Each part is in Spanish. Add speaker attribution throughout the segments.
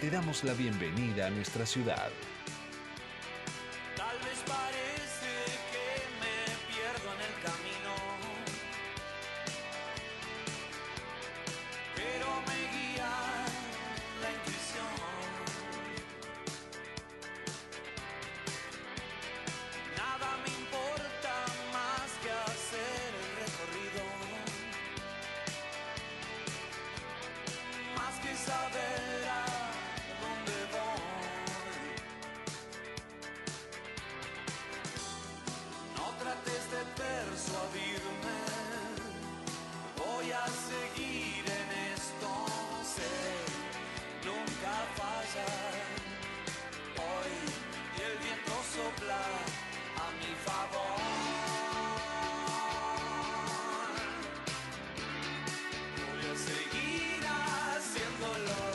Speaker 1: te damos la bienvenida a nuestra ciudad.
Speaker 2: Tal vez parece que me pierdo en el camino, pero me guía la intuición. Nada me importa más que hacer el recorrido, más que saber a dónde voy. No trates de persuadirme, voy a seguir en esto, sé, nunca falla. Hoy y el viento sopla a mi favor. Voy a seguir haciéndolo.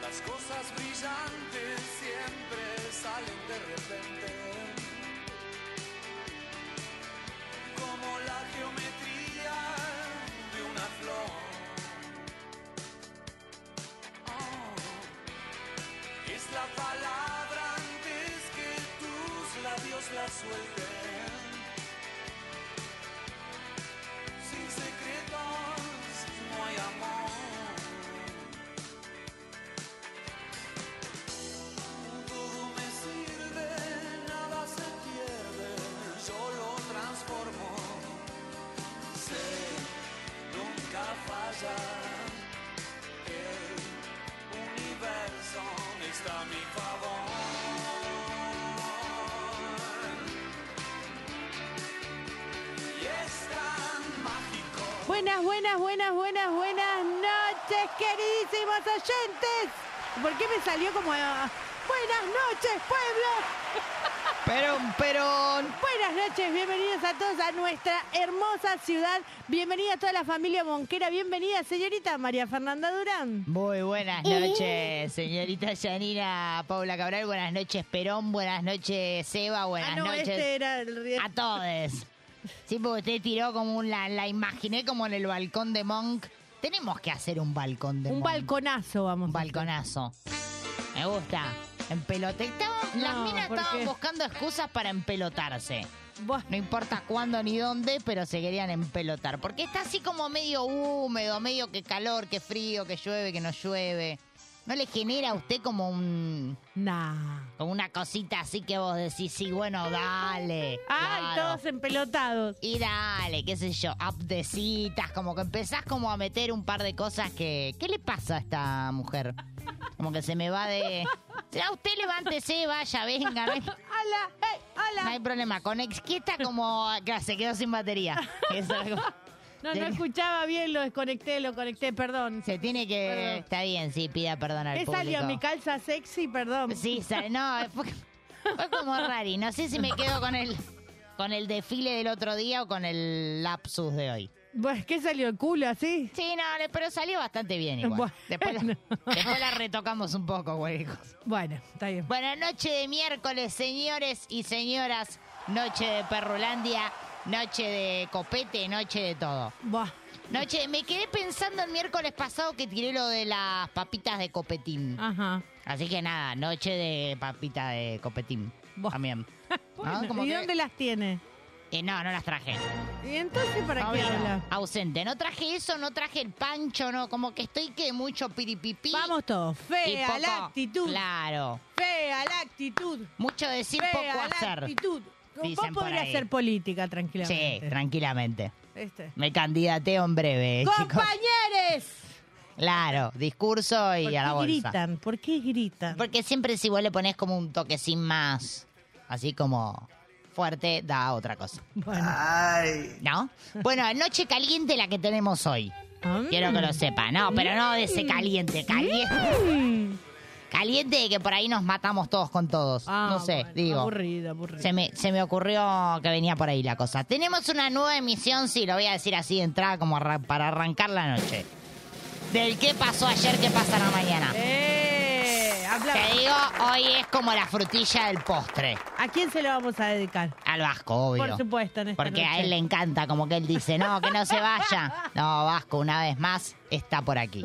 Speaker 2: Las cosas brillantes siempre salen de repente. Como la geometría de una flor. Oh, es la palabra antes que tus labios la suelten. Sin secretos no hay amor. Todo me sirve, nada se pierde, yo lo transformo. Sé, nunca falla. El universo está a mi favor. Y es tan mágico.
Speaker 3: Buenas, buenas, buenas, buenas, buenas noches, queridísimos oyentes. ¿Por qué me salió como... ah, Buenas noches, pueblo.
Speaker 4: Perón, Perón.
Speaker 3: Buenas noches, bienvenidos a todos a nuestra hermosa ciudad. Bienvenida a toda la familia Monquera. Bienvenida, señorita María Fernanda Durán.
Speaker 4: Muy buenas noches, señorita Yanina Paula Cabral. Buenas noches, Perón. Buenas noches, Seba. Buenas
Speaker 3: ah, no,
Speaker 4: noches
Speaker 3: este era el rie-
Speaker 4: a todos. Sí, porque usted tiró como un- la, la imaginé como en el balcón de Monk. Tenemos que hacer un balcón de
Speaker 3: Un
Speaker 4: Monk.
Speaker 3: balconazo, vamos.
Speaker 4: Un balconazo. Me gusta. Empelote. Estaban- Las
Speaker 3: No,
Speaker 4: minas
Speaker 3: ¿por
Speaker 4: estaban
Speaker 3: qué?
Speaker 4: buscando excusas para empelotarse.
Speaker 3: Buah,
Speaker 4: No importa cuándo ni dónde, pero se querían empelotar. Porque está así como medio húmedo, medio que calor, que frío, que llueve, que no llueve. ¿No le genera a usted como un
Speaker 3: nah.
Speaker 4: como una cosita así que vos decís, sí, bueno, dale?
Speaker 3: Ay,
Speaker 4: claro.
Speaker 3: todos empelotados.
Speaker 4: Y dale, qué sé yo, aptecitas, como que empezás como a meter un par de cosas que... ¿Qué le pasa a esta mujer? Como que se me va de... Será usted levántese, vaya, venga, venga.
Speaker 3: Hola, hey, hola.
Speaker 4: No hay problema. Con exquieta como que se quedó sin batería. Eso es como-
Speaker 3: No, no escuchaba bien, lo desconecté, lo conecté, perdón.
Speaker 4: se tiene que.
Speaker 3: Perdón.
Speaker 4: Está bien, sí, pida perdón al
Speaker 3: ¿Qué
Speaker 4: público.
Speaker 3: salió? ¿Mi calza sexy? Perdón.
Speaker 4: Sí, sale. No, fue, fue como rari. No sé si me quedo con el con el desfile del otro día o con el lapsus de hoy.
Speaker 3: Bueno, ¿Qué salió? ¿El culo así?
Speaker 4: Sí, no, le- pero salió bastante bien igual.
Speaker 3: Bueno.
Speaker 4: Después, la, después la retocamos un poco, güey. cosa.
Speaker 3: Bueno, está bien.
Speaker 4: Buenas noches de miércoles, señores y señoras. Noche de Perrulandia, noche de copete, noche de todo.
Speaker 3: Buah.
Speaker 4: Noche, me quedé pensando el miércoles pasado que tiré lo de las papitas de copetín.
Speaker 3: Ajá.
Speaker 4: Así que nada, noche de papita de copetín.
Speaker 3: Buah.
Speaker 4: También.
Speaker 3: Bueno,
Speaker 4: Como
Speaker 3: ¿Y
Speaker 4: que-
Speaker 3: dónde las tiene?
Speaker 4: Eh, no, no las traje.
Speaker 3: ¿Y entonces para
Speaker 4: No
Speaker 3: qué
Speaker 4: vino,
Speaker 3: habla?
Speaker 4: ausente. No traje eso, no traje el pancho, no. Como que estoy que mucho piripipí.
Speaker 3: Vamos todos.
Speaker 4: y
Speaker 3: Fea
Speaker 4: poco-
Speaker 3: la actitud.
Speaker 4: Claro.
Speaker 3: Fea la actitud.
Speaker 4: Mucho decir,
Speaker 3: Fea
Speaker 4: poco
Speaker 3: la
Speaker 4: hacer.
Speaker 3: actitud. Vos
Speaker 4: Dicen por
Speaker 3: podrías
Speaker 4: ahí.
Speaker 3: hacer política
Speaker 4: Sí,
Speaker 3: tranquilamente.
Speaker 4: tranquilamente.
Speaker 3: Este.
Speaker 4: Me candidateo en breve, eh, chicos.
Speaker 3: Compañeros,
Speaker 4: Claro, discurso y
Speaker 3: ¿Por
Speaker 4: a la
Speaker 3: qué
Speaker 4: bolsa.
Speaker 3: gritan? ¿Por qué gritan?
Speaker 4: Porque siempre si vos le pones como un toquecín más, así como fuerte, da otra cosa. ¿No? Bueno, noche caliente la que tenemos hoy.
Speaker 3: Ah.
Speaker 4: Quiero que lo sepa. No, pero no de ese
Speaker 3: Mm.
Speaker 4: caliente, caliente. Caliente de que por ahí nos matamos todos con todos.
Speaker 3: Ah,
Speaker 4: no sé,
Speaker 3: bueno,
Speaker 4: digo.
Speaker 3: aburrido, aburrido.
Speaker 4: Se me, se me ocurrió que venía por ahí la cosa. Tenemos una nueva emisión, sí, lo voy a decir así de entrada, como arran- para arrancar la noche. Del qué pasó ayer, qué pasará mañana.
Speaker 3: ¡Eh! habla-
Speaker 4: Te digo, hoy es como la frutilla del postre.
Speaker 3: ¿A quién se lo vamos a dedicar?
Speaker 4: Al Vasco, obvio.
Speaker 3: Por supuesto, en esta
Speaker 4: Porque a
Speaker 3: noche.
Speaker 4: él le encanta, como que él dice, no, que no se vaya. No, Vasco, una vez más, está por aquí.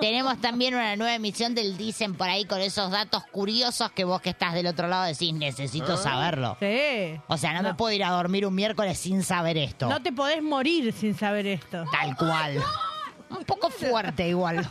Speaker 4: Tenemos también una nueva emisión del Dicen por ahí con esos datos curiosos que vos que estás del otro lado decís, necesito saberlo.
Speaker 3: Sí.
Speaker 4: O sea, no, me puedo ir a dormir un miércoles sin saber esto.
Speaker 3: No te podés morir sin saber esto.
Speaker 4: Tal cual. Un poco fuerte igual.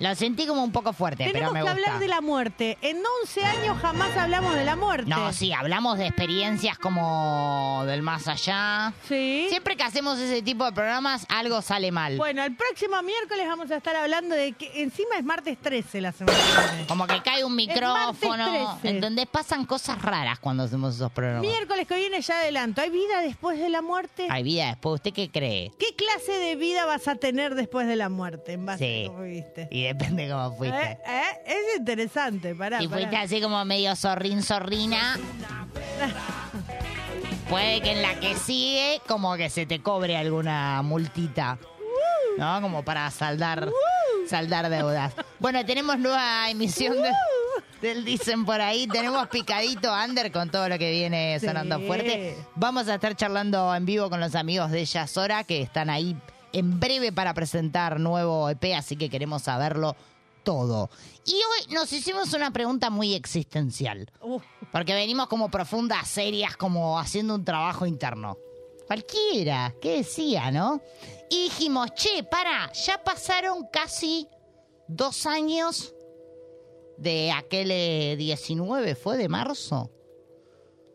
Speaker 4: Lo sentí como un poco fuerte,
Speaker 3: Tenemos
Speaker 4: pero me
Speaker 3: que
Speaker 4: gusta.
Speaker 3: hablar de la muerte. En 11 años jamás hablamos de la muerte.
Speaker 4: No, sí, hablamos de experiencias como del más allá.
Speaker 3: Sí.
Speaker 4: Siempre que hacemos ese tipo de programas, algo sale mal.
Speaker 3: Bueno, el próximo miércoles vamos a estar hablando de que encima es martes 13 la semana que viene.
Speaker 4: Como que cae un micrófono.
Speaker 3: 13.
Speaker 4: Entonces pasan cosas raras cuando hacemos esos programas.
Speaker 3: Miércoles que viene ya adelanto. ¿Hay vida después de la muerte?
Speaker 4: Hay vida después. ¿Usted qué cree?
Speaker 3: ¿Qué clase de vida vas a tener después de la muerte? En base
Speaker 4: Sí.
Speaker 3: a cómo viviste.
Speaker 4: Y depende cómo
Speaker 3: Eh,
Speaker 4: fuiste.
Speaker 3: eh, Es interesante, pará.
Speaker 4: Si fuiste
Speaker 3: pará.
Speaker 4: así como medio zorrín, zorrina. Puede que en la que sigue, como que se te cobre alguna multita. ¿No? Como para saldar, saldar deudas. Bueno, tenemos nueva emisión de- del Dicen por ahí. Tenemos picadito under con todo lo que viene sonando
Speaker 3: Sí.
Speaker 4: fuerte. Vamos a estar charlando en vivo con los amigos de Yasora que están ahí en breve para presentar nuevo EP, así que queremos saberlo todo. Y hoy nos hicimos una pregunta muy existencial.
Speaker 3: Uh,
Speaker 4: Porque venimos como profundas, serias, como haciendo un trabajo interno. Cualquiera, ¿qué decía, no? Y dijimos, che, para, ya pasaron casi dos años de aquel eh, 19, ¿fue de marzo?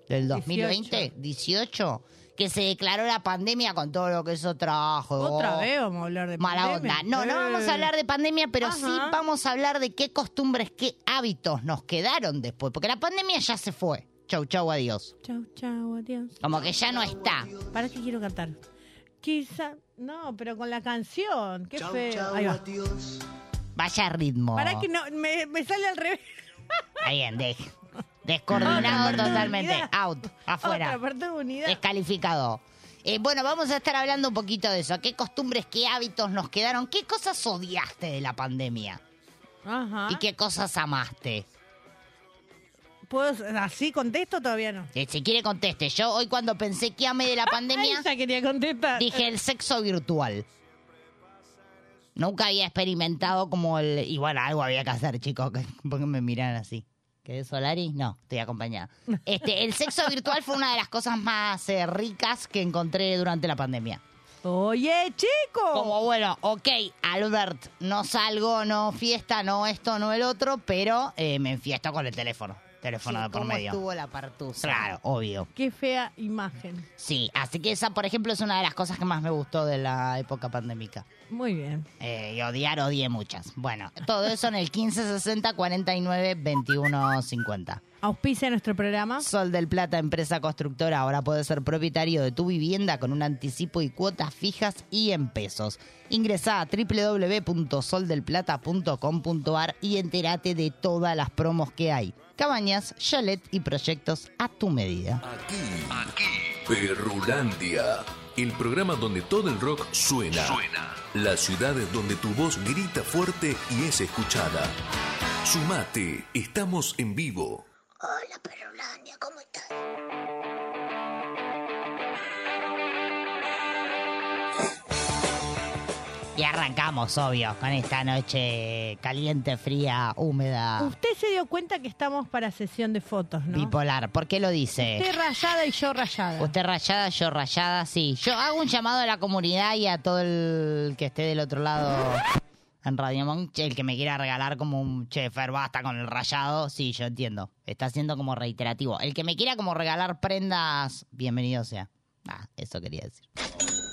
Speaker 4: Del 2020, 18. que se declaró la pandemia con todo lo que eso trajo.
Speaker 3: Otra vez vamos a hablar de
Speaker 4: Mala
Speaker 3: pandemia. Eh.
Speaker 4: onda. No, no vamos a hablar de pandemia, pero sí
Speaker 3: Ajá.
Speaker 4: vamos a hablar de qué costumbres, qué hábitos nos quedaron después. Porque la pandemia ya se fue. Chau, chau, adiós.
Speaker 3: Chau, chau, adiós.
Speaker 4: Como que ya no está.
Speaker 3: ¿Para qué quiero cantar? Quizá. No, pero con la canción. Qué feo. Ahí va.
Speaker 4: Vaya ritmo.
Speaker 3: Para que no. Me, me sale al revés.
Speaker 4: Ahí en, de- descoordinado totalmente. Out, afuera.
Speaker 3: Otra oportunidad.
Speaker 4: Descalificado. Eh, bueno, vamos a estar hablando un poquito de eso. ¿Qué costumbres, qué hábitos nos quedaron? ¿Qué cosas odiaste de la pandemia?
Speaker 3: Ajá.
Speaker 4: ¿Y qué cosas amaste?
Speaker 3: ¿Puedo, ¿Así contesto todavía no?
Speaker 4: Eh, si quiere conteste. Yo hoy cuando pensé que amé de la pandemia...
Speaker 3: Ahí ya quería contestar.
Speaker 4: Dije el sexo virtual. Nunca había experimentado como el. Y bueno, algo había que hacer, chicos. que- ¿Por qué me miran así? ¿Quedé Solari? No, estoy acompañada. Este, el sexo virtual fue una de las cosas más eh, ricas que encontré durante la pandemia.
Speaker 3: Oye, chico.
Speaker 4: Como bueno, ok, Albert, no salgo, no fiesta, no esto, no el otro, pero eh, me enfiesto con el teléfono. Teléfono de por medio.
Speaker 5: estuvo la partusa?
Speaker 4: Claro, obvio.
Speaker 3: Qué fea imagen.
Speaker 4: Sí, así que esa, por ejemplo, es una de las cosas que más me gustó de la época pandémica.
Speaker 3: Muy bien.
Speaker 4: Eh, y odiar, odié muchas. Bueno, todo eso en el 1560 49 21 50.
Speaker 3: Auspicia nuestro programa.
Speaker 4: Sol del Plata, empresa constructora. Ahora puedes ser propietario de tu vivienda con un anticipo y cuotas fijas y en pesos. Ingresá a www.soldelplata.com.ar y entérate de todas las promos que hay. Cabañas, chalet y proyectos a tu medida.
Speaker 1: Aquí, aquí, Perrulandia.
Speaker 6: El programa donde todo el rock suena.
Speaker 1: Suena.
Speaker 6: Las ciudades donde tu voz grita fuerte y es escuchada. Sumate, estamos en vivo.
Speaker 5: Hola, Perolandia, ¿cómo estás?
Speaker 4: Y arrancamos, obvio, con esta noche caliente, fría, húmeda,
Speaker 3: Usted se dio cuenta que estamos para sesión de fotos, ¿no?
Speaker 4: bipolar. ¿Por qué lo dice?
Speaker 3: Usted rayada y yo rayada.
Speaker 4: Usted rayada, yo rayada, sí. Yo hago un llamado a la comunidad y a todo el que esté del otro lado en Radio Monk, el que me quiera regalar como un chefer, basta con el rayado, sí, yo entiendo. Está siendo como reiterativo. El que me quiera como regalar prendas, bienvenido sea. Ah, eso quería decir.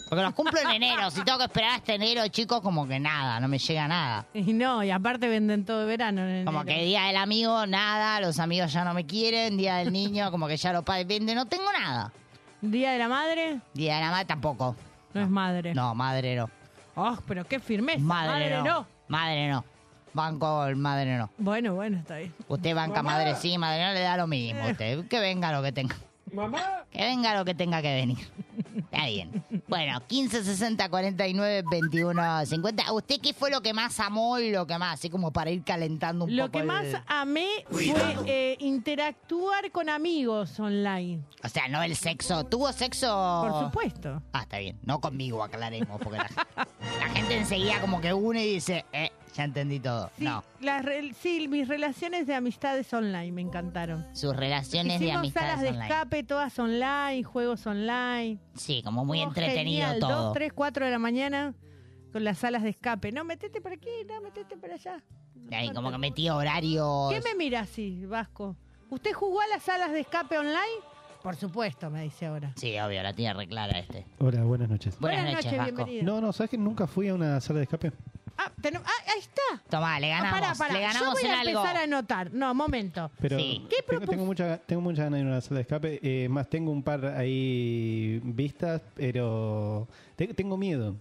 Speaker 4: Porque los cumplo en enero. Si tengo que esperar hasta enero, chicos, como que nada, no me llega nada.
Speaker 3: Y no, y aparte venden todo verano. en
Speaker 4: Como
Speaker 3: enero.
Speaker 4: que día del amigo, nada, los amigos ya no me quieren, día del niño, como que ya los padres venden, no tengo nada.
Speaker 3: Día de la madre,
Speaker 4: Día de la madre tampoco.
Speaker 3: no, es madre.
Speaker 4: No, madre no.
Speaker 3: Oh, pero qué firmeza.
Speaker 4: Madre, no.
Speaker 3: no.
Speaker 4: Madre no. Banco el madre no.
Speaker 3: Bueno, bueno, está bien.
Speaker 4: Usted banca
Speaker 3: Mamá.
Speaker 4: madre sí, madre no, le da lo mismo. a Usted. Que venga lo que tenga.
Speaker 3: Mamá.
Speaker 4: Que venga lo que tenga que venir. Está bien. Bueno, 15, 60, 49, 21, 50. ¿Usted qué fue lo que más amó y lo que más? Así como para ir calentando un
Speaker 3: Lo
Speaker 4: poco.
Speaker 3: que
Speaker 4: el-
Speaker 3: más amé fue eh, interactuar con amigos online.
Speaker 4: O sea, no el sexo. ¿Tuvo sexo?
Speaker 3: Por supuesto.
Speaker 4: Ah, está bien. No conmigo, aclaremos. Porque la, la gente enseguida como que une y dice, eh, ya entendí todo.
Speaker 3: Sí,
Speaker 4: No.
Speaker 3: las rel- sí, mis relaciones de amistades online me encantaron.
Speaker 4: Sus relaciones de
Speaker 3: Hicimos
Speaker 4: amistades
Speaker 3: salas de
Speaker 4: online.
Speaker 3: escape, todas online, juegos online.
Speaker 4: Sí, como muy
Speaker 3: Estuvo
Speaker 4: entretenido
Speaker 3: Oh, genial,
Speaker 4: todo.
Speaker 3: 2, 3, 4 de la mañana con las salas de escape. No, metete para aquí, no, metete para allá.
Speaker 4: Ahí como que metí horarios.
Speaker 3: ¿Qué me mira así, Vasco? ¿Usted jugó a las salas de escape online? Por supuesto, me dice ahora.
Speaker 4: Sí, obvio, la tiene reclara este.
Speaker 7: Hola, buenas noches.
Speaker 4: Buenas, noches, Vasco.
Speaker 3: bienvenido.
Speaker 7: No, no, ¿sabes que nunca fui a una sala de escape?
Speaker 3: Ah, tenem- ah, ahí está.
Speaker 4: Tomá, le ganamos.
Speaker 3: Ah, pará, pará.
Speaker 4: Le
Speaker 3: Yo
Speaker 4: ganamos
Speaker 3: voy
Speaker 4: en
Speaker 3: a
Speaker 4: algo.
Speaker 3: empezar a anotar. No, momento.
Speaker 7: Pero
Speaker 4: Sí.
Speaker 3: ¿Qué
Speaker 7: tengo,
Speaker 3: propus-
Speaker 7: tengo mucha, tengo mucha ganas de ir a una sala de escape. eh, más tengo un par ahí vistas, pero te- tengo miedo.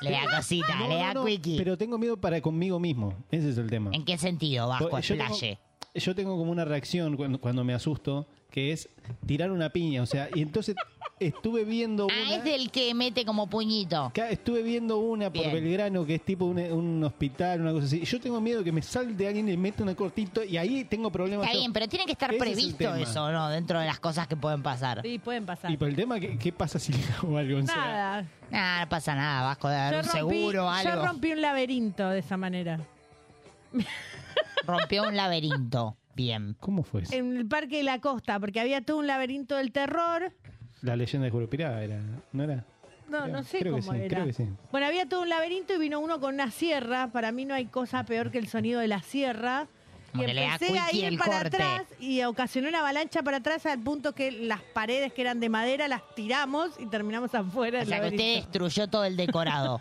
Speaker 4: Le da cosita,
Speaker 7: No,
Speaker 4: le
Speaker 7: no,
Speaker 4: da
Speaker 7: no,
Speaker 4: quickie.
Speaker 7: Pero tengo miedo para conmigo mismo. Ese es el tema.
Speaker 4: ¿En qué sentido, Vasco?
Speaker 7: Porque yo tengo-
Speaker 4: Explaye.
Speaker 7: Yo tengo como una reacción cuando, cuando me asusto, que es tirar una piña. O sea, y entonces estuve viendo
Speaker 4: Ah,
Speaker 7: una.
Speaker 4: es del que mete como puñito.
Speaker 7: Acá Estuve viendo una por
Speaker 4: Bien.
Speaker 7: Belgrano que es tipo un, un hospital, una cosa así. Yo tengo miedo que me salte alguien y le meta una cortito y ahí tengo problemas.
Speaker 4: Está
Speaker 7: yo.
Speaker 4: bien, pero tiene que estar
Speaker 7: Ese es el
Speaker 4: previsto
Speaker 7: tema.
Speaker 4: eso, ¿no? Dentro de las cosas que pueden pasar.
Speaker 3: Sí, pueden pasar.
Speaker 7: Y por el tema, ¿qué, qué pasa si le hago algo? O sea,
Speaker 3: Nada.
Speaker 4: Nah, no pasa nada, Vasco. Debe haber un seguro,
Speaker 3: yo
Speaker 4: algo.
Speaker 3: rompí un laberinto de esa manera.
Speaker 4: Rompió un laberinto. Bien.
Speaker 7: ¿Cómo fue eso?
Speaker 3: En el Parque de la Costa, porque había todo un laberinto del terror.
Speaker 7: La leyenda de Jurupirá era, ¿no era?
Speaker 3: No,
Speaker 7: Creo-
Speaker 3: no sé
Speaker 7: creo que
Speaker 3: cómo
Speaker 7: sí,
Speaker 3: era.
Speaker 7: creo que sí.
Speaker 3: Bueno, había todo un laberinto y vino uno con una sierra. Para mí no hay cosa peor que el sonido de la sierra.
Speaker 4: Como
Speaker 3: y
Speaker 4: que le da
Speaker 3: empecé a
Speaker 4: cuiki
Speaker 3: ir
Speaker 4: el
Speaker 3: para
Speaker 4: corte.
Speaker 3: atrás y ocasionó una avalancha para atrás al punto que las paredes que eran de madera las tiramos y terminamos afuera
Speaker 4: O
Speaker 3: del
Speaker 4: sea que usted
Speaker 3: laberinto.
Speaker 4: destruyó todo el decorado.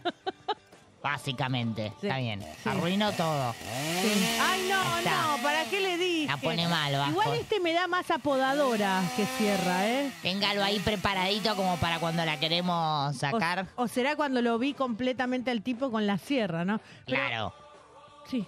Speaker 4: Básicamente.
Speaker 3: Sí.
Speaker 4: Está bien. Arruinó todo.
Speaker 3: Ay, no,
Speaker 4: Ahí está.
Speaker 3: no, ¿para qué le dije?
Speaker 4: La pone mal, Vasco.
Speaker 3: Igual este me da más apodadora que sierra, ¿eh?
Speaker 4: Téngalo ahí preparadito como para cuando la queremos
Speaker 3: O-
Speaker 4: sacar.
Speaker 3: O, será cuando lo vi completamente al tipo con la sierra, ¿no? Pero-
Speaker 4: Claro.
Speaker 3: Sí.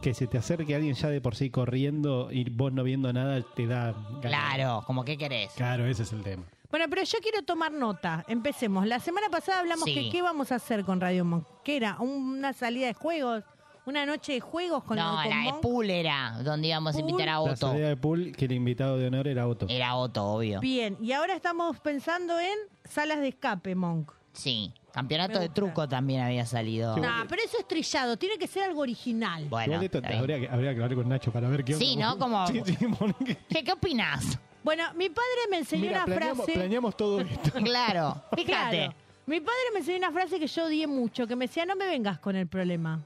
Speaker 7: Que se te acerque alguien ya de por sí corriendo y vos no viendo nada te da. ganas.
Speaker 4: Claro, como que querés.
Speaker 7: Claro, ese es el tema.
Speaker 3: Bueno, pero yo quiero tomar nota. Empecemos. La semana pasada hablamos
Speaker 4: Sí.
Speaker 3: que qué vamos a hacer con Radio Monk. ¿Qué era? ¿Una salida de juegos? ¿Una noche de juegos con,
Speaker 4: no,
Speaker 3: con
Speaker 4: la de
Speaker 3: Monk?
Speaker 4: Pool era donde íbamos a invitar a
Speaker 7: La
Speaker 4: Otto.
Speaker 7: salida de pool, que el invitado de honor era Otto.
Speaker 4: Era Otto, obvio.
Speaker 3: Bien, y ahora estamos pensando en salas de escape, Monk.
Speaker 4: Sí. Campeonato
Speaker 3: Me
Speaker 4: de
Speaker 3: gusta.
Speaker 4: truco también había salido.
Speaker 3: No, pero eso es trillado, tiene que ser algo original.
Speaker 4: Bueno.
Speaker 7: Igual esto
Speaker 4: está bien.
Speaker 7: habría, que, habría que hablar con Nacho para ver qué
Speaker 4: Sí,
Speaker 7: onda.
Speaker 4: ¿no? Como-
Speaker 7: Sí, sí, porque-
Speaker 4: ¿Qué, qué opinás?
Speaker 3: Bueno, mi padre me enseñó
Speaker 7: Mira,
Speaker 3: una
Speaker 7: planeamos,
Speaker 3: frase.
Speaker 7: planeamos todo esto.
Speaker 4: Claro. Fíjate.
Speaker 3: Claro. Mi padre me enseñó una frase que yo odié mucho, que me decía, no me vengas con el problema.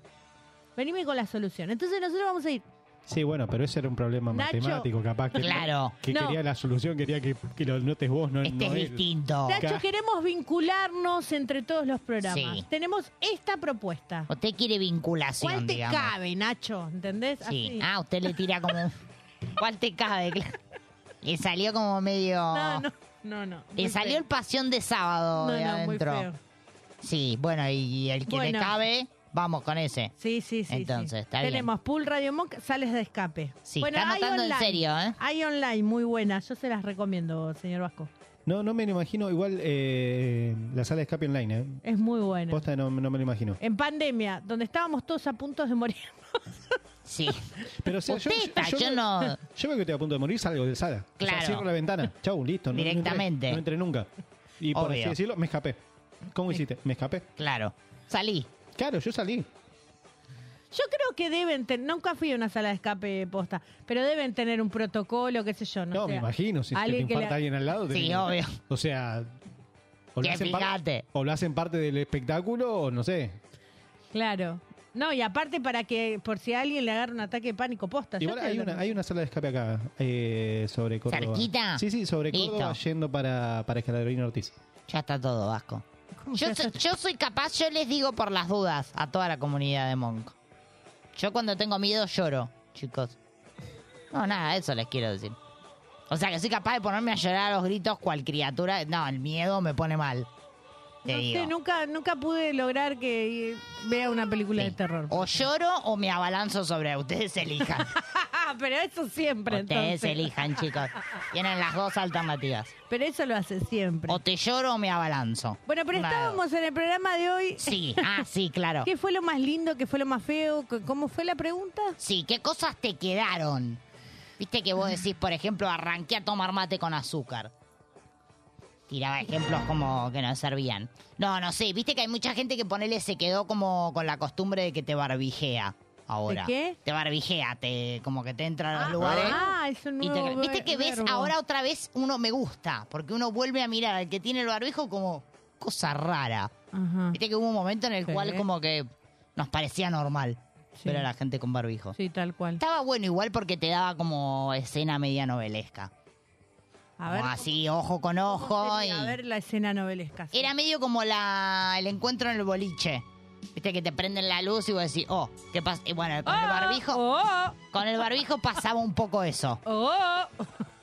Speaker 3: Venime con la solución. Entonces nosotros vamos a ir
Speaker 7: Sí, bueno, pero ese era un problema
Speaker 3: Nacho.
Speaker 7: matemático, capaz que,
Speaker 4: Claro.
Speaker 7: que
Speaker 3: No.
Speaker 7: quería la solución, quería que, que lo notes vos, no,
Speaker 4: Este
Speaker 7: no
Speaker 4: es
Speaker 7: él.
Speaker 4: distinto.
Speaker 3: Nacho,
Speaker 7: Acá.
Speaker 3: queremos vincularnos entre todos los programas.
Speaker 4: Sí.
Speaker 3: Tenemos esta propuesta.
Speaker 4: Usted quiere vinculación,
Speaker 3: ¿Cuál te
Speaker 4: digamos.
Speaker 3: cabe, Nacho? ¿Entendés?
Speaker 4: Sí.
Speaker 3: Así.
Speaker 4: Ah, usted le tira como. un- ¿Cuál te cabe? Claro. Le salió como medio.
Speaker 3: No, no, no. no
Speaker 4: Le
Speaker 3: muy
Speaker 4: salió
Speaker 3: feo.
Speaker 4: el pasión de sábado
Speaker 3: No,
Speaker 4: de
Speaker 3: no, muy
Speaker 4: adentro.
Speaker 3: feo.
Speaker 4: Sí, bueno, y, y el que
Speaker 3: Bueno.
Speaker 4: le cabe, vamos con ese.
Speaker 3: Sí, sí, sí.
Speaker 4: Entonces,
Speaker 3: sí.
Speaker 4: está bien.
Speaker 3: Tenemos Pool Radio Monk, sales de escape.
Speaker 4: Sí, está
Speaker 3: hay
Speaker 4: anotando en
Speaker 3: online.
Speaker 4: serio, ¿eh?
Speaker 3: Hay online, muy buenas. Yo se las recomiendo, señor Vasco.
Speaker 7: No, no me lo imagino. Igual eh, la sala de escape online, ¿eh?
Speaker 3: Es muy buena.
Speaker 7: Posta, no, no me lo imagino.
Speaker 3: En pandemia, donde estábamos todos a punto de morir.
Speaker 4: Sí.
Speaker 7: Pero o sea, yo,
Speaker 4: Usted está, yo,
Speaker 7: me-
Speaker 4: no.
Speaker 7: yo veo que estoy a punto de morir, salgo de sala. O sea,
Speaker 4: Claro.
Speaker 7: cierro la ventana. Chau, listo. no- no entré,
Speaker 4: Directamente.
Speaker 7: No entré, nunca. Y por
Speaker 4: Obvio.
Speaker 7: así decirlo, me escapé. ¿Cómo hiciste? Me escapé.
Speaker 4: Claro. Salí.
Speaker 7: Claro, yo salí.
Speaker 3: Yo creo que deben tener, nunca fui a una sala de escape posta, pero deben tener un protocolo, qué sé yo. No,
Speaker 7: No,
Speaker 3: sé.
Speaker 7: me imagino. Si se te
Speaker 3: alguien que le-
Speaker 7: infarta alguien al lado. te-
Speaker 4: Sí, obvio.
Speaker 7: O sea... O
Speaker 4: Que
Speaker 7: hacen par-
Speaker 4: fíjate.
Speaker 7: o lo hacen parte del espectáculo o no sé.
Speaker 3: Claro. No, y aparte para que, por si a alguien le agarra un ataque de pánico, posta. yo
Speaker 7: Igual
Speaker 3: creo
Speaker 7: hay
Speaker 3: que-
Speaker 7: una, hay una sala de escape acá, eh, sobre Córdoba.
Speaker 4: ¿Cerquita?
Speaker 7: Sí, sí, sobre
Speaker 4: Listo.
Speaker 7: Córdoba, yendo para, para Escaladrín Ortiz.
Speaker 4: Ya está todo, Vasco. Yo,
Speaker 3: ya
Speaker 4: so- yo soy capaz, yo les digo por las dudas a toda la comunidad de Monk. Yo cuando tengo miedo lloro, chicos. No, nada, eso les quiero decir. O sea, que soy capaz de ponerme a llorar a los gritos cual criatura. No, el miedo me pone mal. Te
Speaker 3: No
Speaker 4: digo.
Speaker 3: sé, nunca, nunca pude lograr que eh, vea una película de terror.
Speaker 4: O lloro o me abalanzo sobre ustedes elijan.
Speaker 3: Pero eso siempre,
Speaker 4: ustedes
Speaker 3: entonces.
Speaker 4: elijan, chicos. Tienen las dos alternativas.
Speaker 3: Pero eso lo hace siempre.
Speaker 4: O te lloro o me abalanzo.
Speaker 3: Bueno, pero
Speaker 4: Una de dos.
Speaker 3: estábamos en el programa de hoy.
Speaker 4: Sí, ah, sí, claro.
Speaker 3: ¿Qué fue lo más lindo? ¿Qué fue lo más feo? ¿Qué- ¿Cómo fue la pregunta?
Speaker 4: Sí, ¿qué cosas te quedaron? Viste que vos decís, por ejemplo, arranqué a tomar mate con azúcar. Tiraba ejemplos como que no servían. No, no sé, viste que hay mucha gente que ponele se quedó como con la costumbre de que te barbijea ahora.
Speaker 3: ¿De qué?
Speaker 4: Te barbijea, te, como que te entra a los lugares.
Speaker 3: Ah, es un
Speaker 4: Y te-
Speaker 3: nuevo ver-
Speaker 4: viste que ves
Speaker 3: verbo.
Speaker 4: ahora otra vez uno me gusta, porque uno vuelve a mirar al que tiene el barbijo como cosa rara.
Speaker 3: Ajá.
Speaker 4: Viste que hubo un momento en el
Speaker 3: Sí.
Speaker 4: cual como que nos parecía normal
Speaker 3: Sí.
Speaker 4: ver a la gente con barbijo.
Speaker 3: Sí, tal cual.
Speaker 4: Estaba bueno igual porque te daba como escena media novelesca.
Speaker 3: A ver,
Speaker 4: como así, ojo con
Speaker 3: ¿cómo
Speaker 4: ojo.
Speaker 3: sería?
Speaker 4: y-
Speaker 3: A ver la escena novelesca. sí.
Speaker 4: Era medio como la, el encuentro en el boliche. Viste que te prenden la luz y vos decís, oh, ¿qué pasa? Y bueno, con el barbijo,
Speaker 3: Ah, Oh,
Speaker 4: con el barbijo pasaba un poco eso.
Speaker 3: oh.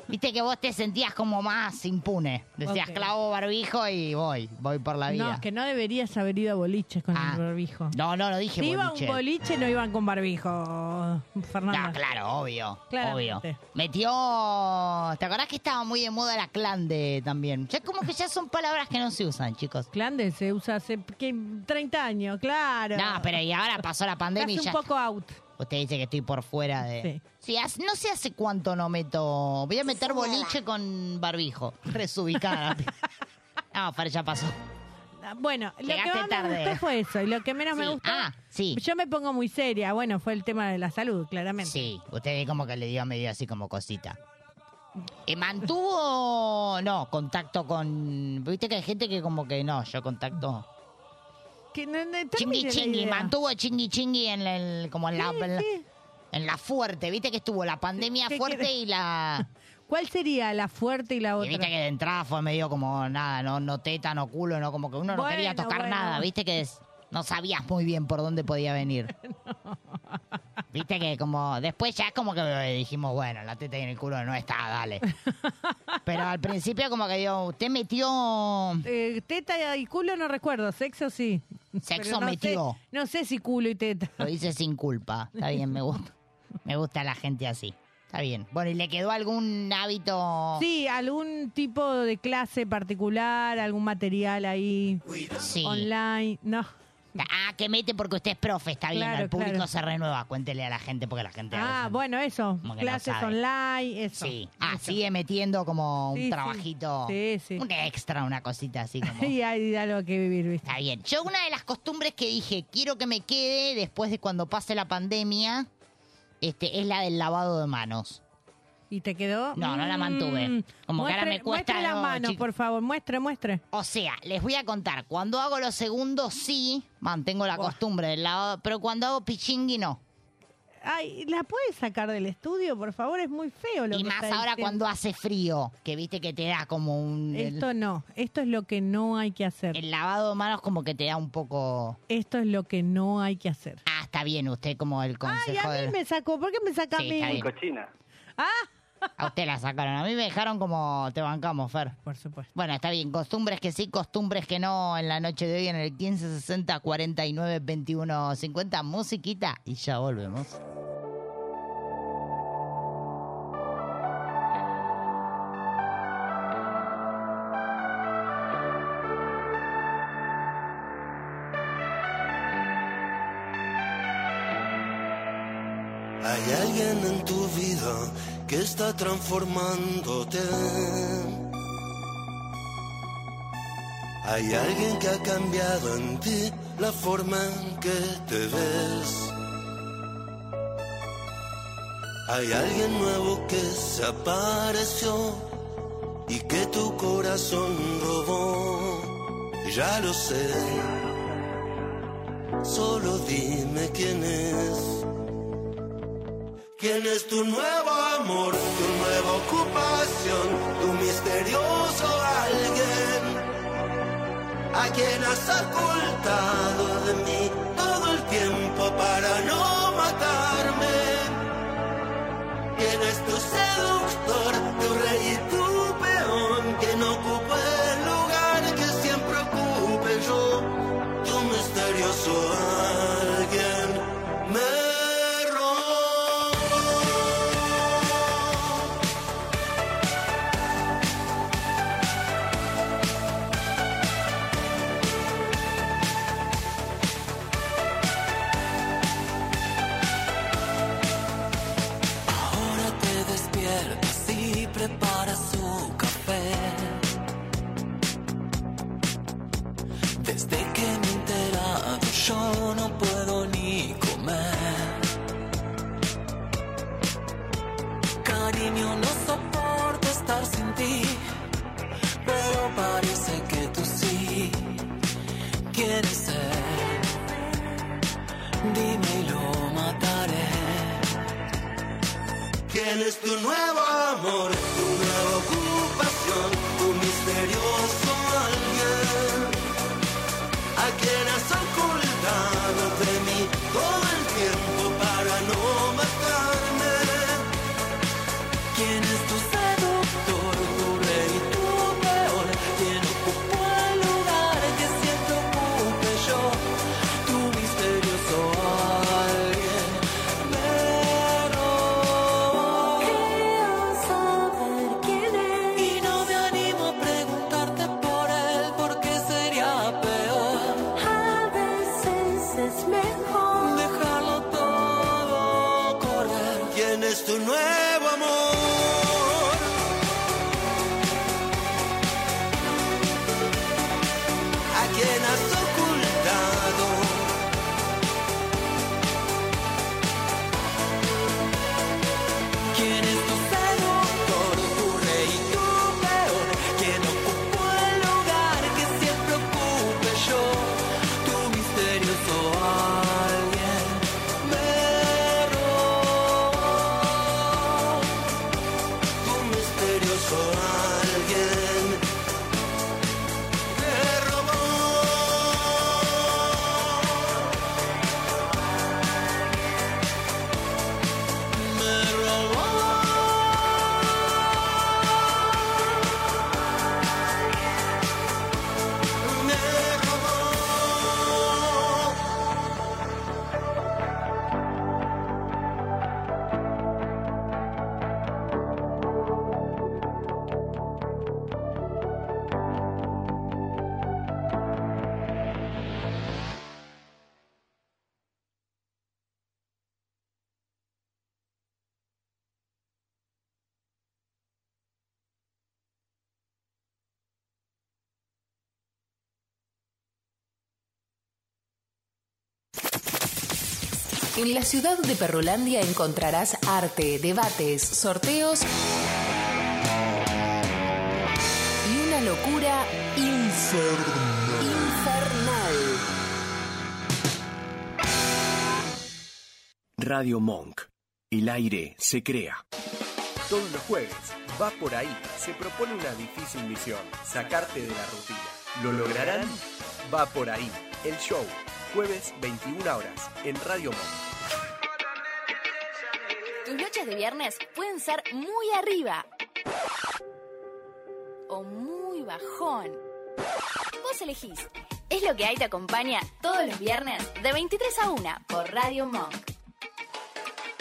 Speaker 4: Viste que vos te sentías como más impune. Decías,
Speaker 3: Ok.
Speaker 4: clavo barbijo y voy, voy por la
Speaker 3: No,
Speaker 4: vida.
Speaker 3: es que no deberías haber ido a boliches con
Speaker 4: Ah.
Speaker 3: el barbijo.
Speaker 4: No, no, lo dije
Speaker 3: si iba a un
Speaker 4: boliche.
Speaker 3: boliche, no iban con barbijo, Fernanda.
Speaker 4: No, claro, obvio.
Speaker 3: Claramente.
Speaker 4: Obvio. Metió. ¿Te acordás que estaba muy de moda la clande también? Ya como que ya son palabras que no se usan, chicos.
Speaker 3: Clande se usa hace ¿qué? 30 años, claro.
Speaker 4: No, pero y ahora pasó la pandemia y
Speaker 3: Estás
Speaker 4: ya.
Speaker 3: un poco out.
Speaker 4: Usted dice que estoy por fuera de. Sí. hace- no sé hace cuánto no meto. Voy a meter boliche con barbijo. Resubicada. no, Fer, ya pasó.
Speaker 3: Ah, Bueno, lo que
Speaker 4: Llegaste
Speaker 3: más
Speaker 4: tarde.
Speaker 3: me gustó fue eso. Y lo que menos me
Speaker 4: Sí.
Speaker 3: gustó.
Speaker 4: Ah, sí.
Speaker 3: Yo me pongo muy seria. Bueno, fue el tema de la salud, claramente.
Speaker 4: Sí, usted como que le dio medio así como cosita. Eh, ¿Mantuvo, no, contacto con... Viste que hay gente que como que no, yo contacto...
Speaker 3: Que no- no- termine
Speaker 4: Chingui
Speaker 3: la
Speaker 4: chingui,
Speaker 3: idea.
Speaker 4: mantuvo chingui chingui en el, como en la,
Speaker 3: Sí,
Speaker 4: en la,
Speaker 3: sí.
Speaker 4: en la fuerte, viste que estuvo la pandemia
Speaker 3: ¿Qué
Speaker 4: fuerte
Speaker 3: quiere?
Speaker 4: y la...
Speaker 3: ¿Cuál sería la fuerte y la
Speaker 4: y viste
Speaker 3: otra?
Speaker 4: que de entrada fue medio como nada, no, no teta, no culo, no como que uno no quería
Speaker 3: Bueno,
Speaker 4: tocar
Speaker 3: bueno.
Speaker 4: nada, viste que es- no sabías muy bien por dónde podía venir. Viste que como después ya es como que dijimos, bueno, la teta y en el culo no está, dale. Pero al principio como que yo, usted metió
Speaker 3: Eh, teta y culo no recuerdo, sexo sí.
Speaker 4: sexo
Speaker 3: Pero no
Speaker 4: metió.
Speaker 3: sé- no sé si culo y teta.
Speaker 4: Lo hice sin culpa. Está bien, me gusta. Me gusta la gente así. Está bien. Bueno, ¿y le quedó algún hábito?
Speaker 3: Sí, algún tipo de clase particular, algún material ahí
Speaker 4: Sí.
Speaker 3: online. No,
Speaker 4: Ah, que mete porque usted es profe, está bien.
Speaker 3: Claro,
Speaker 4: el público
Speaker 3: claro.
Speaker 4: se renueva. Cuéntele a la gente porque la gente. a
Speaker 3: Ah,
Speaker 4: veces-
Speaker 3: bueno, eso.
Speaker 4: Como que no
Speaker 3: Clases
Speaker 4: sabe.
Speaker 3: online, eso.
Speaker 4: Sí. Ah,
Speaker 3: Eso.
Speaker 4: sigue metiendo como un
Speaker 3: Sí, sí.
Speaker 4: trabajito.
Speaker 3: Sí, sí.
Speaker 4: Un extra, una cosita así como.
Speaker 3: Y hay algo que vivir, ¿viste?
Speaker 4: Está bien. Yo una de las costumbres que dije, quiero que me quede después de cuando pase la pandemia, este, es la del lavado de manos.
Speaker 3: ¿Y te quedó?
Speaker 4: No, no la mantuve.
Speaker 3: Mm.
Speaker 4: Como que
Speaker 3: muestre,
Speaker 4: ahora me cuesta
Speaker 3: Muestre la
Speaker 4: algo,
Speaker 3: mano,
Speaker 4: chico.
Speaker 3: por favor. Muestre, muestre.
Speaker 4: O sea, les voy a contar, cuando hago los segundos sí, mantengo la
Speaker 3: Buah.
Speaker 4: costumbre del lavado, pero cuando hago pichingui no.
Speaker 3: Ay, ¿la puedes sacar del estudio, por favor? Es muy feo lo
Speaker 4: Y
Speaker 3: que
Speaker 4: más
Speaker 3: está
Speaker 4: ahora
Speaker 3: diciendo.
Speaker 4: cuando hace frío, que viste que te da como un... El,
Speaker 3: Esto no. Esto es lo que no hay que hacer.
Speaker 4: el lavado de manos como que te da un poco...
Speaker 3: Esto es lo que no hay que hacer.
Speaker 4: Ah, está bien, usted como el
Speaker 3: Ay,
Speaker 4: consejo
Speaker 3: a mí
Speaker 4: del-
Speaker 3: me sacó. ¿Por qué me saca
Speaker 4: Sí,
Speaker 3: a
Speaker 4: está
Speaker 3: mí?
Speaker 4: bien.
Speaker 3: Ah.
Speaker 4: A usted la sacaron, a mí me dejaron como te bancamos, Fer.
Speaker 3: Por supuesto.
Speaker 4: Bueno, está bien, costumbres que sí, costumbres que no en la noche de hoy en el 1560 49 21 50, musiquita y ya volvemos.
Speaker 2: Hay alguien en tu vida que está transformándote. Hay alguien que ha cambiado en ti la forma en que te ves. Hay alguien nuevo que se apareció y que tu corazón robó. Ya lo sé. Solo dime quién es. ¿Quién es tu nuevo amor, tu nueva ocupación, tu misterioso alguien? a quien has ocultado de mí todo el tiempo para no matarme. Tienes tu seductor, tu rey y tu peón que no ocupa el lugar que siempre ocupe yo. Tu misterioso alguien me robó. Ahora te despiertas y preparas su café. Desde que me he enterado, yo no puedo ni comer. Cariño, no soporto estar sin ti, pero parece que tú sí quieres ser. Dime y lo mataré. ¿Quién es tu nuevo amor? Tu nueva ocupación, tu misterioso alguien. A quien has ocultado de mí todo el tiempo para no matarme. ¿Quién es tu seductor, tu rey, tu peor? ¿Quién ocupó el lugar que siempre ocupe yo? Tu misterioso alguien. Pero quiero saber quién es Y no me animo a preguntarte por él porque sería peor A veces es mejor dejarlo todo correr ¿Quién es tu nuevo amor? ¿A quién has ocultado? ¿Quién es tu seductor, tu rey y tu peor? ¿Quién ocupó el lugar que siempre ocupe yo? Tu misterioso alguien me robó. Tu misterioso alguien me robó. Me robó. Me robó.
Speaker 8: En la ciudad de Perrolandia encontrarás arte, debates, sorteos y una locura infernal. infernal.
Speaker 9: Radio Monk. El aire se crea.
Speaker 10: Todos los jueves, va por ahí, se propone una difícil misión, sacarte de la rutina. ¿Lo lograrán? Va por ahí, el show, jueves 21 horas, en Radio Monk.
Speaker 11: Tus noches de viernes pueden ser muy arriba o muy bajón. Vos elegís. Es lo que hay te acompaña todos los viernes de 23 a 1 por Radio Monk.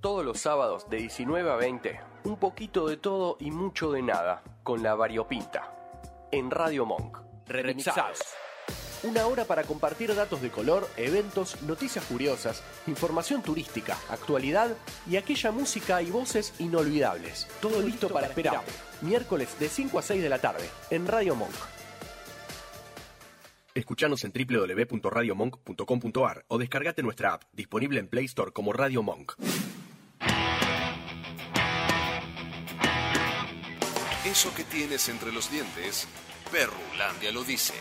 Speaker 10: Todos los sábados de 19 a 20, un poquito de todo y mucho de nada, con la variopinta. En Radio Monk. Remixados. Una hora para compartir datos de color, eventos, noticias curiosas, información turística, actualidad y aquella música y voces inolvidables. Todo listo para esperar. Miércoles de 5 a 6 de la tarde, en Radio Monk.
Speaker 1: Escuchanos en www.radiomonk.com.ar o descargate nuestra app, disponible en Play Store como Radio Monk.
Speaker 6: Eso que tienes entre los dientes, Perrulandia lo dice.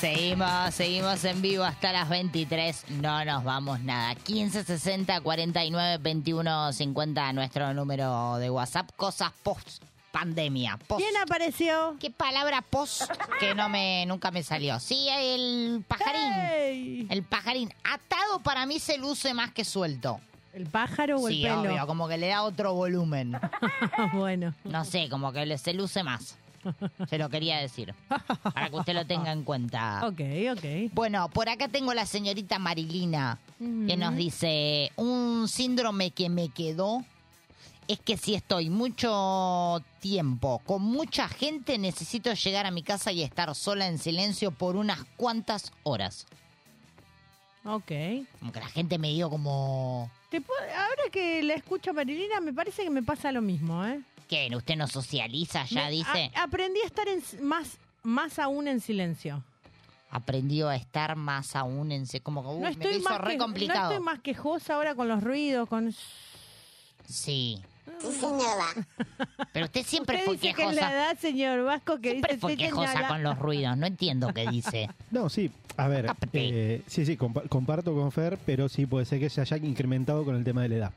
Speaker 4: Seguimos, seguimos en vivo hasta las 23. No nos vamos nada. 1560 49 21 50, nuestro número de WhatsApp. Cosas post pandemia. Post.
Speaker 3: ¿Quién apareció?
Speaker 4: ¿Qué palabra post que no me nunca me salió? Sí, el pajarín. El pajarín. Atado para mí se luce más que suelto.
Speaker 3: ¿El pájaro o el
Speaker 4: sí,
Speaker 3: pelo?
Speaker 4: obvio, como que le da otro volumen.
Speaker 3: bueno.
Speaker 4: No sé, como que le- se luce más. Se lo quería decir. Para que usted lo tenga en cuenta.
Speaker 3: Ok, ok.
Speaker 4: Bueno, por acá tengo la señorita Marilina, que nos dice, un síndrome que me quedó es que si estoy mucho tiempo con mucha gente, necesito llegar a mi casa y estar sola en silencio por unas cuantas horas.
Speaker 3: Ok.
Speaker 4: Como que la gente me dio como...
Speaker 3: Te puedo- ahora que la escucho a Marilina, me parece que me pasa lo mismo, ¿eh?
Speaker 4: ¿Qué? ¿Usted no socializa ya,
Speaker 3: Me-
Speaker 4: dice?
Speaker 3: a- aprendí a estar en s- más, más aún en silencio.
Speaker 4: Aprendió a estar más aún en... se- Como que uy,
Speaker 3: no,
Speaker 4: Uh, me lo
Speaker 3: estoy
Speaker 4: hizo
Speaker 3: más
Speaker 4: re
Speaker 3: que-
Speaker 4: complicado.
Speaker 3: no estoy más quejosa ahora con los ruidos, con...
Speaker 4: Sí.
Speaker 3: Señora.
Speaker 4: Pero usted siempre fue
Speaker 3: dice que es
Speaker 4: quejosa.
Speaker 3: la edad, señor Vasco, que dice...
Speaker 4: fue
Speaker 3: usted que es la
Speaker 4: quejosa
Speaker 3: edad.
Speaker 4: con los ruidos. No entiendo qué dice.
Speaker 7: No, sí, a ver, eh, sí, sí, compa- comparto con Fer, pero sí puede ser que se haya incrementado con el tema de la edad.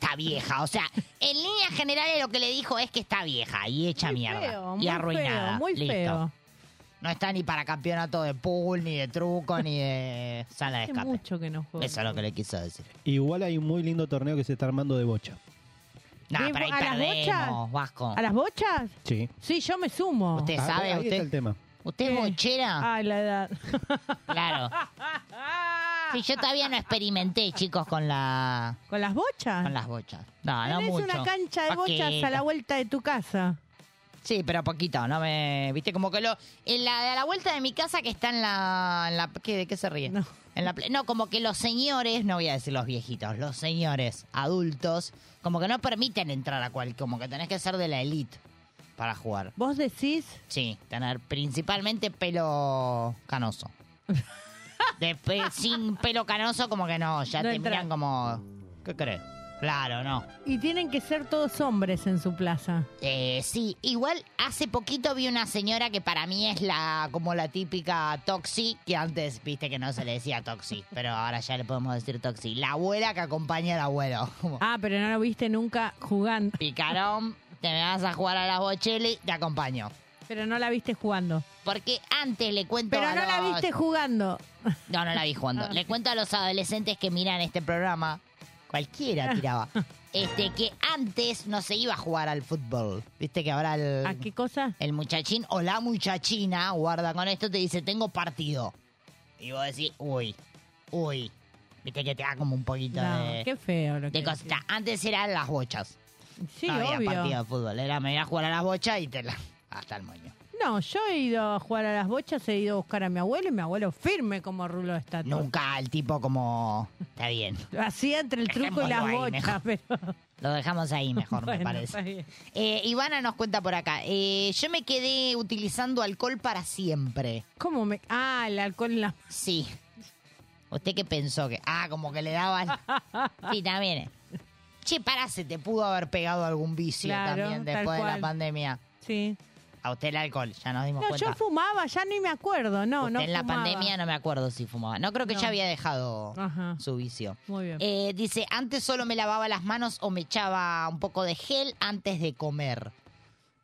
Speaker 4: Está vieja. O sea, en líneas generales lo que le dijo es que está vieja y hecha mierda.
Speaker 3: feo,
Speaker 4: y
Speaker 3: muy
Speaker 4: arruinada.
Speaker 3: feo, muy
Speaker 4: Listo.
Speaker 3: feo.
Speaker 4: No está ni para campeonato de pool, ni de truco, ni de sala de
Speaker 3: Hace
Speaker 4: escape.
Speaker 3: mucho que no juego.
Speaker 4: Eso es lo que le quiso decir.
Speaker 7: Igual hay un muy lindo torneo que se está armando de bocha.
Speaker 4: No,
Speaker 3: ¿De-
Speaker 4: pero ahí
Speaker 3: a las
Speaker 4: perdemos,
Speaker 3: bochas?
Speaker 4: Vasco.
Speaker 3: ¿A las bochas?
Speaker 7: Sí.
Speaker 3: Sí, yo me sumo.
Speaker 4: ¿Usted Ah, sabe? ahí está ¿Usted- el tema. ¿Usted es bochera?
Speaker 3: Ay, la edad.
Speaker 4: Claro. Sí, yo todavía no experimenté, chicos, con la...
Speaker 3: ¿Con las bochas?
Speaker 4: Con las bochas. No, no
Speaker 3: Tenés
Speaker 4: mucho.
Speaker 3: una cancha de bochas a la
Speaker 4: Paquita.
Speaker 3: vuelta de tu casa.
Speaker 4: Sí, pero poquito, no me... Viste, como que lo... En la, a la vuelta de mi casa que está en la... Ah, En la ¿qué, ¿De qué se ríe? No. En la, ple- no, como que los señores, no voy a decir los viejitos, los señores adultos, como que no permiten entrar a cual... Como que tenés que ser de la elite para jugar.
Speaker 3: ¿Vos decís?
Speaker 4: Sí, tener principalmente pelo canoso. Después, sin pelo canoso, como que no, ya
Speaker 3: No
Speaker 4: te
Speaker 3: entra.
Speaker 4: miran como... ¿Qué crees? Claro, no.
Speaker 3: Y tienen que ser todos hombres en su plaza.
Speaker 4: Eh, sí, igual hace poquito vi una señora que para mí es la como la típica Toxi, que antes viste que no se le decía Toxi, pero ahora ya le podemos decir Toxi. La abuela que acompaña al abuelo. Como,
Speaker 3: Ah, pero no lo viste nunca jugando.
Speaker 4: Picarón, te me vas a jugar a la bocheli, te acompaño.
Speaker 3: Pero no la viste jugando.
Speaker 4: Porque antes le cuento
Speaker 3: Pero
Speaker 4: a
Speaker 3: no la
Speaker 4: los-
Speaker 3: viste jugando.
Speaker 4: No, no la vi jugando. Le cuento a los adolescentes que miran este programa, cualquiera tiraba, este que antes no se iba a jugar al fútbol. Viste que ahora el...
Speaker 3: ¿A qué cosa?
Speaker 4: El muchachín o la muchachina, Ah, guarda con esto, te dice, tengo partido. Y vos decís, uy, uy. Viste que te da como un poquito
Speaker 3: No,
Speaker 4: de...
Speaker 3: qué feo lo
Speaker 4: de
Speaker 3: que
Speaker 4: cosita. Antes eran las bochas.
Speaker 3: Sí,
Speaker 4: no había
Speaker 3: obvio.
Speaker 4: partido de fútbol. Era, me voy a jugar a las bochas y te la... Hasta el moño.
Speaker 3: No, yo he ido a jugar a las bochas, he ido a buscar a mi abuelo y mi abuelo firme como rulo de estatua.
Speaker 4: Nunca el tipo como... Está bien.
Speaker 3: Lo hacía entre el truco y las
Speaker 4: Dejémoslo ahí
Speaker 3: bochas, pero...
Speaker 4: Lo dejamos ahí mejor, me
Speaker 3: Bueno,
Speaker 4: parece.
Speaker 3: está bien.
Speaker 4: Eh, Ivana nos cuenta por acá. eh, yo me quedé utilizando alcohol para siempre.
Speaker 3: ¿Cómo me.? Ah, el alcohol en la.
Speaker 4: Sí. ¿Usted qué pensó? que Ah, como que le daban. Sí, también. eh. Che, pará, se te pudo haber pegado algún vicio
Speaker 3: Claro,
Speaker 4: también
Speaker 3: tal
Speaker 4: después de la
Speaker 3: cual.
Speaker 4: pandemia.
Speaker 3: Sí.
Speaker 4: A usted el alcohol, ya nos dimos
Speaker 3: No,
Speaker 4: cuenta.
Speaker 3: yo fumaba, ya ni me acuerdo, no,
Speaker 4: Usted
Speaker 3: no.
Speaker 4: en la
Speaker 3: fumaba.
Speaker 4: pandemia no me acuerdo si fumaba. No creo que
Speaker 3: No.
Speaker 4: ya había dejado su vicio.
Speaker 3: Muy bien.
Speaker 4: Eh, dice, antes solo me lavaba las manos o me echaba un poco de gel antes de comer.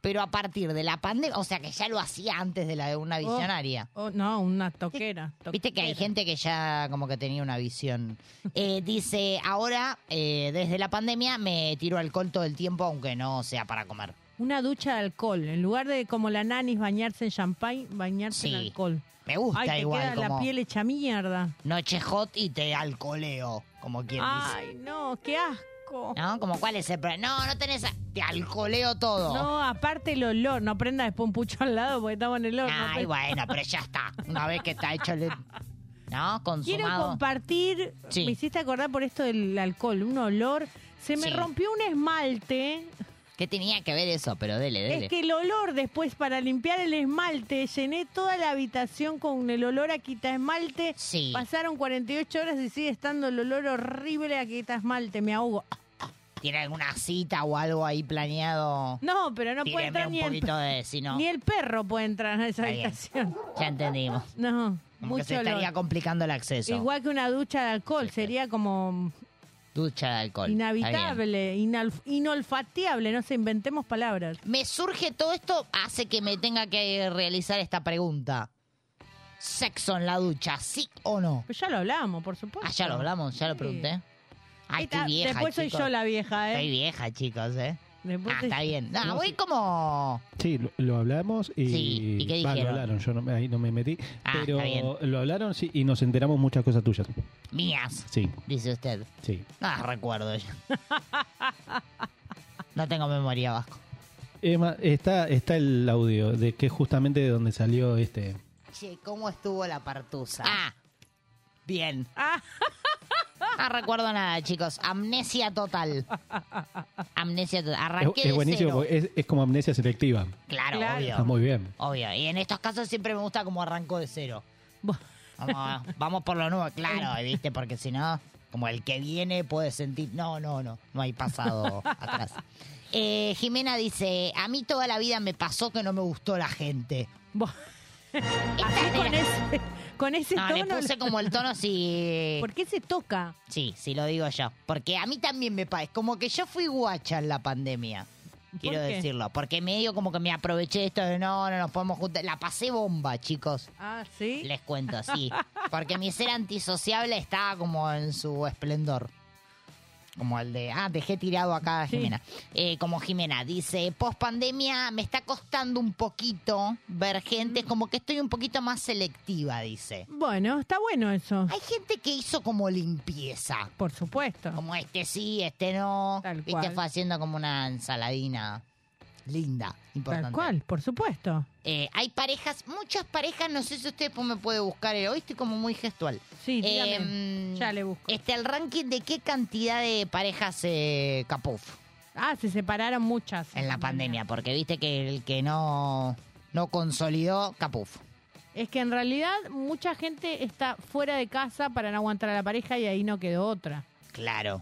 Speaker 4: Pero a partir de la pandemia, o sea que ya lo hacía antes de la de una visionaria.
Speaker 3: Oh, no, una toquera.
Speaker 4: Viste que hay gente que ya como que tenía una visión. Eh, dice, ahora, eh, desde la pandemia me tiro alcohol todo el tiempo, aunque no sea para comer.
Speaker 3: una ducha de alcohol. En lugar de como la nanis bañarse en champagne, bañarse en
Speaker 4: Sí.
Speaker 3: alcohol.
Speaker 4: Me gusta
Speaker 3: Ay, te
Speaker 4: igual,
Speaker 3: queda la
Speaker 4: como-
Speaker 3: piel hecha mierda.
Speaker 4: Noche hot y te alcoleo, como quien
Speaker 3: Ay,
Speaker 4: dice.
Speaker 3: no, qué asco.
Speaker 4: ¿No? Como cuál es el pro- No, no tenés. a- Te alcoleo todo.
Speaker 3: No, aparte el olor. No prenda después un pucho al lado porque estamos en el horno.
Speaker 4: Ay, bueno, pero ya está. Una vez que está hecho el. ¿No?
Speaker 3: Quiero
Speaker 4: Consumado.
Speaker 3: compartir,
Speaker 4: Sí.
Speaker 3: me hiciste acordar por esto del alcohol, un olor. Se me
Speaker 4: Sí.
Speaker 3: rompió un esmalte.
Speaker 4: ¿Qué tenía que ver eso? Pero dele, dele.
Speaker 3: Es que el olor después para limpiar el esmalte, llené toda la habitación con el olor a quita esmalte. Pasaron 48 horas y sigue estando el olor horrible a quita esmalte, me ahogo.
Speaker 4: ¿Tiene alguna cita o algo ahí planeado?
Speaker 3: No, pero no puede
Speaker 4: Tíreme
Speaker 3: entrar
Speaker 4: un
Speaker 3: ni el,
Speaker 4: poquito de- si no.
Speaker 3: ni el perro puede entrar a esa
Speaker 4: Está bien.
Speaker 3: habitación.
Speaker 4: Ya entendimos.
Speaker 3: No,
Speaker 4: Como que
Speaker 3: mucho
Speaker 4: se estaría
Speaker 3: olor.
Speaker 4: complicando el acceso.
Speaker 3: Igual que una ducha de alcohol, sería como
Speaker 4: Ducha de alcohol. Está bien.
Speaker 3: Inhabitable, inalf- inolfateable, no sé, inventemos palabras.
Speaker 4: Me surge todo esto, hace que me tenga que realizar esta pregunta. ¿Sexo en la ducha, sí o no?
Speaker 3: Pues ya lo hablamos, por supuesto.
Speaker 4: Ah, ya lo hablamos, ya lo
Speaker 3: Sí.
Speaker 4: pregunté. Ay,
Speaker 3: Esta-
Speaker 4: estoy vieja,
Speaker 3: después soy
Speaker 4: chicos.
Speaker 3: yo la vieja, ¿eh?
Speaker 4: Soy vieja, chicos, ¿eh?
Speaker 3: Después
Speaker 4: ah,
Speaker 3: soy-
Speaker 4: está bien. No,
Speaker 3: No,
Speaker 4: voy
Speaker 3: sí.
Speaker 4: como...
Speaker 7: Sí, lo, lo hablamos y,
Speaker 4: Sí, ¿y qué
Speaker 7: Va, lo
Speaker 4: dijeron?
Speaker 7: hablaron, yo no, me- ahí no me metí,
Speaker 4: Ah,
Speaker 7: pero
Speaker 4: está bien.
Speaker 7: lo hablaron sí, y nos enteramos muchas cosas tuyas.
Speaker 4: Mías,
Speaker 7: Sí,
Speaker 4: dice usted.
Speaker 7: sí.
Speaker 4: Ah, recuerdo yo. No tengo memoria, Vasco.
Speaker 7: Emma, está, está el audio de que justamente de donde salió este.
Speaker 4: Che, ¿cómo estuvo la partusa? Ah, bien. No recuerdo nada, chicos. Amnesia total. Amnesia total.
Speaker 7: Es,
Speaker 4: Arranqué
Speaker 7: es
Speaker 4: de
Speaker 7: buenísimo,
Speaker 4: cero.
Speaker 7: porque es, es como amnesia selectiva.
Speaker 4: Claro, obvio.
Speaker 7: Está muy bien.
Speaker 4: Obvio. Y en estos casos siempre me gusta como arrancó de cero. Vamos, vamos por lo nuevo, claro, ¿viste? Porque si no, como el que viene puede sentir. No, no, no. No hay pasado atrás. Eh, Jimena dice: A mí toda la vida me pasó que no me gustó la gente. con,
Speaker 3: ese, con ese
Speaker 4: no,
Speaker 3: tono-
Speaker 4: Le puse como el tono si.
Speaker 3: ¿Por qué se toca?
Speaker 4: Sí, sí, lo digo yo. Porque a mí también me pasa. Como que yo fui guacha en la pandemia. Quiero
Speaker 3: qué?
Speaker 4: decirlo. Porque medio como que me aproveché de esto de no, no nos podemos juntar. La pasé bomba, chicos.
Speaker 3: Ah, ¿sí?
Speaker 4: Les cuento, sí. Porque mi ser antisociable estaba como en su esplendor. Como el de. Ah, dejé tirado acá a Jimena. Eh, como Jimena dice: post pandemia me está costando un poquito ver gente. Como que estoy un poquito más selectiva, dice.
Speaker 3: Bueno, está bueno eso.
Speaker 4: Hay gente que hizo como limpieza.
Speaker 3: Por supuesto.
Speaker 4: Como este sí, este no. Viste,
Speaker 3: cual.
Speaker 4: fue haciendo como una ensaladina linda, importante.
Speaker 3: Tal cual, por supuesto.
Speaker 4: Eh, hay parejas, muchas parejas, no sé si usted después me puede buscar, eh, hoy estoy como muy gestual.
Speaker 3: Sí, dígame. Ya le
Speaker 4: busco. Este, el ranking de qué cantidad de parejas eh, capuf.
Speaker 3: Ah, se separaron muchas.
Speaker 4: En la pandemia, porque viste que el que no, no consolidó, capuf.
Speaker 3: Es que en realidad mucha gente está fuera de casa para no aguantar a la pareja y ahí no quedó otra.
Speaker 4: Claro.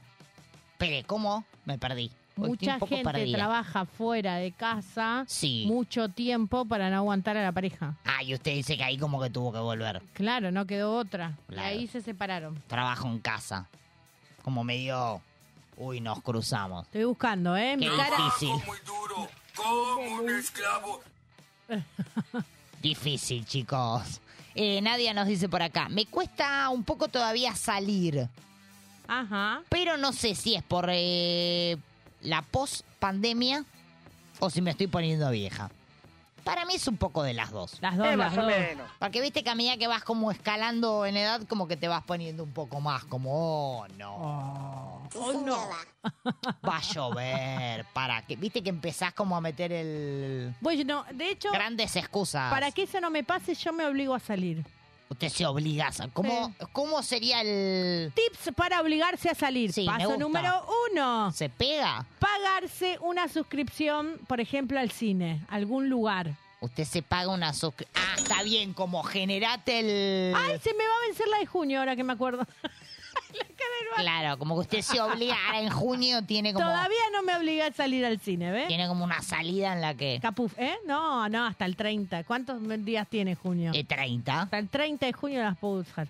Speaker 4: Pero, ¿cómo? Me perdí. Hoy estoy
Speaker 3: Mucha
Speaker 4: un poco
Speaker 3: gente
Speaker 4: perdida.
Speaker 3: trabaja fuera de casa
Speaker 4: Sí.
Speaker 3: mucho tiempo para no aguantar a la pareja.
Speaker 4: Ah, y usted dice que ahí como que tuvo que volver.
Speaker 3: Claro, no quedó otra.
Speaker 4: Claro.
Speaker 3: Y ahí se separaron.
Speaker 4: Trabajo en casa. Como medio. Uy, nos cruzamos.
Speaker 3: Estoy buscando, ¿eh? Mi
Speaker 4: Qué
Speaker 3: cara-
Speaker 4: difícil.
Speaker 2: Como un esclavo.
Speaker 4: Difícil, chicos. Eh, Nadia nos dice por acá, me cuesta un poco todavía salir.
Speaker 3: Ajá.
Speaker 4: Pero no sé si es por eh, la post-pandemia o si me estoy poniendo vieja. Para mí es un poco de las dos.
Speaker 3: Las dos, Eh, las más o dos. menos.
Speaker 4: Porque viste que a medida Este que vas como escalando en edad, como que te vas poniendo un poco más, como, oh, no.
Speaker 3: Oh, no.
Speaker 4: Va a llover, para que, viste que empezás como a meter el...
Speaker 3: Bueno, de hecho...
Speaker 4: Grandes excusas.
Speaker 3: Para que eso no me pase, yo me obligo a salir.
Speaker 4: Usted se obliga a... sa- ¿Cómo, ¿Cómo sería el...?
Speaker 3: Tips para obligarse a salir.
Speaker 4: Sí, me
Speaker 3: Paso
Speaker 4: gusta.
Speaker 3: número uno.
Speaker 4: ¿Se pega?
Speaker 3: Pagarse una suscripción, por ejemplo, al cine, a algún lugar.
Speaker 4: Usted se paga una suscripción. Ah, está bien, como generate el...
Speaker 3: Ay, se me va a vencer la de junio, ahora que me acuerdo.
Speaker 4: Claro, como que usted se obliga. Ahora en junio tiene como...
Speaker 3: Todavía no me obliga a salir al cine, ¿ves?
Speaker 4: Tiene como una salida en la que...
Speaker 3: Capuf, ¿eh? No, no, hasta el 30. ¿Cuántos días tiene junio?
Speaker 4: Eh, 30.
Speaker 3: Hasta el 30 de junio las puedo usar.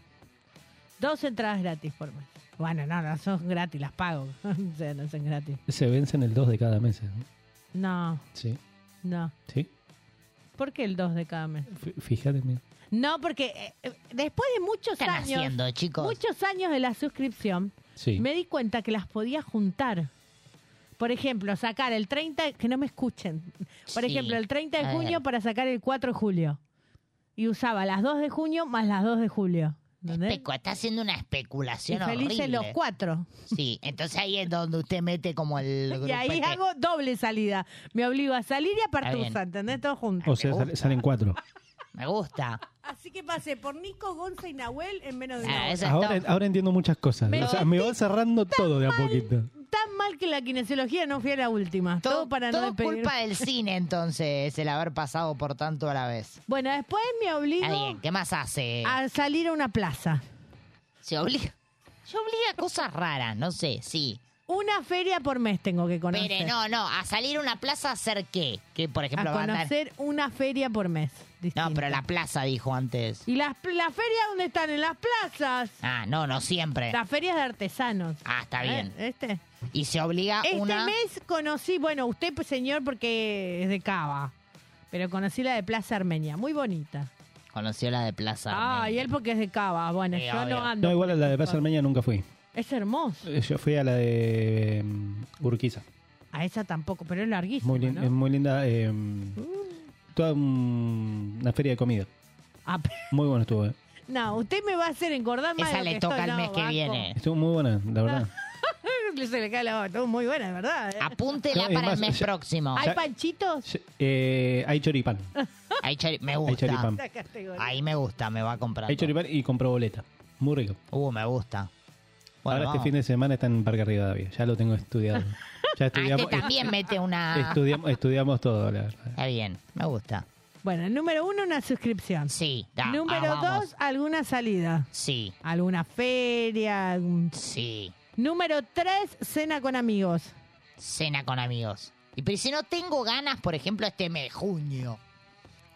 Speaker 3: Dos entradas gratis por mes. Bueno, no, no son gratis, las pago. o sea, no son gratis.
Speaker 7: Se vencen el 2 de cada mes. ¿no?
Speaker 3: No,
Speaker 7: Sí,
Speaker 3: no.
Speaker 7: sí.
Speaker 3: ¿Por qué el 2 de cada mes?
Speaker 7: F- Fíjate, mira.
Speaker 3: No, porque eh, eh, después de muchos
Speaker 4: ¿Qué están
Speaker 3: años.
Speaker 4: haciendo, chicos?
Speaker 3: Muchos años de la suscripción,
Speaker 7: Sí.
Speaker 3: me di cuenta que las podía juntar. Por ejemplo, sacar el 30, que no me escuchen. Por
Speaker 4: Sí,
Speaker 3: ejemplo, el 30 de
Speaker 4: a ver.
Speaker 3: junio para sacar el 4 de julio. Y usaba las 2 de junio más las 2 de julio. ¿Entendés?
Speaker 4: Especu- está haciendo una
Speaker 3: Y
Speaker 4: especulación
Speaker 3: felices
Speaker 4: horrible.
Speaker 3: los cuatro.
Speaker 4: Sí, entonces ahí es donde usted mete como el
Speaker 3: Y ahí
Speaker 4: grupete.
Speaker 3: hago doble salida. Me obligo a salir y a
Speaker 4: bien.
Speaker 3: partusa, ¿entendés? Todo junto.
Speaker 7: O sea, sal- salen cuatro.
Speaker 4: Me gusta.
Speaker 3: Así que pasé por Nico, Gonza y Nahuel en menos de
Speaker 4: Ah,
Speaker 3: una hora.
Speaker 7: Ahora, ahora entiendo muchas cosas.
Speaker 3: Me
Speaker 7: O sea, me voy cerrando todo de a poquito.
Speaker 3: Tan mal que la kinesiología no fue la última. Todo, para
Speaker 4: Todo
Speaker 3: no
Speaker 4: es
Speaker 3: despedir.
Speaker 4: culpa del cine, entonces, el haber pasado por tanto a la vez.
Speaker 3: Bueno, después me
Speaker 4: Está
Speaker 3: obligo Ah.
Speaker 4: bien, ¿qué más hace?
Speaker 3: a salir a una plaza.
Speaker 4: Se obliga. Se obliga a cosas raras, Ah, no sé, sí.
Speaker 3: Una feria por mes tengo que conocer.
Speaker 4: Pero no, no, a salir a una plaza a hacer qué? Que por ejemplo
Speaker 3: a
Speaker 4: va a andar-
Speaker 3: conocer una feria por mes.
Speaker 4: No, pero la plaza dijo antes.
Speaker 3: ¿Y las la feria dónde están? En las plazas.
Speaker 4: Ah, no, no siempre.
Speaker 3: Las ferias de artesanos.
Speaker 4: Ah, está bien.
Speaker 3: ¿Eh? Este.
Speaker 4: Y se obliga
Speaker 3: Este
Speaker 4: una
Speaker 3: mes conocí, bueno, usted, pues, señor, porque es de Cava, pero conocí la de Plaza Armenia, muy bonita.
Speaker 4: conoció la de plaza.
Speaker 3: Ah, y él porque es de Cava, bueno,
Speaker 4: Sí,
Speaker 3: yo
Speaker 4: obvio.
Speaker 3: no ando.
Speaker 7: No, igual a la de Plaza Armenia nunca fui.
Speaker 3: Es hermoso.
Speaker 7: Eh, Yo fui a la de mm, Urquiza.
Speaker 3: A esa tampoco, pero es larguísima,
Speaker 7: Muy, lin-
Speaker 3: ¿no?
Speaker 7: Es muy linda. eh,
Speaker 4: Uh.
Speaker 7: toda un- una feria de comida.
Speaker 3: Ah,
Speaker 7: Muy buena estuvo. eh.
Speaker 3: No, usted me va a hacer engordar más
Speaker 4: Esa
Speaker 3: de lo
Speaker 4: le
Speaker 3: que
Speaker 4: toca
Speaker 3: estoy,
Speaker 4: el
Speaker 3: no,
Speaker 4: mes que
Speaker 3: Vasco.
Speaker 4: viene. Ah.
Speaker 7: Estuvo muy buena, la verdad.
Speaker 3: Se le cae la bota, muy buena, de verdad. ¿eh?
Speaker 4: Apúntela
Speaker 7: No, es
Speaker 4: para
Speaker 7: más,
Speaker 4: el mes
Speaker 7: ya-
Speaker 4: próximo.
Speaker 3: ¿Hay panchitos?
Speaker 7: Eh, hay choripán.
Speaker 3: Ah.
Speaker 4: Ahí chori- me gusta.
Speaker 7: choripán.
Speaker 3: Esta categoría.
Speaker 4: Ahí me gusta, me va a comprar.
Speaker 7: Hay choripán y compró boleta. Muy rico.
Speaker 4: Uh, me gusta.
Speaker 7: Ahora
Speaker 4: vamos.
Speaker 7: este fin de semana está en Parque Rivadavia. Ya lo tengo estudiado. Ya estudiamos,
Speaker 4: Este también mete
Speaker 7: est-
Speaker 4: una.
Speaker 7: estudiamos, estudiamos todo, la verdad.
Speaker 4: Está bien, me gusta.
Speaker 3: Bueno, número uno, una suscripción.
Speaker 4: Sí, da,
Speaker 3: Número
Speaker 4: ah, vamos.
Speaker 3: dos, alguna salida.
Speaker 4: Sí.
Speaker 3: Alguna feria. algún-
Speaker 4: Sí.
Speaker 3: Número tres, cena con amigos.
Speaker 4: Cena con amigos. Y pero si no tengo ganas, por ejemplo, este mes de junio.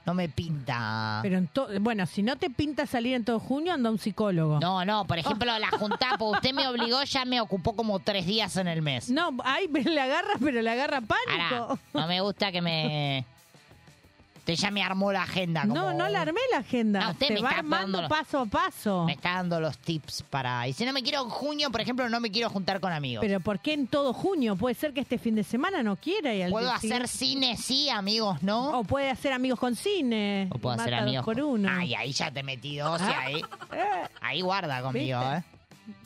Speaker 4: No me pinta.
Speaker 3: Pero en to- bueno, si no te pinta salir en todo junio, anda a un psicólogo. Ah.
Speaker 4: No, no, por ejemplo, la juntada, porque usted me obligó, ya me ocupó como tres días en el mes.
Speaker 3: No, ahí le agarra, pero le agarra pánico.
Speaker 4: Pará, no me gusta que me. Usted ya me armó la agenda. Como...
Speaker 3: No, no la armé la agenda.
Speaker 4: No, usted
Speaker 3: Te
Speaker 4: me
Speaker 3: va
Speaker 4: está
Speaker 3: armando
Speaker 4: dando-
Speaker 3: paso a paso.
Speaker 4: Me está dando los tips para. Y si no me quiero en junio, por ejemplo, no me quiero juntar con amigos.
Speaker 3: Pero ¿por qué en todo junio? Puede ser que este fin de semana no quiera y al
Speaker 4: Puedo
Speaker 3: día
Speaker 4: hacer cine, sí, amigos, ¿no?
Speaker 3: O puede hacer amigos con cine.
Speaker 4: O puedo hacer
Speaker 3: Mata dos
Speaker 4: amigos.
Speaker 3: por
Speaker 4: con-
Speaker 3: uno. Ah. Eh.
Speaker 4: Ay, ahí ya te metí dos y ahí. Ahí guarda conmigo,
Speaker 3: ¿Viste?
Speaker 4: ¿eh?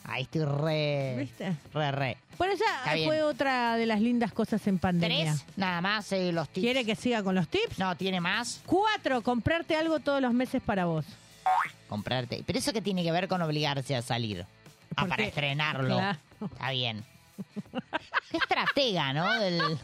Speaker 4: Ahí estoy re.
Speaker 3: ¿Viste?
Speaker 4: Re, re.
Speaker 3: Bueno,
Speaker 4: Está
Speaker 3: esa
Speaker 4: bien.
Speaker 3: fue otra de las lindas cosas en pandemia.
Speaker 4: Tres, nada más eh, los tips.
Speaker 3: ¿Quiere que siga con los tips?
Speaker 4: No, tiene más.
Speaker 3: Cuatro, comprarte algo todos los meses para vos.
Speaker 4: Comprarte. Pero eso que tiene que ver con obligarse a salir. Ah, para estrenarlo.
Speaker 3: Claro.
Speaker 4: Está bien. Qué estratega, ¿no? Del-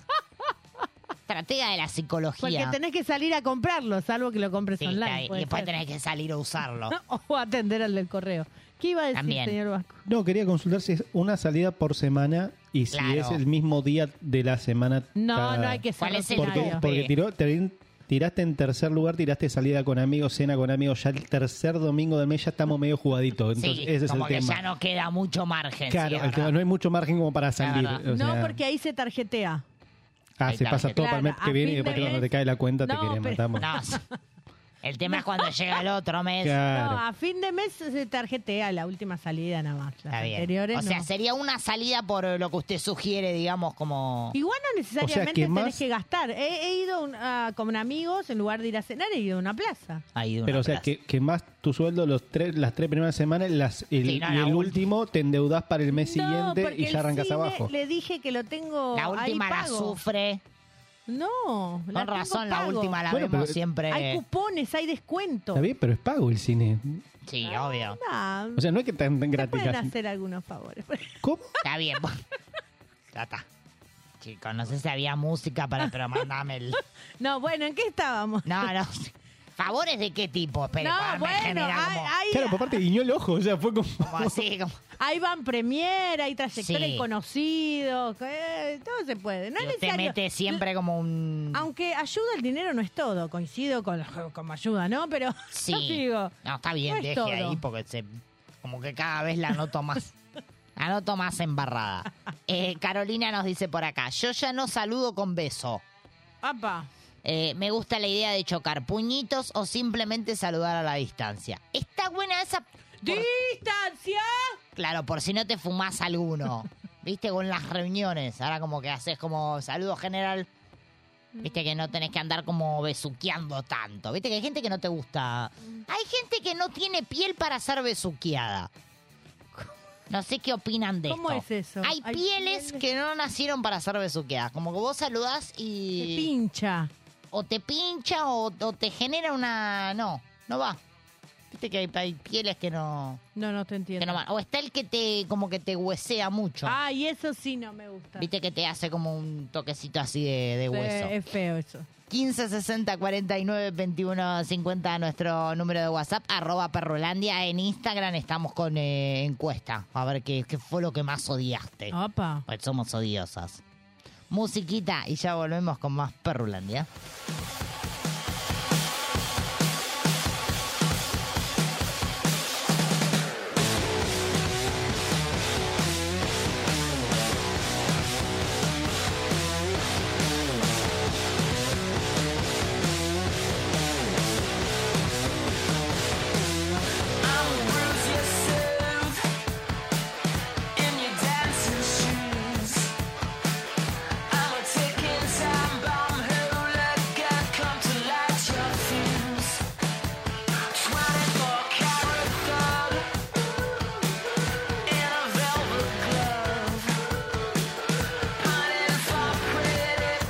Speaker 4: Estratega de la
Speaker 3: Porque
Speaker 4: psicología.
Speaker 3: tenés que salir a comprarlo, salvo que lo compres
Speaker 4: Sí, está
Speaker 3: online.
Speaker 4: bien.
Speaker 3: puede
Speaker 4: Y después
Speaker 3: ser.
Speaker 4: tenés que salir a usarlo.
Speaker 3: o atender al del correo. ¿Qué iba a decir,
Speaker 4: También.
Speaker 3: señor Vasco?
Speaker 7: No, quería consultar si es una salida por semana y si
Speaker 4: Claro.
Speaker 7: es el mismo día de la semana.
Speaker 3: No,
Speaker 7: cada-
Speaker 3: no hay que ser
Speaker 4: ¿Cuál es el
Speaker 7: Porque,
Speaker 4: Claro.
Speaker 7: porque
Speaker 4: Sí.
Speaker 7: tiró, te- tiraste en tercer lugar, tiraste salida con amigos, cena con amigos. Ya el tercer domingo del mes ya estamos medio jugaditos. Entonces,
Speaker 4: sí,
Speaker 7: ese es el
Speaker 4: como que
Speaker 7: tema.
Speaker 4: ya no queda mucho margen. sí,
Speaker 7: claro,
Speaker 4: es
Speaker 7: el tema,
Speaker 4: verdad.
Speaker 7: no hay mucho margen como para salir.
Speaker 4: verdad.
Speaker 7: o sea,
Speaker 3: no, porque ahí se
Speaker 7: ah,
Speaker 3: tarjetea.
Speaker 4: Ahí
Speaker 7: se
Speaker 4: está,
Speaker 7: pasa
Speaker 4: gente.
Speaker 7: todo para el mes
Speaker 3: Claro,
Speaker 7: que
Speaker 3: a
Speaker 7: viene y
Speaker 3: fin de
Speaker 7: después cuando te
Speaker 3: mes-
Speaker 7: cae la cuenta
Speaker 3: No,
Speaker 7: te queremos.
Speaker 3: pero-
Speaker 7: matamos.
Speaker 4: No, sí. El tema es cuando llega el otro mes.
Speaker 7: Claro.
Speaker 3: No, a fin de mes se tarjetea la última salida nada más. Las
Speaker 4: Está bien.
Speaker 3: anteriores
Speaker 4: o sea,
Speaker 3: no.
Speaker 4: sería una salida por eh, lo que usted sugiere, digamos, como...
Speaker 3: Igual no necesariamente
Speaker 7: que
Speaker 3: tenés
Speaker 7: más-
Speaker 3: que gastar. He, he ido un- a- con amigos, en lugar de ir a cenar, he ido a una plaza.
Speaker 4: Ahí de una
Speaker 7: Pero o sea,
Speaker 4: plaza.
Speaker 7: que, que más tu sueldo los tres, las tres primeras semanas las, el,
Speaker 4: Sí, no, la
Speaker 7: y el
Speaker 4: última.
Speaker 7: último te endeudás para el mes
Speaker 3: no,
Speaker 7: siguiente
Speaker 3: porque
Speaker 7: y ya
Speaker 3: el
Speaker 7: arrancas
Speaker 3: cine
Speaker 7: abajo.
Speaker 3: Le dije que lo tengo.
Speaker 4: La última
Speaker 3: ahí
Speaker 4: la
Speaker 3: pago.
Speaker 4: sufre.
Speaker 3: No, la
Speaker 4: Con
Speaker 3: tengo
Speaker 4: razón, la
Speaker 3: pago.
Speaker 4: última la
Speaker 7: Bueno,
Speaker 4: vemos
Speaker 7: pero- eh,
Speaker 4: siempre.
Speaker 3: Hay cupones, hay descuento.
Speaker 7: Está bien, pero es pago el cine.
Speaker 4: Sí, obvio.
Speaker 3: Ah,
Speaker 7: O sea, no es que tan tan
Speaker 3: te
Speaker 7: gratis.
Speaker 3: pueden hacer algunos favores.
Speaker 7: ¿Cómo?
Speaker 4: Está bien. vos- ya está. Chicos, no sé si había música para, pero mandame el...
Speaker 3: No, bueno, ¿en qué estábamos?
Speaker 4: No, no. ¿Favores de qué tipo? Espere,
Speaker 3: No,
Speaker 4: para- me
Speaker 3: bueno,
Speaker 4: genera
Speaker 3: hay,
Speaker 4: como,
Speaker 3: hay-
Speaker 7: Claro, por parte guiñó el ojo, o sea, fue como...
Speaker 4: como así, como...
Speaker 3: hay van premier, hay trayectoria
Speaker 4: Sí.
Speaker 3: y conocidos, eh, todo se puede. No es
Speaker 4: y usted
Speaker 3: necesario-
Speaker 4: mete siempre como un...
Speaker 3: Aunque ayuda el dinero no es todo, coincido con como ayuda, ¿no? Pero
Speaker 4: Sí.
Speaker 3: digo,
Speaker 4: No, está bien,
Speaker 3: no es
Speaker 4: deje
Speaker 3: todo.
Speaker 4: ahí porque se, como que cada vez la noto más. La noto más embarrada. Eh, Carolina nos dice por acá, yo ya no saludo con beso.
Speaker 3: apa,
Speaker 4: Eh, me gusta la idea de chocar puñitos o simplemente saludar a la distancia. Está buena esa... por-
Speaker 3: distancia.
Speaker 4: claro, por si no te fumás alguno. ¿Viste? Con las reuniones. Ahora como que haces como saludo general. Viste que no tenés que andar como besuqueando tanto. Viste que hay gente que no te gusta. Hay gente que no tiene piel para ser besuqueada. No sé qué opinan de
Speaker 3: ¿Cómo
Speaker 4: esto.
Speaker 3: es eso?
Speaker 4: Hay,
Speaker 3: Hay
Speaker 4: pieles
Speaker 3: pieles-
Speaker 4: que no nacieron para ser besuqueadas. Como que vos saludás y...
Speaker 3: Te pincha.
Speaker 4: O te pincha o, o te genera una... No, no va. Viste que hay, hay pieles que no...
Speaker 3: No, no te entiendo.
Speaker 4: que no van. O está el que te como que te huesea mucho.
Speaker 3: Ah, y eso sí no me gusta.
Speaker 4: Viste que te hace como un toquecito así de, de
Speaker 3: Sí,
Speaker 4: hueso.
Speaker 3: es feo eso.
Speaker 4: 15 60 49 21 50 nuestro número de WhatsApp, arroba perrolandia. En Instagram estamos con eh, encuesta. A ver qué, qué fue lo que más odiaste.
Speaker 3: Opa.
Speaker 4: Pues somos odiosas. Musiquita y ya volvemos con más perrulandia.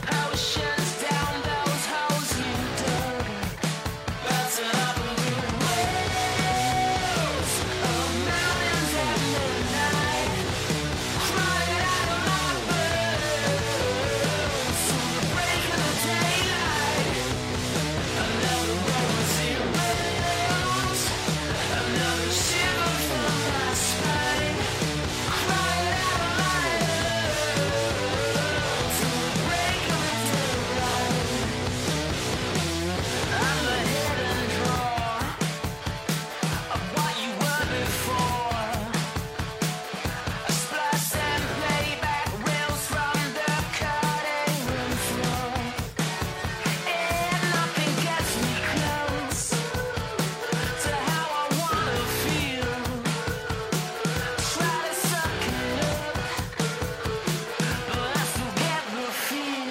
Speaker 2: Down those holes you dug. That's what I Bye.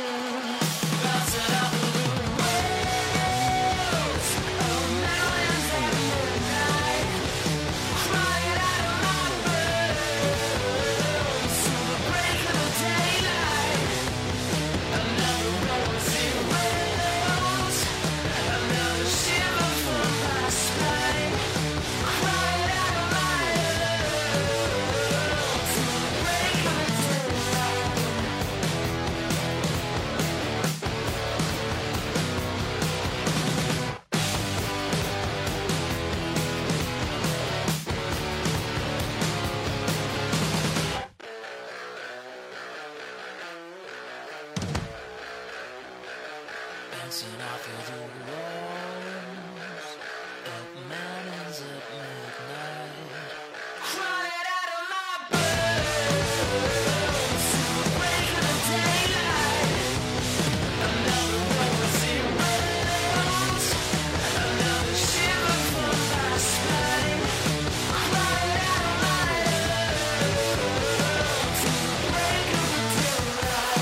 Speaker 2: That's what I Bouncing off of the walls, up mountains at midnight. Crawling out of my boots, break of the daylight. Another one with zeros, another shiver from my spine. Crawling out of my boots, break of the daylight.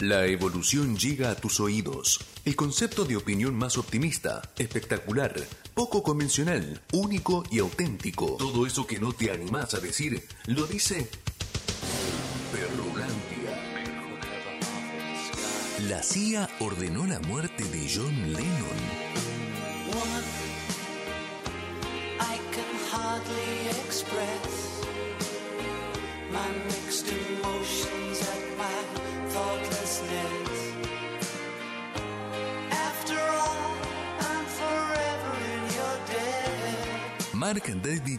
Speaker 6: La evolución llega a tus oídos. El concepto de opinión más optimista, espectacular, poco convencional, único y auténtico. Todo eso que no te animás a decir, lo dice Perrulandia. La CIA ordenó la muerte de John Lennon.
Speaker 2: Woman, I can hardly express my mixed emotions at my thoughtlessness. After all, I'm forever in your debt.
Speaker 6: Mark David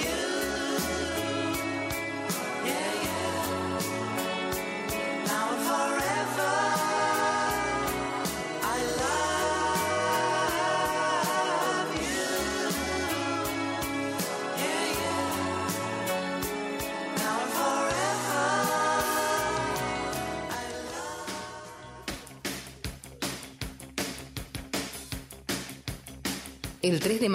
Speaker 2: you.
Speaker 8: El 3 de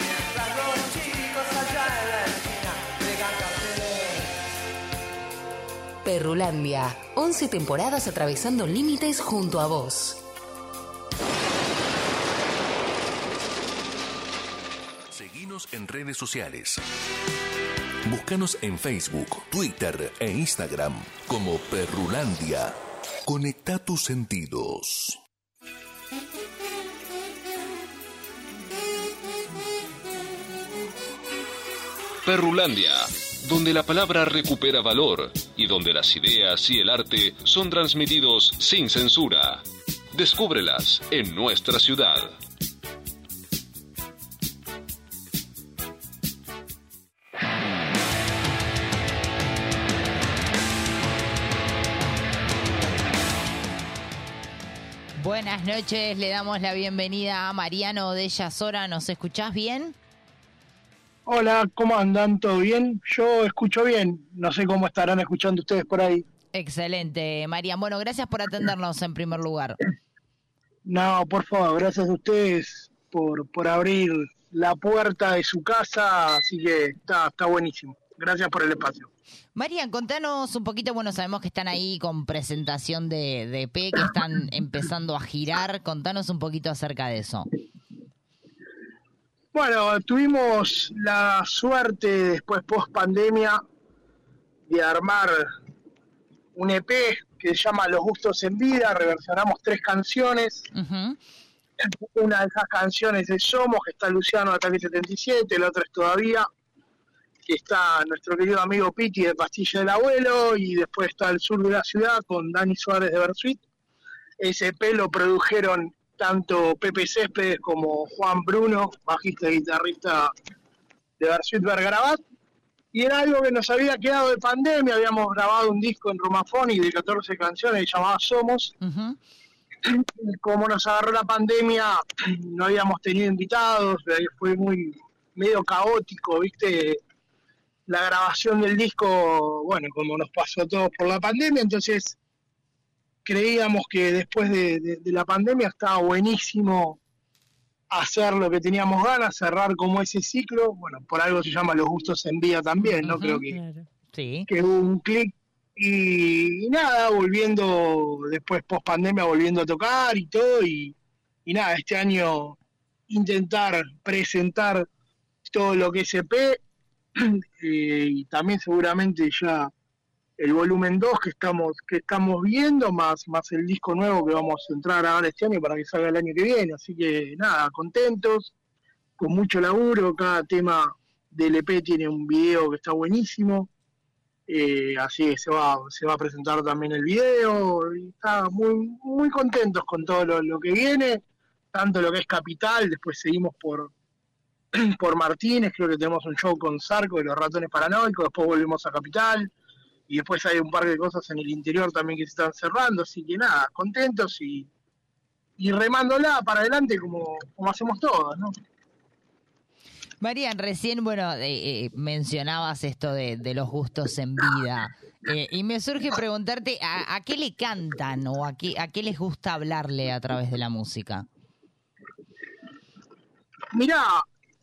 Speaker 2: Mientras los chicos allá en la esquina pegan carteles.
Speaker 8: Perrulandia, 11 temporadas atravesando límites junto a vos.
Speaker 6: Seguinos en redes sociales. Búscanos en Facebook, Twitter e Instagram como Perrulandia. Conecta tus sentidos.
Speaker 12: Perrulandia, donde la palabra recupera valor y donde las ideas y el arte son transmitidos sin censura. Descúbrelas en nuestra ciudad.
Speaker 4: Buenas noches, le damos la bienvenida a Mariano de Yasora. ¿Nos escuchás bien?
Speaker 13: Hola, ¿cómo andan? ¿Todo bien? Yo escucho bien. No sé cómo estarán escuchando ustedes por ahí.
Speaker 4: Excelente, Mariano. Bueno, gracias por atendernos en primer lugar.
Speaker 13: No, por favor, gracias a ustedes por, por abrir la puerta de su casa. Así que está, está buenísimo. Gracias por el espacio.
Speaker 4: Marian, contanos un poquito, bueno, sabemos que están ahí con presentación de, de EP, que están empezando a girar, contanos un poquito acerca de eso.
Speaker 13: Bueno, tuvimos la suerte después post pandemia de armar un EP que se llama Los Gustos en Vida, reversionamos tres canciones. Una de esas canciones es Somos, que está Luciano de Ataque 77, la otra es Todavía, que está nuestro querido amigo Piti de Pastilla del Abuelo, y después está El Sur de la Ciudad con Dani Suárez de Bersuit. Ese EP lo produjeron tanto Pepe Céspedes como Juan Bruno, bajista y guitarrista de Bersuit Bergarabat. Y era algo que nos había quedado de pandemia, habíamos grabado un disco en Romafoni de 14 canciones llamado Somos, como nos agarró la pandemia, no habíamos tenido invitados, eh, fue muy medio caótico, ¿viste? La grabación del disco, bueno, como nos pasó a todos por la pandemia, entonces creíamos que después de, de- de la pandemia estaba buenísimo hacer lo que teníamos ganas, cerrar como ese ciclo, bueno, por algo se llama Los Gustos en Vida también, ¿no? Creo que
Speaker 4: Sí.
Speaker 13: que hubo un clic y, y nada, volviendo después post pandemia, volviendo a tocar y todo y, y nada, este año intentar presentar todo lo que es EP eh, y también seguramente ya el volumen 2 que estamos que estamos viendo más más el disco nuevo que vamos a entrar ahora este año para que salga el año que viene, así que nada, contentos, con mucho laburo, cada tema del EP tiene un video que está buenísimo. Eh, así que se va, se va a presentar también el video. Y está muy, muy contentos con todo lo, lo que viene, tanto lo que es Capital, después seguimos por, por Martínez, creo que tenemos un show con Sarco de los ratones paranoicos, después volvemos a Capital, y después hay un par de cosas en el interior también que se están cerrando, así que nada, contentos y, y remándola para adelante como, como hacemos todos, ¿no?
Speaker 4: Marian, recién, bueno, eh, eh, mencionabas esto de, de los gustos en vida eh, y me surge preguntarte a, a qué le cantan o a qué, a qué les gusta hablarle a través de la música.
Speaker 13: Mirá,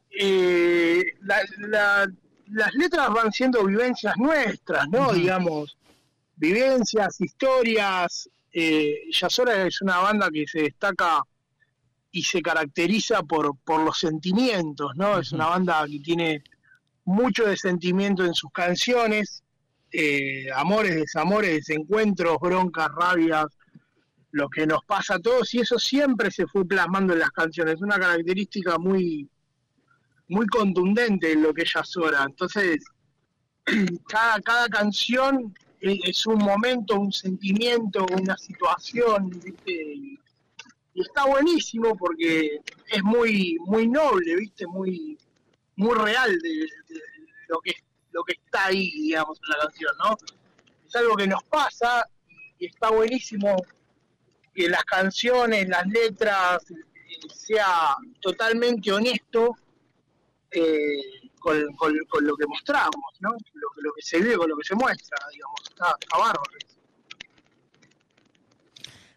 Speaker 13: eh, la- la- las letras van siendo vivencias nuestras, ¿no? Digamos, vivencias, historias. Eh, Yasora es una banda que se destaca y se caracteriza por, por los sentimientos, ¿no? Es una banda que tiene mucho de sentimiento en sus canciones, eh, amores, desamores, desencuentros, broncas, rabias, lo que nos pasa a todos y eso siempre se fue plasmando en las canciones, una característica muy muy contundente en lo que ella es Sora. Entonces, cada, cada canción e- es un momento, un sentimiento, una situación, ¿viste? Y y está buenísimo porque es muy, muy noble, ¿viste? Muy, muy real de, de lo, que, lo que está ahí, digamos, en la canción, ¿no? Es algo que nos pasa y está buenísimo que las canciones, las letras, eh, sea totalmente honesto eh, con, con- con lo que mostramos, ¿no? Lo, que- lo que se ve, con lo que se muestra, digamos, está, está bárbaro.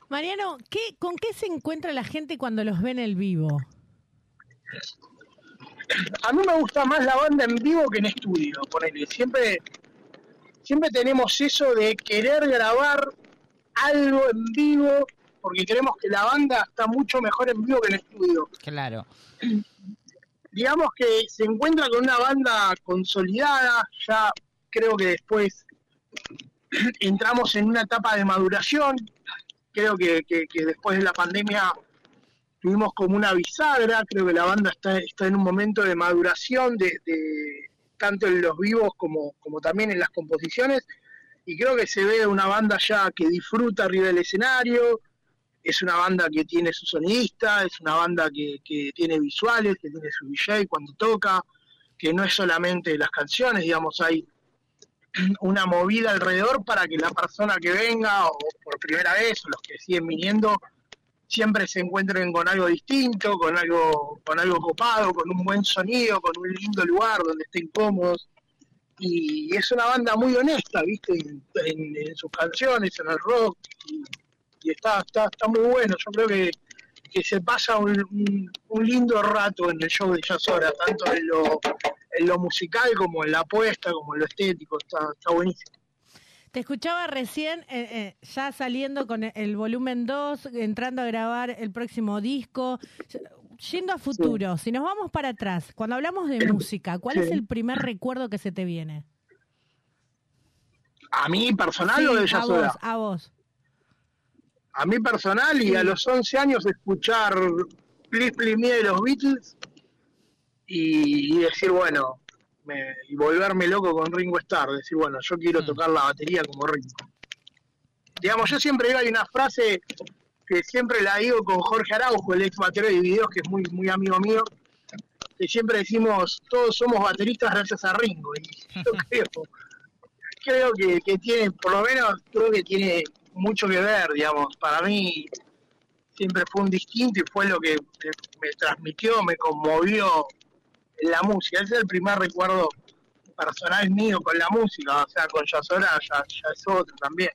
Speaker 3: Mariano, ¿qué, ¿con qué se encuentra la gente cuando los ve en el vivo?
Speaker 13: a mí me gusta más la banda en vivo que en estudio, ponele. Siempre, siempre tenemos eso de querer grabar algo en vivo, porque creemos que la banda está mucho mejor en vivo que en estudio.
Speaker 4: Claro.
Speaker 13: Digamos que se encuentra con una banda consolidada, ya creo que después entramos en una etapa de maduración, creo que, que- que después de la pandemia tuvimos como una bisagra, creo que la banda está, está en un momento de maduración, de, de- tanto en los vivos como, como también en las composiciones, y creo que se ve una banda ya que disfruta arriba del escenario, es una banda que tiene su sonidista, es una banda que, que tiene visuales, que tiene su DJ cuando toca, que no es solamente las canciones, digamos, hay una movida alrededor para que la persona que venga o por primera vez o los que siguen viniendo siempre se encuentren con algo distinto, con algo, con algo copado, con un buen sonido, con un lindo lugar donde estén cómodos. Y es una banda muy honesta, viste, en, en- en sus canciones, en el rock, y, y está, está, está muy bueno. Yo creo que, que se pasa un, un- un lindo rato en el show de Jazz Hora, tanto en lo, en lo musical como en la apuesta, como en lo estético, está, está buenísimo.
Speaker 3: Te escuchaba recién, eh, eh, ya saliendo con el- el volumen 2, entrando a grabar el próximo disco, yendo a futuro, si nos vamos para atrás, cuando hablamos de música, ¿cuál
Speaker 13: Sí.
Speaker 3: es el primer recuerdo que se te viene?
Speaker 13: ¿A mí personal o de
Speaker 3: Sí, a
Speaker 13: Jazz
Speaker 3: vos,
Speaker 13: Hora?
Speaker 3: a vos.
Speaker 13: a mí personal y a los 11 años escuchar Please Please Me de los Beatles y, y decir, bueno, me- y volverme loco con Ringo Starr, decir, bueno, yo quiero tocar la batería como Ringo. Digamos, yo siempre digo, hay una frase que siempre la digo con Jorge Araujo, el ex batero de videos, que es muy, muy amigo mío, que siempre decimos, todos somos bateristas gracias a Ringo, y yo creo creo que, que tiene, por lo menos creo que tiene mucho que ver, digamos, para mí siempre fue un distinto y fue lo que que me transmitió, me conmovió la música. Ese es el primer recuerdo personal mío con la música, o sea, con Yasora ya, ya es otro también.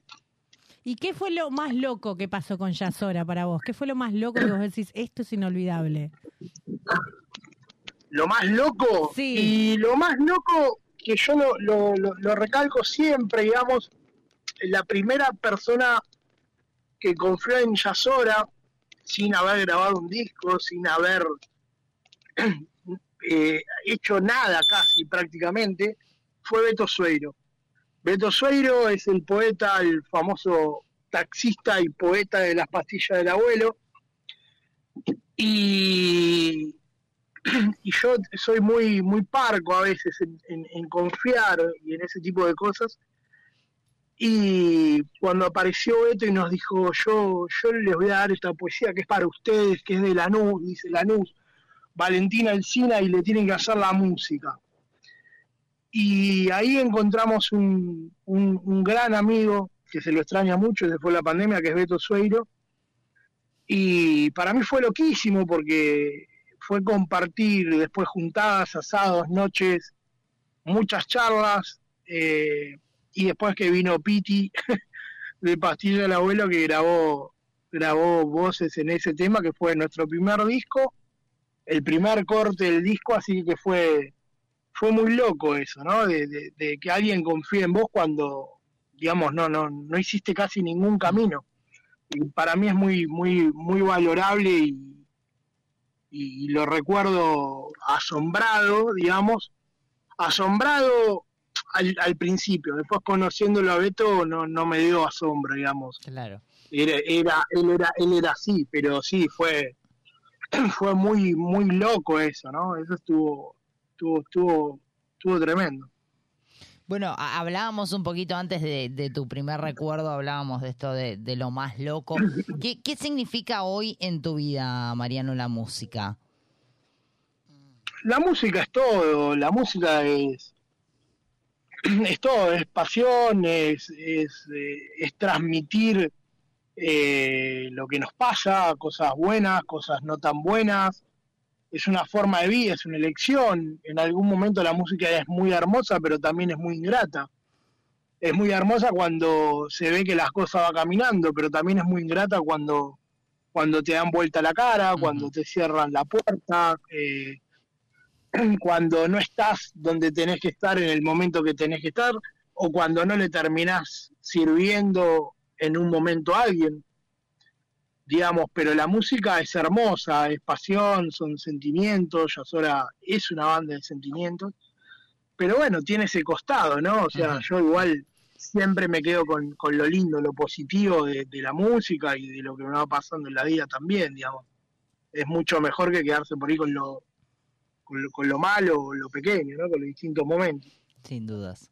Speaker 3: ¿Y qué fue lo más loco que pasó con Yasora para vos? ¿Qué fue lo más loco que vos decís, esto es inolvidable?
Speaker 13: lo más loco y lo más loco que yo lo, lo- lo- lo recalco siempre, digamos, la primera persona que confió en Yasora sin haber grabado un disco, sin haber eh, hecho nada casi prácticamente, fue Beto Sueiro. Beto Sueiro es el poeta, el famoso taxista y poeta de las pastillas del abuelo. Y y yo soy muy muy parco a veces en, en- en confiar y en ese tipo de cosas. Y cuando apareció Beto y nos dijo, yo, yo les voy a dar esta poesía que es para ustedes, que es de Lanús, dice Lanús, Valentina Alcina y le tienen que hacer la música. Y ahí encontramos un, un- un gran amigo que se lo extraña mucho desde fue la pandemia, que es Beto Sueiro. Y para mí fue loquísimo porque fue compartir después juntadas, asados, noches, muchas charlas. eh, y después que vino Piti de Pastilla del Abuelo que grabó, grabó voces en ese tema, que fue nuestro primer disco, el primer corte del disco, así que fue, fue muy loco eso, ¿no? De, de- de que alguien confíe en vos cuando, digamos, no, no, no hiciste casi ningún camino. Y para mí es muy, muy, muy valorable y, y lo recuerdo asombrado, digamos, asombrado al, al principio, después conociéndolo a Beto no, no me dio asombro, digamos.
Speaker 4: Claro.
Speaker 13: Era, era, él era, él era así, pero sí fue, fue muy, muy loco eso, ¿no? Eso estuvo, estuvo, estuvo, estuvo tremendo.
Speaker 4: Bueno, a- hablábamos un poquito antes de, de tu primer recuerdo, hablábamos de esto de, de lo más loco. ¿Qué, qué significa hoy en tu vida, Mariano, la música?
Speaker 13: La música es todo, la música es, es todo, es pasión, es, es, eh, es transmitir eh, lo que nos pasa, cosas buenas, cosas no tan buenas, es una forma de vida, es una elección. En algún momento la música es muy hermosa, pero también es muy ingrata. Es muy hermosa cuando se ve que las cosas van caminando, pero también es muy ingrata cuando, cuando te dan vuelta la cara, cuando te cierran la puerta. eh, cuando no estás donde tenés que estar en el momento que tenés que estar o cuando no le terminás sirviendo en un momento a alguien. Digamos, pero la música es hermosa, es pasión, son sentimientos, Yasora es una banda de sentimientos, pero bueno, tiene ese costado, ¿no? O sea, yo igual siempre me quedo con, con lo lindo, lo positivo de, de la música y de lo que me va pasando en la vida también, digamos. Es mucho mejor que quedarse por ahí con lo, con lo, con lo malo o lo pequeño, ¿no? con los distintos momentos.
Speaker 4: Sin dudas.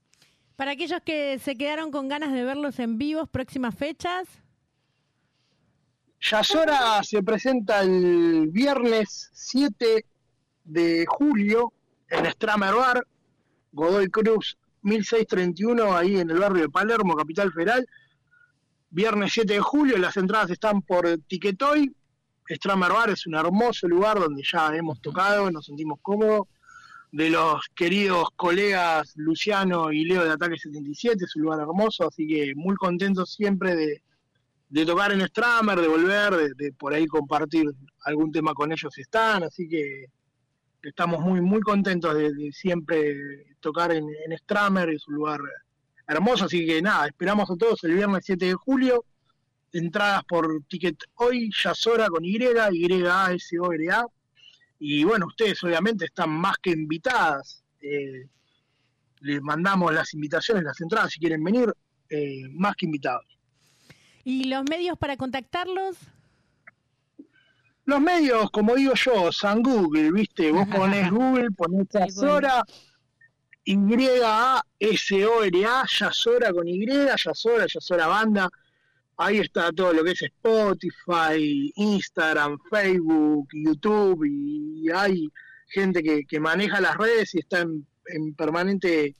Speaker 3: Para aquellos que se quedaron con ganas de verlos en vivos, próximas fechas.
Speaker 13: Yasora se presenta el viernes 7 de julio en Stramer Bar, Godoy Cruz 1631, ahí en el barrio de Palermo, Capital Federal. Viernes 7 de julio, las entradas están por Tiquetoy. Stramer Bar es un hermoso lugar donde ya hemos tocado, nos sentimos cómodos. De los queridos colegas Luciano y Leo de Ataque 77, es un lugar hermoso, así que muy contentos siempre de, de tocar en Stramer, de volver, de, de por ahí compartir algún tema con ellos si están, así que estamos muy muy contentos de, de siempre tocar en, en Stramer, es un lugar hermoso, así que nada, esperamos a todos el viernes 7 de julio, entradas por Ticket Hoy, Yasora con Y, Y-A-S-O-R-A, y bueno, ustedes obviamente están más que invitadas, eh, les mandamos las invitaciones, las entradas, si quieren venir, eh, más que invitados.
Speaker 3: ¿Y los medios para contactarlos?
Speaker 13: Los medios, como digo yo, San Google, ¿viste? Vos ponés Google, ponés Yasora, Y-A-S-O-R-A, Yasora con Y, Yasora, Yasora Banda. Ahí está todo lo que es Spotify, Instagram, Facebook, YouTube, y hay gente que, que maneja las redes y está en, en permanente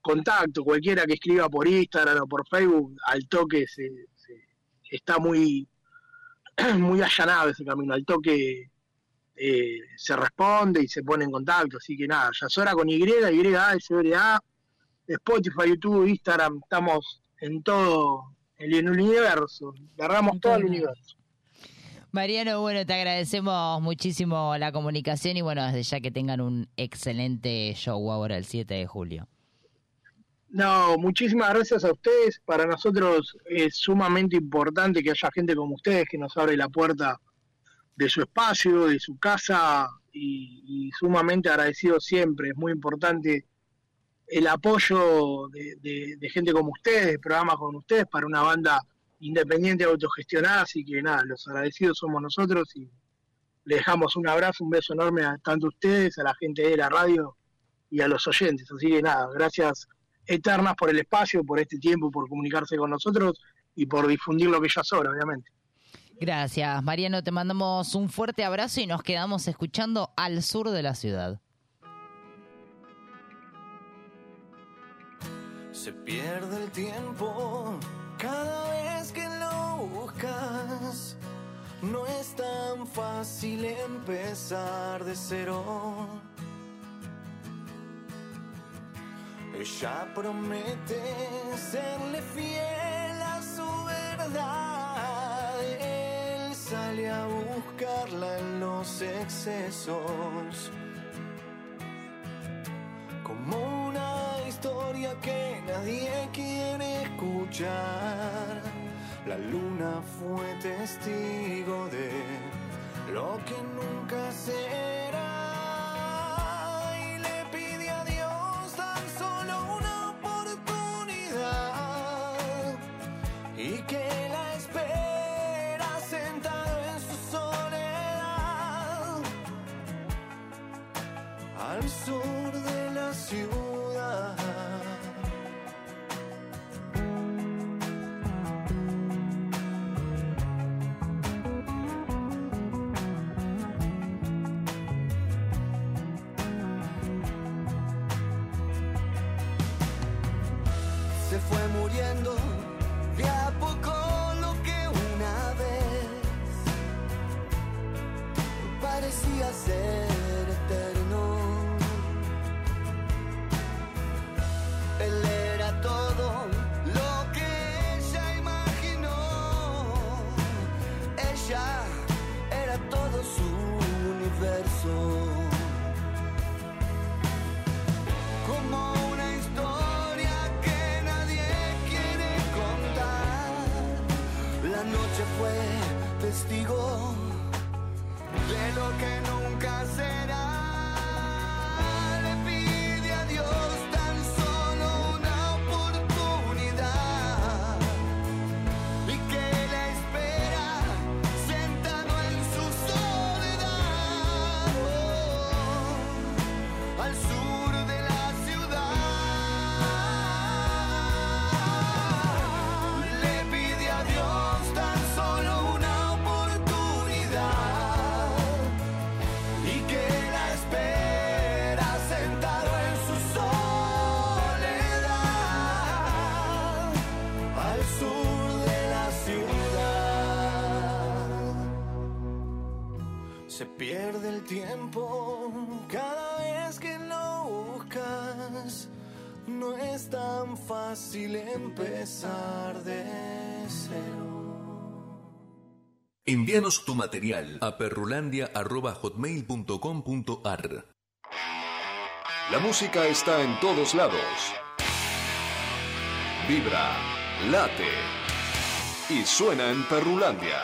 Speaker 13: contacto. Cualquiera que escriba por Instagram o por Facebook, al toque se- se- está muy muy allanado ese camino. Al toque eh, se responde y se pone en contacto. Así que nada, Yasora con Y, Y, A, S, R, A, Spotify, YouTube, Instagram, estamos en todo el, en el universo. Agarramos todo el universo.
Speaker 4: Mariano, bueno, te agradecemos muchísimo la comunicación y bueno, desde ya que tengan un excelente show ahora el 7 de julio.
Speaker 13: No, muchísimas gracias a ustedes. Para nosotros es sumamente importante que haya gente como ustedes que nos abre la puerta de su espacio, de su casa y, y sumamente agradecido siempre. Es muy importante el apoyo de, de- de gente como ustedes, de programas como ustedes, para una banda independiente autogestionada. Así que nada, los agradecidos somos nosotros y le dejamos un abrazo, un beso enorme a tanto ustedes, a la gente de la radio y a los oyentes. Así que nada, gracias eternas por el espacio, por este tiempo, por comunicarse con nosotros y por difundir lo que ya sobra, obviamente.
Speaker 4: Gracias, Mariano, te mandamos un fuerte abrazo y nos quedamos escuchando al sur de la ciudad.
Speaker 14: Se pierde el tiempo cada vez que lo buscas. No es tan fácil empezar de cero. Ella promete serle fiel a su verdad. Él sale a buscarla en los excesos como una historia que nadie quiere escuchar. La luna fue testigo de lo que nunca será y le pide a Dios tan solo una oportunidad y que la espera sentado en su soledad al sur de la ciudad.
Speaker 15: se fue muriendo de a poco lo que una vez parecía ser eterno. Él era todo lo que ella imaginó. Ella era todo su universo. Como una historia que nadie quiere contar. La noche fue testigo de lo que nunca será. Le pide a Dios tan solo una oportunidad. Y que la espera sentado en su soledad. oh, al sur de la ciudad. Le pide a Dios tan solo una oportunidad. Y que la espera sentado en su soledad. Al sur de la ciudad. Se pierde el tiempo cada vez que lo buscas. No es tan fácil empezar de cero.
Speaker 6: Envíanos tu material a perrulandia.hotmail.com.ar
Speaker 1: La música está en todos lados. Vibra, late y suena en Perrulandia.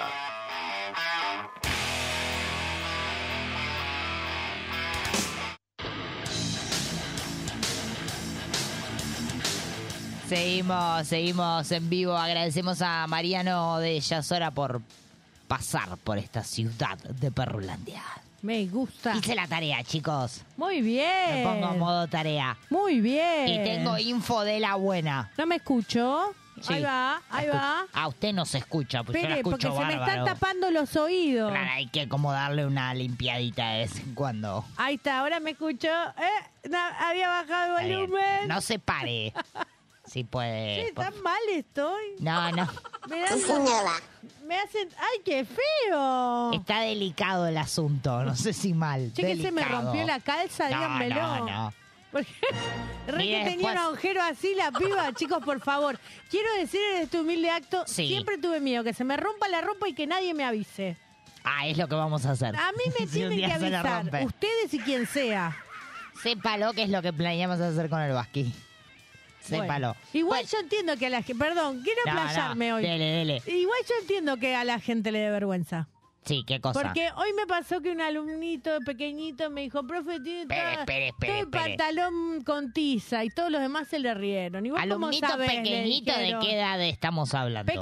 Speaker 4: Seguimos, seguimos en vivo. Agradecemos a Mariano de Yasora por pasar por esta ciudad de Perrulandia.
Speaker 3: Me gusta.
Speaker 4: Hice la tarea, chicos.
Speaker 3: Muy bien.
Speaker 4: Me pongo en modo tarea.
Speaker 3: Muy bien.
Speaker 4: Y tengo info de la buena.
Speaker 3: No me escucho.
Speaker 4: Sí.
Speaker 3: Ahí va, ahí
Speaker 4: Escu-
Speaker 3: va.
Speaker 4: Ah, usted no se escucha, pues yo la
Speaker 3: Espere, porque
Speaker 4: escucho
Speaker 3: se me están
Speaker 4: bárbaro.
Speaker 3: tapando los oídos.
Speaker 4: Claro, hay que como darle una limpiadita de vez en cuando.
Speaker 3: Ahí está, ahora me escucho. Eh, na- había bajado
Speaker 4: Está
Speaker 3: el
Speaker 4: bien.
Speaker 3: volumen.
Speaker 4: No se pare. Si puede.
Speaker 3: Che, tan mal estoy.
Speaker 4: No, no.
Speaker 3: Me dan- Me hacen. ¡Ay, qué feo!
Speaker 4: Está delicado el asunto. No sé si mal.
Speaker 3: Che, que se me
Speaker 4: delicado.
Speaker 3: rompió la calza,
Speaker 4: No,
Speaker 3: díganmelo.
Speaker 4: No, no.
Speaker 3: Re
Speaker 4: Y
Speaker 3: que tenía
Speaker 4: después-
Speaker 3: un agujero así la piba, chicos, por favor. Quiero decir en este humilde acto, siempre tuve miedo que se me rompa la ropa y que nadie me avise.
Speaker 4: Ah, es lo que vamos a hacer.
Speaker 3: A mí me
Speaker 4: Si un
Speaker 3: tienen
Speaker 4: día
Speaker 3: que
Speaker 4: se la
Speaker 3: avisar,
Speaker 4: rompe.
Speaker 3: ustedes y quien sea.
Speaker 4: Sépalo que es lo que planeamos hacer con el basquí.
Speaker 3: Bueno,
Speaker 4: Sépalo. Pues-
Speaker 3: igual yo entiendo que a la gente, perdón, quiero
Speaker 4: No, no,
Speaker 3: playarme hoy.
Speaker 4: dele, dele.
Speaker 3: Igual yo entiendo que a la gente le dé vergüenza.
Speaker 4: Sí, qué cosa.
Speaker 3: Porque hoy me pasó que un alumnito pequeñito me dijo, profe, tiene
Speaker 4: Espere,
Speaker 3: toda-
Speaker 4: espere, espere,
Speaker 3: todo el
Speaker 4: espere.
Speaker 3: pantalón con tiza y todos los demás se le rieron. ¿Y vos cómo
Speaker 4: Alumnito
Speaker 3: sabés? Le
Speaker 4: pequeñito, ¿de
Speaker 3: dijeron.
Speaker 4: qué edad estamos hablando?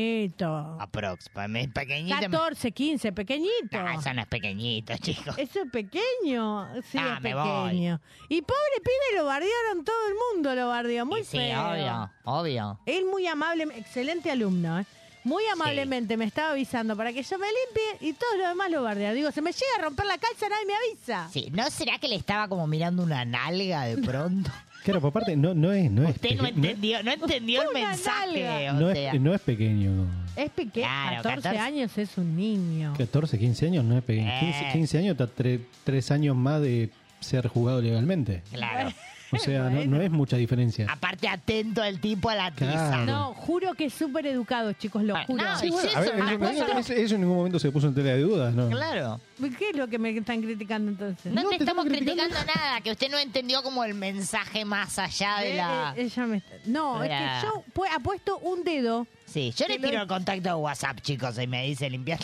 Speaker 3: Pequeñito.
Speaker 4: Aprox, para mí pequeñito.
Speaker 3: 14, 15, pequeñito.
Speaker 4: Ah, eso no es pequeñito, chicos.
Speaker 3: Eso es pequeño. Sí,
Speaker 4: Ah,
Speaker 3: es
Speaker 4: me
Speaker 3: pequeño. Y pobre pibe lo bardearon, todo el mundo lo bardeó. Muy
Speaker 4: Sí,
Speaker 3: feo.
Speaker 4: obvio, obvio.
Speaker 3: Él muy amable, excelente alumno, ¿eh? Muy amablemente me estaba avisando para que yo me limpie y todos los demás lo bardearon. Digo, se me llega a romper la calza, nadie me avisa.
Speaker 4: Sí, ¿no será que le estaba como mirando una nalga de pronto?
Speaker 7: Claro, por parte, no, no es. No es
Speaker 4: Usted no
Speaker 7: peque- no es-
Speaker 4: entendió, no entendió el mensaje.
Speaker 7: no
Speaker 4: o
Speaker 7: es-
Speaker 4: sea.
Speaker 7: no es pequeño.
Speaker 3: Es pequeño,
Speaker 4: Claro,
Speaker 3: 14,
Speaker 4: 14.
Speaker 3: años es un niño.
Speaker 7: 14, 15 años no es pequeño.
Speaker 4: Eh.
Speaker 7: 15, 15 años está 3 años más de ser jugado legalmente.
Speaker 4: Claro.
Speaker 7: O sea, no- no, es mucha diferencia.
Speaker 4: Aparte, atento el tipo a la tiza. Ah,
Speaker 7: Claro.
Speaker 3: No, juro que es súper educado, chicos, lo juro.
Speaker 4: no,
Speaker 7: Sí, bueno, a ver, eso,
Speaker 4: una cosa-
Speaker 7: eso- eso en ningún momento se puso en tela de dudas, ¿no?
Speaker 4: Claro.
Speaker 3: ¿Qué es lo que me están criticando entonces?
Speaker 4: No, te, estamos criticando nada, que usted no entendió como el mensaje más allá de
Speaker 3: Eh,
Speaker 4: la...
Speaker 3: eh, ella me está- No, es
Speaker 4: Mira.
Speaker 3: que yo pu- apuesto un dedo.
Speaker 4: Sí, yo le
Speaker 3: que lo-
Speaker 4: tiro el contacto de WhatsApp, chicos, y me dice limpiar.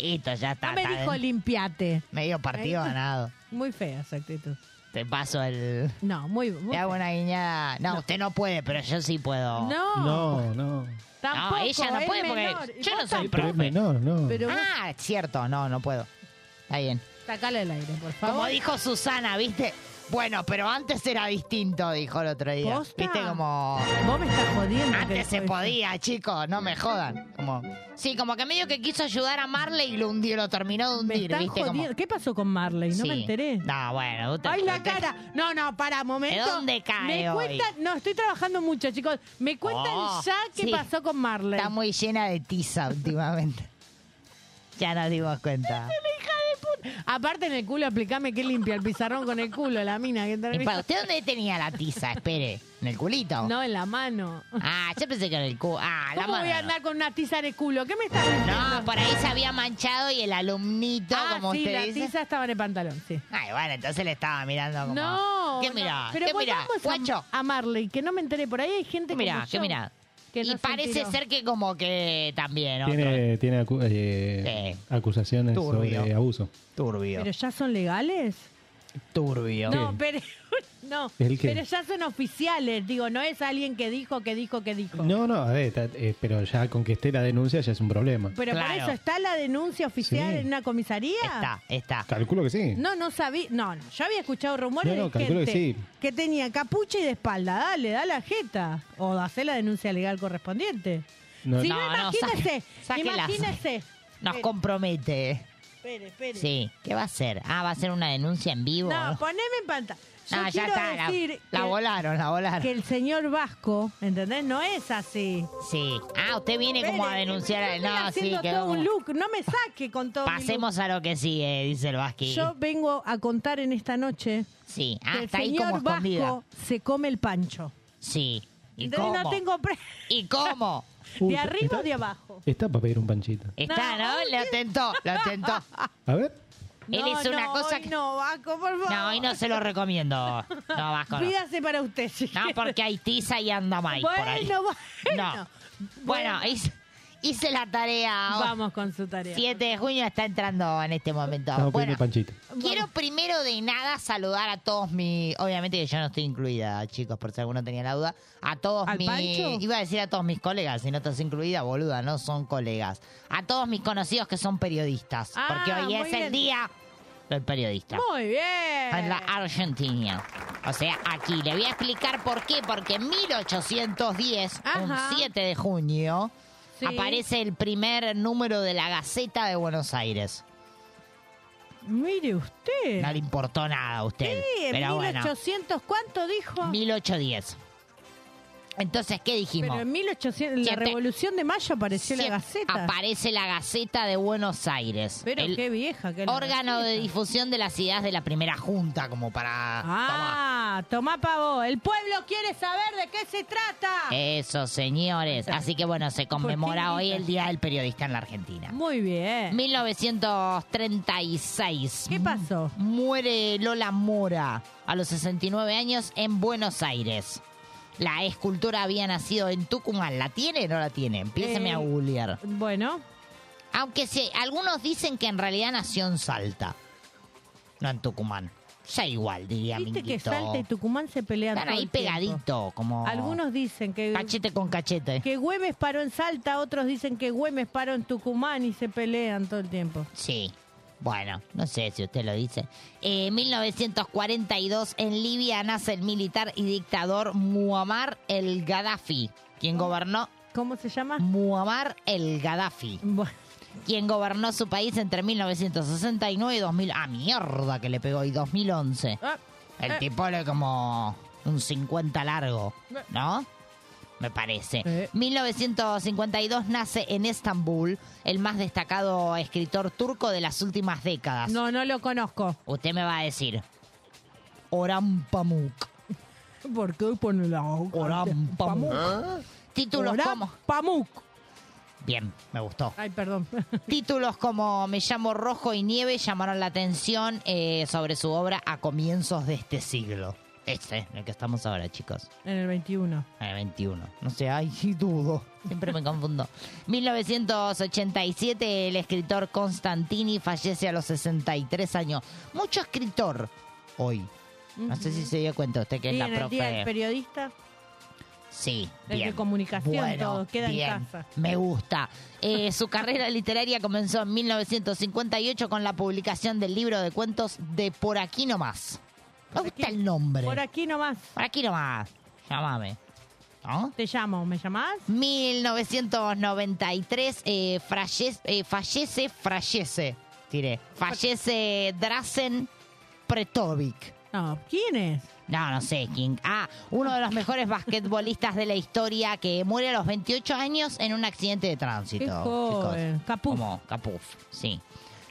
Speaker 4: Listo, ya está.
Speaker 3: No me
Speaker 4: Ah, está
Speaker 3: dijo
Speaker 4: dentro.
Speaker 3: limpiate.
Speaker 4: Medio partido
Speaker 3: Ahí-
Speaker 4: ganado.
Speaker 3: Muy fea esa actitud.
Speaker 4: Te paso el...
Speaker 3: No, muy,
Speaker 4: Te hago una guiñada. No, usted no puede, pero yo sí puedo.
Speaker 3: No.
Speaker 7: No, no.
Speaker 3: Tampoco,
Speaker 4: no, ella no
Speaker 3: es
Speaker 4: puede porque
Speaker 3: menor. Y
Speaker 4: yo no
Speaker 3: vos
Speaker 4: soy
Speaker 7: Pero
Speaker 4: profe.
Speaker 7: es menor, no.
Speaker 3: Pero vos-
Speaker 4: Ah, cierto, no, no puedo. Está bien.
Speaker 3: Sacala del aire, por favor.
Speaker 4: Como dijo Susana, ¿viste? Bueno, pero antes era distinto, dijo el otro día.
Speaker 3: ¿Posta?
Speaker 4: Viste como.
Speaker 3: Vos me estás jodiendo.
Speaker 4: Antes se podía, chicos, no me jodan. Como. Sí, como que medio que quiso ayudar a Marley y lo hundió, lo terminó de
Speaker 3: Me
Speaker 4: hundir,
Speaker 3: están
Speaker 4: ¿viste? Como-
Speaker 3: jodiendo. ¿Qué pasó con Marley? No
Speaker 4: Sí.
Speaker 3: me enteré.
Speaker 4: No, bueno, usted-
Speaker 3: ¡Ay, la
Speaker 4: usted-
Speaker 3: cara! No, no, para, momento.
Speaker 4: ¿De dónde cae
Speaker 3: Me
Speaker 4: hoy?
Speaker 3: cuentan- No, estoy trabajando mucho, chicos. Me cuentan
Speaker 4: Oh,
Speaker 3: ya qué
Speaker 4: sí.
Speaker 3: pasó con Marley.
Speaker 4: Está muy llena de tiza últimamente. ya nos dimos cuenta.
Speaker 3: Aparte en el culo, explícame qué limpia el pizarrón con el culo, la mina. Que
Speaker 4: Y para, ¿Usted dónde tenía la tiza? Espere, ¿en el culito?
Speaker 3: No, en la mano.
Speaker 4: Ah, yo pensé que en el culo. Ah, la
Speaker 3: ¿Cómo
Speaker 4: mano.
Speaker 3: voy a andar con una tiza en el culo? ¿Qué me estás diciendo? Ah,
Speaker 4: No, por ahí se había manchado y el alumnito, como
Speaker 3: sí,
Speaker 4: usted
Speaker 3: la
Speaker 4: dice.
Speaker 3: tiza estaba en el pantalón, sí.
Speaker 4: Ay, bueno, entonces le estaba mirando como.
Speaker 3: No.
Speaker 4: ¿Qué
Speaker 3: no.
Speaker 4: mirá?
Speaker 3: Pero
Speaker 4: ¿Qué mirá?
Speaker 3: volvamos a- A, Marley, que no me enteré. Por ahí hay gente
Speaker 4: ¿Qué mirá?
Speaker 3: como
Speaker 4: ¿Qué
Speaker 3: yo
Speaker 4: mirá?
Speaker 3: que no
Speaker 4: y
Speaker 3: se
Speaker 4: parece
Speaker 3: enteró.
Speaker 4: ser que como que también, ¿no?
Speaker 7: Tiene, tiene acu- eh, acusaciones
Speaker 4: Turbio.
Speaker 7: sobre abuso.
Speaker 4: Turbio.
Speaker 3: ¿Pero ya son legales?
Speaker 4: Turbio.
Speaker 3: No, pero, no,
Speaker 7: ¿El qué?
Speaker 3: pero ya son oficiales. Digo, no es alguien que dijo, que dijo, que dijo.
Speaker 7: No, no, a ver, ta- eh, pero ya con que esté la denuncia ya es un problema.
Speaker 3: Pero por eso, ¿está la denuncia oficial
Speaker 7: Sí.
Speaker 3: en una comisaría?
Speaker 4: está.
Speaker 7: Calculo que sí.
Speaker 3: No, no sabía. No, no, yo había escuchado rumores
Speaker 7: No, no,
Speaker 3: de
Speaker 7: calculo
Speaker 3: gente
Speaker 7: que sí.
Speaker 3: que tenía capucha y de espalda. Dale, da la jeta. O hace la denuncia legal correspondiente.
Speaker 4: No,
Speaker 3: si no,
Speaker 4: no, no, saque-
Speaker 3: imagínese,
Speaker 4: sáquela.
Speaker 3: imagínese.
Speaker 4: Nos compromete.
Speaker 3: Espere, espere.
Speaker 4: Sí. ¿Qué va a hacer? Ah, va a hacer una denuncia en vivo.
Speaker 3: No, poneme en pantalla. Yo
Speaker 4: No, ya
Speaker 3: quiero
Speaker 4: está. la-
Speaker 3: decir
Speaker 4: la,
Speaker 3: que-
Speaker 4: volaron, la volaron.
Speaker 3: que el señor Vasco, ¿entendés? No es así.
Speaker 4: Sí. Ah, usted viene como a denunciar.
Speaker 3: yo
Speaker 4: a-
Speaker 3: estoy
Speaker 4: No, sí,
Speaker 3: haciendo
Speaker 4: quedó
Speaker 3: todo un
Speaker 4: como-
Speaker 3: look. No me saque con todo mi look.
Speaker 4: Pasemos a lo que sigue, dice el Vasqui.
Speaker 3: Yo vengo a contar en esta noche
Speaker 4: Sí. Ah,
Speaker 3: que el
Speaker 4: está ahí
Speaker 3: señor
Speaker 4: como escondida.
Speaker 3: Vasco se come el pancho.
Speaker 4: Sí. ¿Y
Speaker 3: Entonces
Speaker 4: cómo?
Speaker 3: No tengo pre-
Speaker 4: ¿Y cómo?
Speaker 7: Uy,
Speaker 3: ¿De arriba
Speaker 7: está-
Speaker 3: o de abajo?
Speaker 7: Está para pedir un panchito.
Speaker 4: Está, ¿no? Lo tentó, lo tentó.
Speaker 7: A ver.
Speaker 4: Él hizo una cosa
Speaker 3: hoy
Speaker 4: que-
Speaker 3: No, Vasco, por favor.
Speaker 4: No, hoy no se lo recomiendo. No, Vasco, no.
Speaker 3: Pídase para usted, si
Speaker 4: No,
Speaker 3: quiere.
Speaker 4: porque hay tiza y anda mal por ahí.
Speaker 3: Bueno,
Speaker 4: No. Bueno, hice, hice la tarea.
Speaker 3: Vamos con su tarea.
Speaker 4: 7 de junio está entrando en este momento.
Speaker 7: Estamos
Speaker 4: bueno,
Speaker 7: pidiendo panchito.
Speaker 4: quiero primero de nada saludar a todos mis... Obviamente que yo no estoy incluida, chicos, por si alguno tenía la duda. A todos
Speaker 3: ¿Al
Speaker 4: mis...
Speaker 3: Pancho?
Speaker 4: Iba a decir a todos mis colegas, si no estás incluida, boluda, no son colegas. A todos mis conocidos que son periodistas.
Speaker 3: Ah,
Speaker 4: porque hoy
Speaker 3: muy
Speaker 4: es el
Speaker 3: bien.
Speaker 4: día del periodista.
Speaker 3: Muy bien.
Speaker 4: En la Argentina. O sea, aquí le voy a explicar por qué. Porque en 1810,
Speaker 3: Ajá.
Speaker 4: un 7 de junio,
Speaker 3: Sí.
Speaker 4: aparece el primer número de la Gaceta de Buenos Aires.
Speaker 3: Mire usted.
Speaker 4: No le importó nada a usted.
Speaker 3: Sí, en
Speaker 4: pero
Speaker 3: 1800, ¿cuánto dijo?
Speaker 4: bueno, 1810. Entonces, ¿qué dijimos?
Speaker 3: Pero en 1800, en la
Speaker 4: Siete.
Speaker 3: revolución de mayo apareció la
Speaker 4: Siete-
Speaker 3: Gaceta.
Speaker 4: Aparece la Gaceta de Buenos Aires.
Speaker 3: Pero
Speaker 4: el
Speaker 3: qué vieja que es la
Speaker 4: órgano de
Speaker 3: Gaceta.
Speaker 4: difusión de las ideas de la primera junta, como para...
Speaker 3: Ah, tomá pavo. El pueblo quiere saber de qué se trata.
Speaker 4: Eso, señores. Así que bueno, se conmemora
Speaker 3: ¿Por qué
Speaker 4: hoy
Speaker 3: grita?
Speaker 4: el Día del Periodista en la Argentina.
Speaker 3: Muy bien.
Speaker 4: 1936. ¿Qué
Speaker 3: pasó?
Speaker 4: Muere Lola Mora a los 69 años en Buenos Aires. La escultura había nacido en Tucumán. ¿La tiene o no la tiene? Empiéceme
Speaker 3: Eh,
Speaker 4: a googlear.
Speaker 3: Bueno,
Speaker 4: Aunque sí, algunos dicen que en realidad nació en Salta. No en Tucumán. Ya igual, diría
Speaker 3: viste que
Speaker 4: Minguito.
Speaker 3: Salta y Tucumán se pelean
Speaker 4: Están
Speaker 3: todo
Speaker 4: ahí
Speaker 3: el tiempo.
Speaker 4: pegadito, como...
Speaker 3: Algunos dicen que
Speaker 4: Cachete con cachete.
Speaker 3: que Güemes paró en Salta, otros dicen que Güemes paró en Tucumán y se pelean todo el tiempo.
Speaker 4: Sí. Bueno, eh, no sé si usted lo dice. En 1942 en Libia nace el militar y dictador Muammar el Gaddafi, quien gobernó...
Speaker 3: ¿Cómo se llama?
Speaker 4: Muammar el Gaddafi. Quien gobernó su país entre 1969 y 2000... Ah, mierda que le pegó y 2011. El
Speaker 3: eh.
Speaker 4: tipo le como un 50 largo,
Speaker 3: Eh.
Speaker 4: ¿no? Me parece. 1952 nace en Estambul el más destacado escritor turco de las últimas décadas.
Speaker 3: No, no lo conozco.
Speaker 4: Usted me va a decir. Orhan Pamuk.
Speaker 3: ¿Por qué pone la
Speaker 4: Orán Pamuk.
Speaker 3: ¿Ah?
Speaker 4: Títulos
Speaker 3: Orán
Speaker 4: como.
Speaker 3: Pamuk.
Speaker 4: Bien, me gustó.
Speaker 3: Ay, perdón.
Speaker 4: Títulos como Me llamo Rojo y Nieve llamaron la atención eh, sobre su obra a comienzos de este siglo. Este, en el que estamos ahora, chicos.
Speaker 3: En el 21.
Speaker 4: En el 21. No sé, ay, dudo. Siempre me confundo. 1987, el escritor Constantini fallece a los 63 años. Mucho escritor hoy. No sé si se dio cuenta usted que
Speaker 3: Y
Speaker 4: es la
Speaker 3: en el
Speaker 4: profe.
Speaker 3: día del periodista,
Speaker 4: Sí,
Speaker 3: el
Speaker 4: bien.
Speaker 3: de comunicación,
Speaker 4: Bueno,
Speaker 3: todo, queda en
Speaker 4: bien.
Speaker 3: casa.
Speaker 4: Me gusta. Eh, su carrera literaria comenzó en 1958 con la publicación del libro de cuentos De Por Aquí No Más. Me gusta el nombre.
Speaker 3: Por aquí nomás.
Speaker 4: Por aquí nomás. Llámame.
Speaker 3: Te llamo, ¿me llamás?
Speaker 4: 1993, eh, frallez- eh, fallece, fallece, tiré. Fallece Drazen Pretovic.
Speaker 3: No, ¿quién es?
Speaker 4: No, no sé quién. Ah, uno de los mejores basquetbolistas de la historia que muere a los 28 años en un accidente de tránsito.
Speaker 3: Qué joven.
Speaker 4: Capuf. Como Capuf, sí.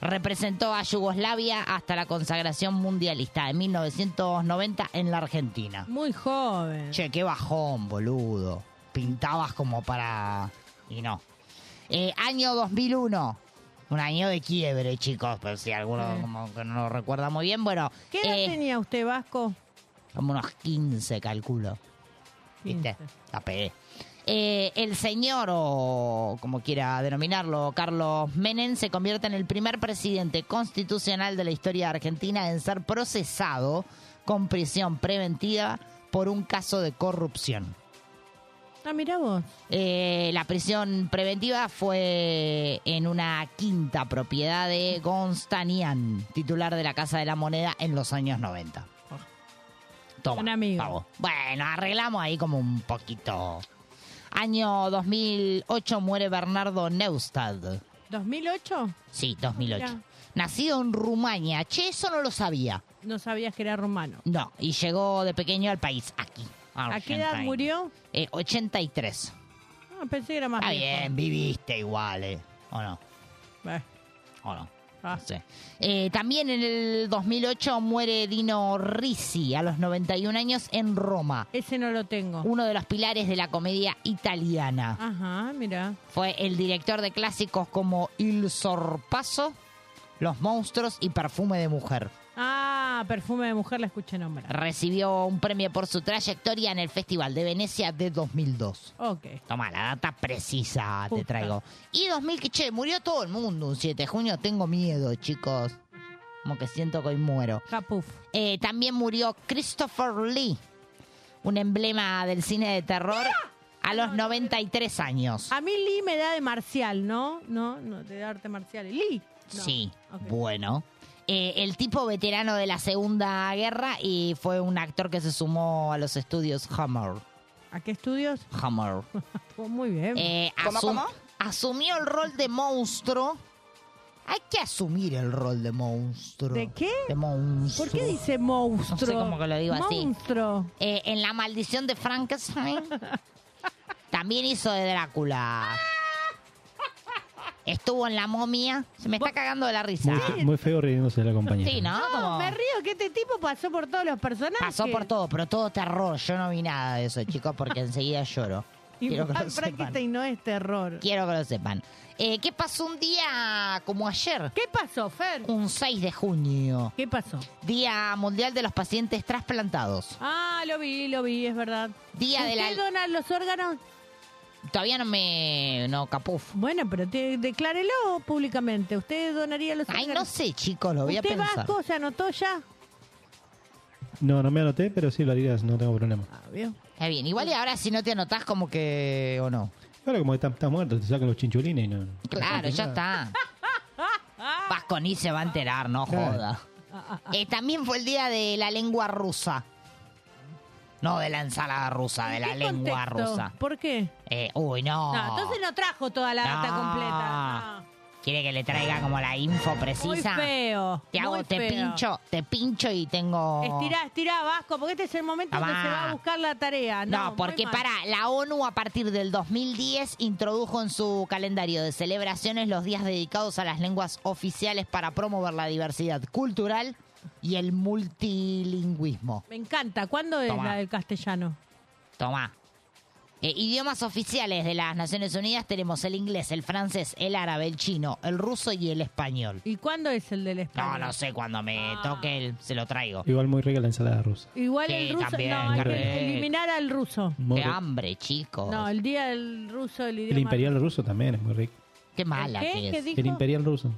Speaker 4: Representó a Yugoslavia hasta la consagración mundialista de 1990 en la Argentina.
Speaker 3: Muy joven.
Speaker 4: Che, qué bajón, boludo. Pintabas como para... Y no. Eh, año 2001. Un año de quiebre, chicos. Pero si alguno
Speaker 3: Sí.
Speaker 4: como que no lo recuerda muy bien, bueno...
Speaker 3: ¿Qué edad
Speaker 4: eh,
Speaker 3: tenía usted, Vasco?
Speaker 4: como unos 15, calculo. ¿Viste? La pegué. Eh, el señor, o como quiera denominarlo, Carlos Menem, se convierte en el primer presidente constitucional de la historia argentina en ser procesado con prisión preventiva por un caso de corrupción.
Speaker 3: Ah, mirá vos.
Speaker 4: Eh, la prisión preventiva fue en una quinta propiedad de Gonstanian, titular de la Casa de la Moneda en los años 90. Toma,
Speaker 3: Un amigo.
Speaker 4: pago. Bueno, arreglamos ahí como un poquito. Año 2008 muere Bernardo Neustadt.
Speaker 3: ¿2008?
Speaker 4: Sí, 2008.
Speaker 3: Mirá.
Speaker 4: Nacido en Rumania. Che, eso no lo sabía.
Speaker 3: No sabías que era rumano.
Speaker 4: No, y llegó de pequeño al país, aquí.
Speaker 3: ¿A qué edad
Speaker 4: Argentina.
Speaker 3: murió?
Speaker 4: Eh, 83.
Speaker 3: Ah, pensé que era más
Speaker 4: Está
Speaker 3: viejo. Eh.
Speaker 4: bien, viviste igual, ¿eh? ¿O no? ¿O no?
Speaker 3: Ah.
Speaker 4: No sé. Eh, también en el 2008 muere Dino Risi a los 91 años en Roma.
Speaker 3: Ese no lo tengo. Ah.
Speaker 4: Uno de los pilares de la comedia italiana.
Speaker 3: Ajá, mira.
Speaker 4: Fue el director de clásicos como Il Sorpaso, Los Monstruos y Perfume de Mujer.
Speaker 3: Ah, perfume de mujer la escuché nombrar.
Speaker 4: Recibió un premio por su trayectoria en el Festival de Venecia de 2002.
Speaker 3: Ok.
Speaker 4: Toma, la data precisa te
Speaker 3: Justa.
Speaker 4: traigo. Y 2000, que che, murió todo el mundo un 7 de junio. Tengo miedo, chicos. Como que siento que hoy muero. Eh, también murió Christopher Lee, un emblema del cine de terror, a los 93 años.
Speaker 3: A mí Lee me da de marcial, ¿no? No, no, de arte marcial. Lee. No.
Speaker 4: Sí, bueno. Eh, el tipo veterano de la Segunda Guerra y fue un actor que se sumó a los estudios Hammer.
Speaker 3: ¿A qué estudios?
Speaker 4: Hammer.
Speaker 3: Muy bien.
Speaker 4: Eh,
Speaker 3: ¿Cómo,
Speaker 4: asum-
Speaker 3: cómo?
Speaker 4: Asumió el rol de monstruo. Hay que asumir el rol de monstruo.
Speaker 3: ¿De qué?
Speaker 4: De monstruo.
Speaker 3: ¿Por qué dice monstruo?
Speaker 4: No sé cómo que lo digo así.
Speaker 3: Monstruo.
Speaker 4: Eh, en La Maldición de Frankenstein. también hizo de
Speaker 3: Ah.
Speaker 4: Drácula. Estuvo en La Momia. Se me está cagando de la risa.
Speaker 7: Muy, muy feo riéndose de la compañera.
Speaker 4: Sí, ¿no? Como-
Speaker 3: Me río que este tipo pasó por todos los personajes.
Speaker 4: Pasó por todo, pero todo terror. Yo no vi nada de eso, chicos, porque enseguida lloro. Quiero que lo sepan.
Speaker 3: Igual Frankenstein no es terror.
Speaker 4: Quiero que lo sepan. Eh, ¿Qué pasó un día como ayer?
Speaker 3: ¿Qué pasó, Fer?
Speaker 4: Un 6 de junio.
Speaker 3: ¿Qué pasó?
Speaker 4: Día Mundial de los Pacientes Trasplantados.
Speaker 3: Ah, lo vi, lo vi, es verdad.
Speaker 4: Día de la-
Speaker 3: ¿Usted dona los órganos?
Speaker 4: Todavía no me... no, capuf.
Speaker 3: Bueno, pero te, declárelo públicamente. ¿Usted donaría los
Speaker 4: Ay,
Speaker 3: órganos?
Speaker 4: no sé, chicos, lo voy a
Speaker 3: ¿Usted
Speaker 4: pensar.
Speaker 3: Vasco se anotó ya?
Speaker 7: No, no me anoté, pero sí lo harías, no tengo problema.
Speaker 4: Está bien, igual y ahora si no te anotás como que... o no.
Speaker 7: Ahora como estás estás muerto, te sacan los chinchulines y no...
Speaker 4: Claro, ya está. Vasco ni se va a enterar, no joda.
Speaker 3: Ah,
Speaker 4: Eh, también fue el día de la lengua rusa. No de la ensalada rusa, de la lengua
Speaker 3: Contexto.
Speaker 4: rusa.
Speaker 3: ¿Por qué?
Speaker 4: Eh, uy, no.
Speaker 3: No, entonces no trajo toda la data
Speaker 4: No.
Speaker 3: completa.
Speaker 4: ¿Quiere que le traiga como la info precisa?
Speaker 3: Muy feo,
Speaker 4: Te hago,
Speaker 3: muy
Speaker 4: te
Speaker 3: feo.
Speaker 4: pincho, te pincho y tengo.
Speaker 3: Estirá, estirá, Vasco, porque este es el momento en que
Speaker 4: Tomá.
Speaker 3: se va a buscar la tarea. No,
Speaker 4: No,
Speaker 3: muy
Speaker 4: porque
Speaker 3: mal.
Speaker 4: para la ONU a partir del 2010 introdujo en su calendario de celebraciones los días dedicados a las lenguas oficiales para promover la diversidad cultural y el multilingüismo.
Speaker 3: Me encanta. ¿Cuándo es
Speaker 4: Tomá.
Speaker 3: la del castellano?
Speaker 4: Tomá. Eh, idiomas oficiales de las Naciones Unidas tenemos el inglés, el francés, el árabe, el chino, el ruso y el español.
Speaker 3: ¿Y cuándo es el del
Speaker 4: No,
Speaker 3: español? Ah.
Speaker 4: no sé, cuando me toque el- se lo traigo.
Speaker 7: Igual muy rica la ensalada rusa.
Speaker 3: Igual
Speaker 4: Sí,
Speaker 3: el ruso.
Speaker 4: también,
Speaker 3: no, hay
Speaker 4: también.
Speaker 3: que eliminar al ruso.
Speaker 4: Qué hambre, chicos.
Speaker 3: No, el día del ruso, el
Speaker 7: El
Speaker 3: idioma.
Speaker 7: imperial ruso también es muy rico.
Speaker 4: Qué mala
Speaker 3: ¿El qué?
Speaker 4: que es.
Speaker 3: ¿Qué dijo?
Speaker 7: El imperial ruso.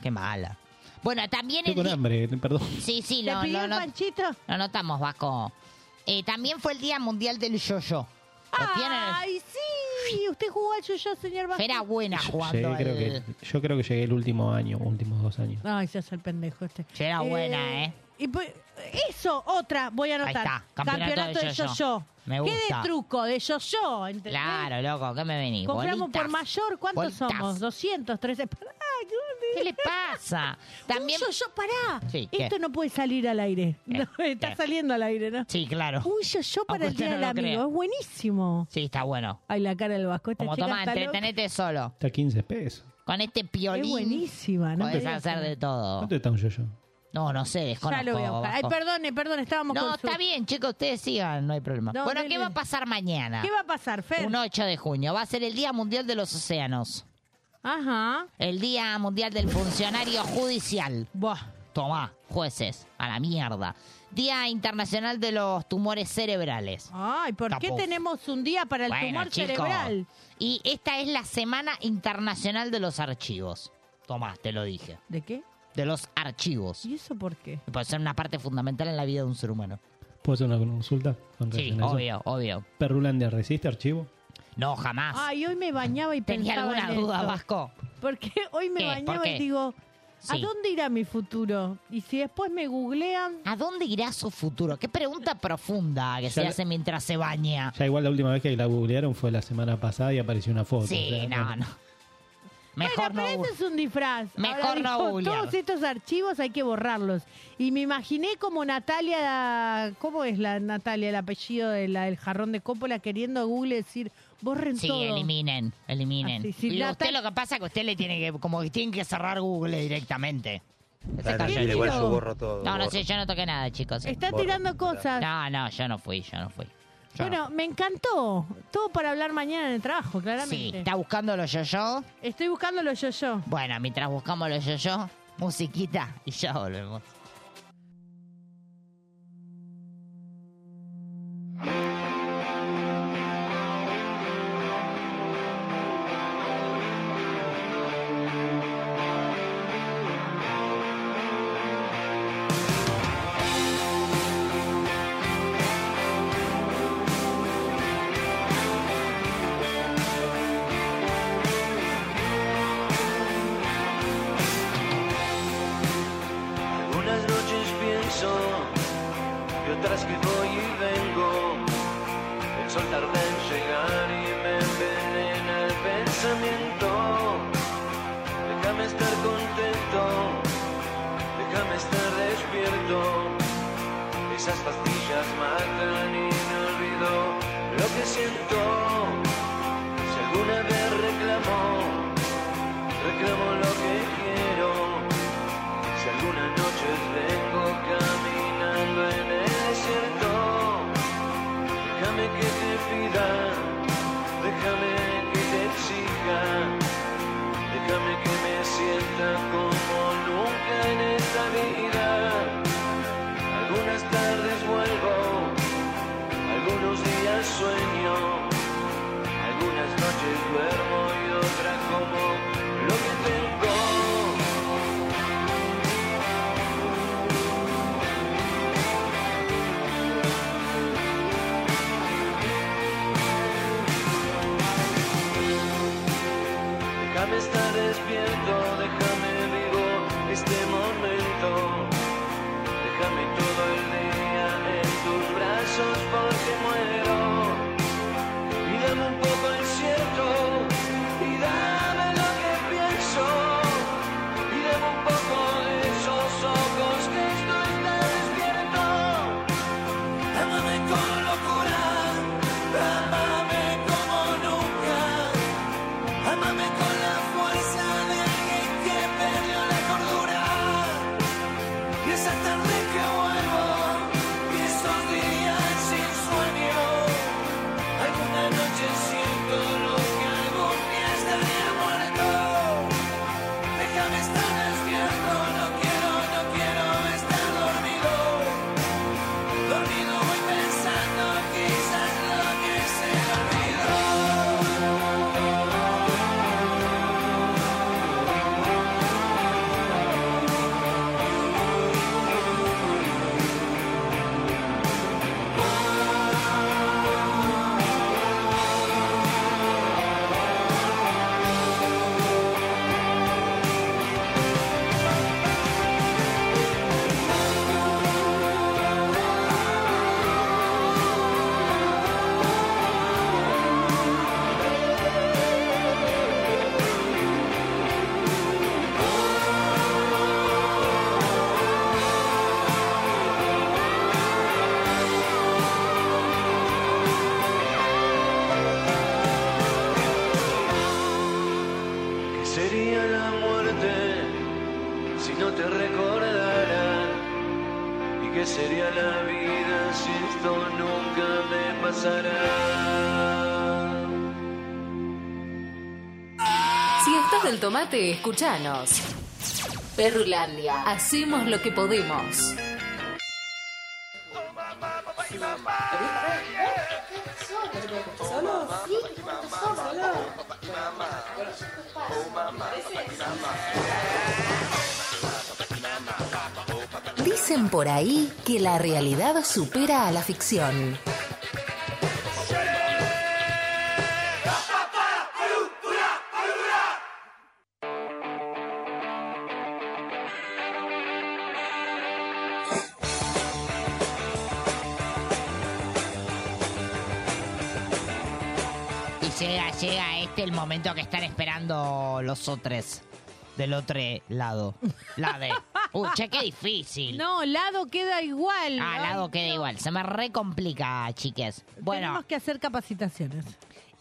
Speaker 4: Qué mala. Bueno, también
Speaker 7: Estoy
Speaker 4: el
Speaker 7: con
Speaker 4: día-
Speaker 7: hambre, perdón.
Speaker 4: Sí, sí,
Speaker 7: ¿Te
Speaker 4: lo,
Speaker 7: pidió
Speaker 4: lo,
Speaker 7: el
Speaker 4: no- lo notamos, Vasco. Eh, también fue el Día Mundial del Yoyo. Lo tienen-
Speaker 3: ¡Ay, sí! Usted jugó al yo señor Vasco.
Speaker 4: Era buena jugando
Speaker 7: Llegué, creo
Speaker 4: al-
Speaker 7: que, yo creo que llegué el último año, últimos dos años.
Speaker 3: Ay, se hace el pendejo este.
Speaker 4: Che, era
Speaker 3: Eh,
Speaker 4: buena, ¿eh?
Speaker 3: Y pu- eso, otra, voy a anotar.
Speaker 4: está, campeonato de yo-yo.
Speaker 3: yo-yo.
Speaker 4: Me
Speaker 3: ¿Qué
Speaker 4: gusta.
Speaker 3: de truco de yo-yo? ¿entendés?
Speaker 4: Claro, loco, ¿qué me venís?
Speaker 3: Compramos por
Speaker 4: Bolitas.
Speaker 3: mayor, ¿cuántos
Speaker 4: Bolitas.
Speaker 3: somos? 213. Pará, ¿Qué le
Speaker 4: pasa?
Speaker 3: También... Un yo-yo, pará.
Speaker 4: Sí, ¿qué?
Speaker 3: Esto no puede salir al aire.
Speaker 4: ¿Qué?
Speaker 3: No, está
Speaker 4: ¿Qué?
Speaker 3: saliendo al aire, ¿no?
Speaker 4: Sí, claro.
Speaker 3: Un yo-yo para el
Speaker 4: usted
Speaker 3: Día
Speaker 4: no
Speaker 3: del
Speaker 4: lo
Speaker 3: Amigo.
Speaker 4: crea.
Speaker 3: Es buenísimo.
Speaker 4: Sí, está bueno.
Speaker 3: Ay, la cara del vasco. Esta
Speaker 4: Como
Speaker 3: chica
Speaker 4: tomá,
Speaker 3: está loca.
Speaker 4: entretenete solo.
Speaker 7: Está 15 pesos.
Speaker 4: Con este piolín.
Speaker 3: Es buenísima, ¿no?
Speaker 4: Podés
Speaker 3: me digas.
Speaker 4: hacer de todo.
Speaker 7: ¿Cuánto está un yo-yo?
Speaker 4: No, no sé,
Speaker 3: Ya
Speaker 4: desconozco.
Speaker 3: lo voy a buscar. Ay,
Speaker 4: Vasco.
Speaker 3: perdone, perdón, estábamos
Speaker 4: No,
Speaker 3: con
Speaker 4: está bien, chicos, ustedes sigan, no hay problema.
Speaker 3: No,
Speaker 4: bueno,
Speaker 3: dele.
Speaker 4: ¿qué va a pasar mañana?
Speaker 3: ¿Qué va a pasar, Fer?
Speaker 4: Un 8 de junio. Va a ser el Día Mundial de los Océanos.
Speaker 3: Ajá.
Speaker 4: El Día Mundial del Funcionario Judicial.
Speaker 3: Buah.
Speaker 4: Tomá, jueces, a la mierda. Día Internacional de los Tumores Cerebrales.
Speaker 3: Ay, ¿por qué tenemos un día para el tumor cerebral?
Speaker 4: Y esta es la Semana Internacional de los Archivos. Tomá, te lo dije.
Speaker 3: ¿De qué?
Speaker 4: De los archivos.
Speaker 3: ¿Y eso por qué?
Speaker 4: Puede ser una parte fundamental en la vida de un ser humano.
Speaker 7: ¿Puedo hacer una consulta? con
Speaker 4: Sí,
Speaker 7: relación a eso?
Speaker 4: obvio, obvio.
Speaker 7: ¿Perrulandia resiste archivo?
Speaker 4: No, jamás.
Speaker 3: Ay, hoy me bañaba y
Speaker 4: ¿Tenía
Speaker 3: pensaba
Speaker 4: alguna
Speaker 3: en
Speaker 4: duda,
Speaker 3: esto.
Speaker 4: Vasco?
Speaker 3: Porque hoy me
Speaker 4: ¿Qué? ¿Por
Speaker 3: bañaba
Speaker 4: qué?
Speaker 3: y digo, ¿a
Speaker 4: Sí.
Speaker 3: dónde irá mi futuro? Y si después me googlean...
Speaker 4: ¿A dónde irá su futuro? Qué pregunta profunda que se
Speaker 7: Ya-
Speaker 4: hace mientras se baña.
Speaker 7: Ya igual la última vez que la googlearon fue la semana pasada y apareció una foto.
Speaker 4: Sí,
Speaker 7: O sea,
Speaker 4: no, no. Mejor
Speaker 3: Pero
Speaker 4: no.
Speaker 3: ese es un disfraz. Ahora
Speaker 4: Mejor no
Speaker 3: dijo,
Speaker 4: googlear.
Speaker 3: Todos estos archivos hay que borrarlos. Y me imaginé como Natalia, ¿cómo es la Natalia, el apellido del el jarrón de Coppola, queriendo a Google decir, borren
Speaker 4: Sí,
Speaker 3: todo?
Speaker 4: eliminen, eliminen.
Speaker 3: Así, sí,
Speaker 4: y
Speaker 3: la
Speaker 4: usted
Speaker 3: tal-
Speaker 4: lo que pasa es que usted le tiene que, como que tiene que cerrar Google directamente.
Speaker 16: Tranquila,
Speaker 4: cayó.
Speaker 16: igual yo borro todo,
Speaker 4: No, no
Speaker 16: borro.
Speaker 4: sé, yo no toqué nada, chicos.
Speaker 3: Está Borro. tirando cosas.
Speaker 4: No, no, yo no fui, yo no fui. Yo no
Speaker 3: Bueno, me encantó. Todo para hablar mañana en el trabajo, claramente.
Speaker 4: Sí, ¿está buscando los yo-yo?
Speaker 3: Estoy buscando los yo-yo.
Speaker 4: Bueno, mientras buscamos los yo-yo, musiquita y ya volvemos.
Speaker 2: Unas noches pienso y otras que voy y vengo. El sol tarda en llegar y me envenena el pensamiento. Déjame estar contento, déjame estar despierto. Esas pastillas matan y me olvido lo que siento. Si alguna vez reclamo, reclamo lo que quiero. Si alguna noche vengo caminando en el desierto, déjame que te pida, déjame que te exija, déjame que me sienta como nunca en esta vida. Algunas tardes vuelvo, algunos días sueño, algunas noches duermo y otras como lo que tengo. Déjame estar despierto, déjame vivo este momento. Déjame todo el día en tus brazos porque muero. Y dame un poco el cierto y dame lo que pienso. Y dame un poco esos ojos que estoy tan despierto. Amame con locura, amame como nunca. Amame con la fuerza de alguien que perdió la cordura. Y esa tarde que vuelvo, y esos días sin sueño. Alguna noche siento lo que algún día estaría muerto. Déjame estar despierto, no quiero, no quiero estar dormido. Dormido voy pensando quizás lo que se olvidó.
Speaker 17: ¿Qué sería la vida si esto nunca me pasará?
Speaker 8: Si estás del tomate, escúchanos. Perrulandia. Hacemos lo que podemos. Dicen por ahí que la realidad supera a la ficción.
Speaker 4: Y llega, llega este el momento que están esperando los otros del otro lado. La de. Uy, che, qué difícil.
Speaker 3: No, lado queda igual.
Speaker 4: Ah, lado queda igual. Se me recomplica, chiques. Bueno,
Speaker 3: Tenemos que hacer capacitaciones.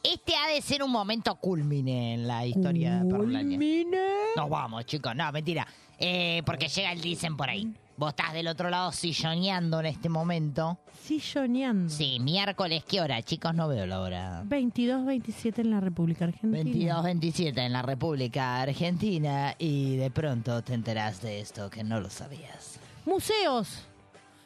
Speaker 4: este ha de ser un momento culmine en la historia de Perulaña. Nos vamos, chicos. No, mentira. Eh, porque llega el dicen por ahí. Vos estás del otro lado silloneando en este momento.
Speaker 3: Silloneando.
Speaker 4: Sí, miércoles, ¿qué hora? Chicos, no veo la hora.
Speaker 3: 22-27 en la República Argentina.
Speaker 4: 22-27 en la República Argentina y de pronto te enterás de esto que no lo sabías.
Speaker 3: Museos.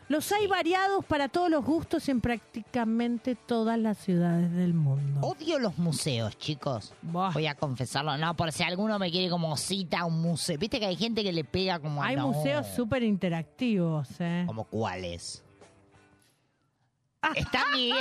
Speaker 3: Los hay variados para todos los gustos en prácticamente todas las ciudades del mundo.
Speaker 4: Odio los museos, chicos. Voy a confesarlo. No, por si alguno me quiere como cita a un museo. Viste que hay gente que le pega como a
Speaker 3: Hay
Speaker 4: no,
Speaker 3: museos súper interactivos, ¿eh?
Speaker 4: ¿Como cuáles? Está, mi-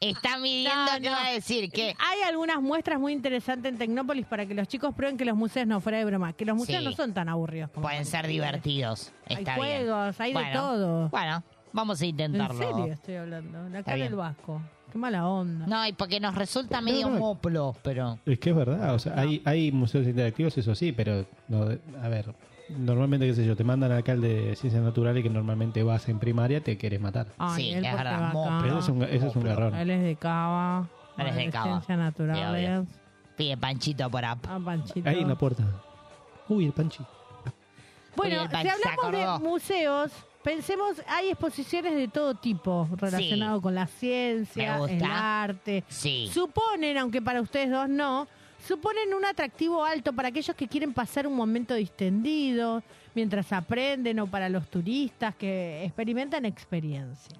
Speaker 4: está midiendo qué va a decir. ¿Qué?
Speaker 3: Hay algunas muestras muy interesantes en Tecnópolis para que los chicos prueben que los museos no fuera de broma. Que los museos
Speaker 4: Sí.
Speaker 3: no son tan aburridos. como
Speaker 4: Pueden ser
Speaker 3: parece.
Speaker 4: divertidos.
Speaker 3: Eh, Hay
Speaker 4: Está bien.
Speaker 3: juegos, hay de
Speaker 4: Bueno,
Speaker 3: todo.
Speaker 4: Bueno, vamos a
Speaker 3: En
Speaker 4: intentarlo.
Speaker 3: serio estoy hablando. La
Speaker 4: Está
Speaker 3: cara
Speaker 4: bien.
Speaker 3: del Vasco. Qué mala onda.
Speaker 4: No, y porque nos resulta medio
Speaker 3: no.
Speaker 4: moplo, pero...
Speaker 7: Es que es verdad, o sea, hay, hay museos interactivos, eso sí, pero, no, a ver, normalmente, qué sé yo, te mandan al alcalde de ciencias naturales que normalmente vas en primaria, te quieres matar.
Speaker 3: Ay,
Speaker 4: Sí,
Speaker 3: él
Speaker 4: es
Speaker 3: porque
Speaker 4: verdad,
Speaker 3: va acá. Eh.
Speaker 4: moplo.
Speaker 7: Pero eso es un, eso es un garrón.
Speaker 3: Él es de Cava.
Speaker 4: Él es de Cava.
Speaker 3: Ciencias
Speaker 4: Sí,
Speaker 3: naturales.
Speaker 4: obvio. Pide panchito por app.
Speaker 3: ¿eh? Ah, Panchito.
Speaker 7: Ahí en la puerta. Uy, el panchi.
Speaker 3: Bueno,
Speaker 4: Oye,
Speaker 3: si
Speaker 4: Panchi, se
Speaker 3: hablamos de
Speaker 4: acordó.
Speaker 3: museos, pensemos, hay exposiciones de todo tipo relacionado
Speaker 4: Sí.
Speaker 3: con la ciencia,
Speaker 4: Me gusta.
Speaker 3: el arte.
Speaker 4: Sí.
Speaker 3: Suponen, aunque para ustedes dos no, suponen un atractivo alto para aquellos que quieren pasar un momento distendido mientras aprenden o para los turistas que experimentan experiencias.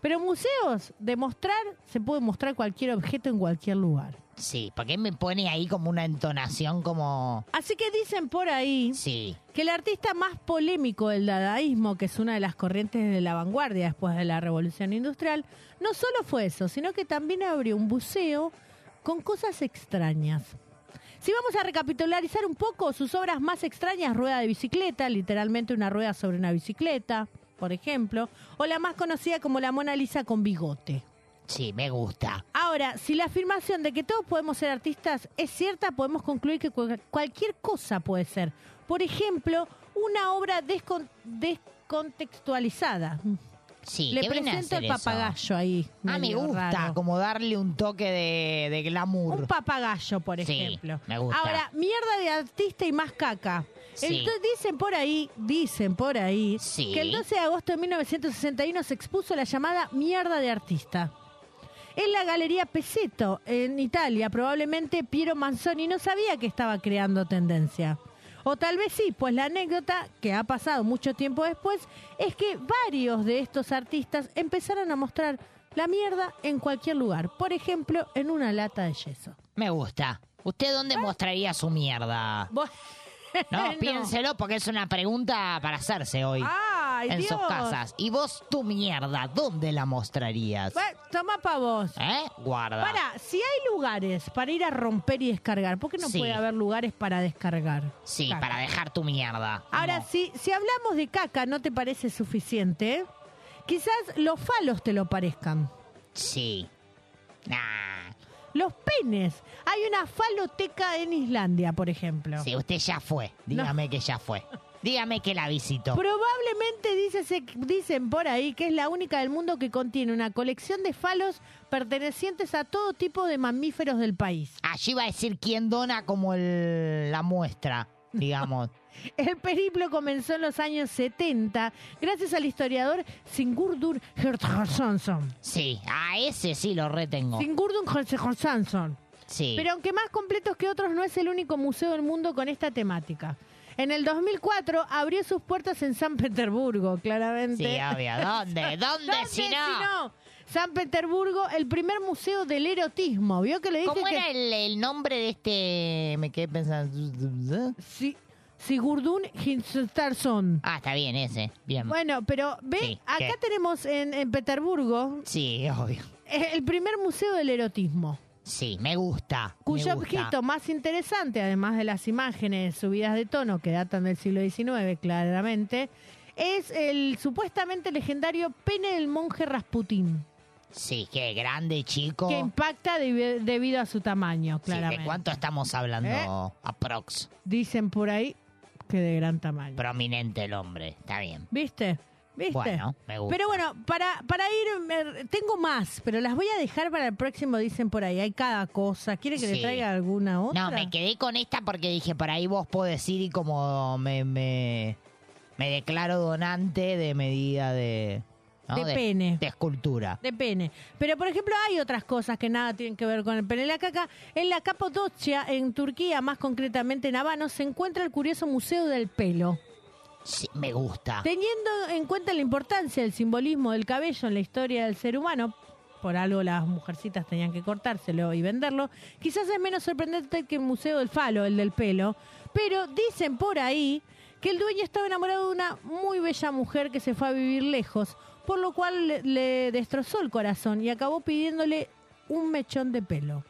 Speaker 3: Pero museos, demostrar, se puede mostrar cualquier objeto en cualquier lugar.
Speaker 4: Sí, porque me pone ahí como una entonación como...
Speaker 3: Así que dicen por ahí
Speaker 4: Sí.
Speaker 3: que el artista más polémico del dadaísmo, que es una de las corrientes de la vanguardia después de la revolución industrial, no solo fue eso, sino que también abrió un buceo con cosas extrañas. Si vamos a recapitularizar un poco, sus obras más extrañas, rueda de bicicleta, literalmente una rueda sobre una bicicleta, por ejemplo, o la más conocida como la Mona Lisa con bigote.
Speaker 4: Sí, me gusta.
Speaker 3: Ahora, si la afirmación de que todos podemos ser artistas es cierta, podemos concluir que cual- cualquier cosa puede ser. Por ejemplo, una obra descon- descontextualizada.
Speaker 4: Sí,
Speaker 3: Le
Speaker 4: ¿qué viene a
Speaker 3: presento
Speaker 4: hacer
Speaker 3: el
Speaker 4: eso?
Speaker 3: papagayo ahí.
Speaker 4: Ah, me
Speaker 3: medio
Speaker 4: gusta,
Speaker 3: raro.
Speaker 4: como darle un toque de, de glamour.
Speaker 3: Un papagayo, por ejemplo.
Speaker 4: me gusta.
Speaker 3: Ahora, mierda de artista y más caca.
Speaker 4: Sí.
Speaker 3: Entonces dicen por ahí, dicen por ahí, que el 12 de agosto de 1961 se expuso la llamada mierda de artista. En la Galería Peseto, en Italia, probablemente Piero Manzoni no sabía que estaba creando tendencia. O tal vez sí, pues la anécdota, que ha pasado mucho tiempo después, es que varios de estos artistas empezaron a mostrar la mierda en cualquier lugar. Por ejemplo, en una lata de yeso.
Speaker 4: Me gusta. ¿Usted dónde mostraría su mierda? No,
Speaker 3: Ah. No.
Speaker 4: piénselo porque es una pregunta para hacerse hoy.
Speaker 3: Ay,
Speaker 4: en sus
Speaker 3: Dios.
Speaker 4: casas. ¿Y vos tu mierda? ¿Dónde la mostrarías?
Speaker 3: Bueno, toma pa' vos.
Speaker 4: ¿Eh? Guarda.
Speaker 3: Para, si hay lugares para ir a romper y descargar, ¿por qué no
Speaker 4: Sí.
Speaker 3: puede haber lugares para descargar?
Speaker 4: Sí,
Speaker 3: Caca.
Speaker 4: para dejar tu mierda.
Speaker 3: Ahora, si, si hablamos de caca, ¿no te parece suficiente? eh? Quizás los falos te lo parezcan.
Speaker 4: Sí. Nah.
Speaker 3: Los penes. Hay una faloteca en Islandia, por ejemplo.
Speaker 4: Sí, usted ya fue. Dígame que ya fue. Dígame que la visitó.
Speaker 3: Probablemente dice, se- dicen por ahí que es la única del mundo que contiene una colección de falos pertenecientes a todo tipo de mamíferos del país.
Speaker 4: Allí va a decir quién dona como el- la muestra, digamos.
Speaker 3: El periplo comenzó en los años 70 gracias al historiador Sigurdur Hertzson.
Speaker 4: Sí, a ese sí lo retengo.
Speaker 3: Sigurdur Hertzson.
Speaker 4: Sí.
Speaker 3: Pero aunque más completos que otros, no es el único museo del mundo con esta temática. En el 2004 abrió sus puertas en San Petersburgo, claramente.
Speaker 4: Sí, obvio. ¿Dónde? ¿Dónde, si no?
Speaker 3: San Petersburgo, el primer museo del erotismo. ¿Vio que le dije
Speaker 4: ¿Cómo
Speaker 3: que-
Speaker 4: era el, el nombre de este? Me quedé pensando.
Speaker 3: Sí. Sigurdun Hinsterson.
Speaker 4: Ah, está bien ese. Bien.
Speaker 3: Bueno, pero ve,
Speaker 4: Sí,
Speaker 3: acá
Speaker 4: ¿qué?
Speaker 3: tenemos en, en Petersburgo
Speaker 4: Sí, obvio.
Speaker 3: eh, el primer museo del erotismo.
Speaker 4: Sí, me gusta. me
Speaker 3: Cuyo
Speaker 4: gusta.
Speaker 3: objeto más interesante, además de las imágenes subidas de tono que datan del siglo XIX, claramente, es el supuestamente legendario pene del monje Rasputín,
Speaker 4: Sí, qué grande, chico.
Speaker 3: que impacta debi- debido a su tamaño,
Speaker 4: Sí, ¿De
Speaker 3: claramente.
Speaker 4: cuánto estamos hablando?
Speaker 3: ¿Eh?
Speaker 4: Aprox.
Speaker 3: Dicen por ahí que de gran tamaño.
Speaker 4: Prominente el hombre. Está bien.
Speaker 3: ¿Viste? ¿Viste?
Speaker 4: Bueno, me gusta.
Speaker 3: Pero bueno, para, para ir, me- tengo más, pero las voy a dejar para el próximo, dicen por ahí. Hay cada cosa. ¿Quiere que le
Speaker 4: Sí.
Speaker 3: traiga alguna
Speaker 4: No,
Speaker 3: otra?
Speaker 4: me quedé con esta porque dije, por ahí vos podés ir y como me, me, me declaro donante de medida de... ¿no?
Speaker 3: De pene.
Speaker 4: De escultura.
Speaker 3: De pene. Pero, por ejemplo, hay otras cosas que nada tienen que ver con el pene. La caca, en la Capadocia, en Turquía, más concretamente en Habano, se encuentra el curioso Museo del Pelo.
Speaker 4: Sí, me gusta.
Speaker 3: Teniendo en cuenta la importancia del simbolismo del cabello en la historia del ser humano, por algo las mujercitas tenían que cortárselo y venderlo, quizás es menos sorprendente que el Museo del Falo, el del pelo, pero dicen por ahí que el dueño estaba enamorado de una muy bella mujer que se fue a vivir lejos, por lo cual le, le destrozó el corazón y acabó pidiéndole un mechón de pelo.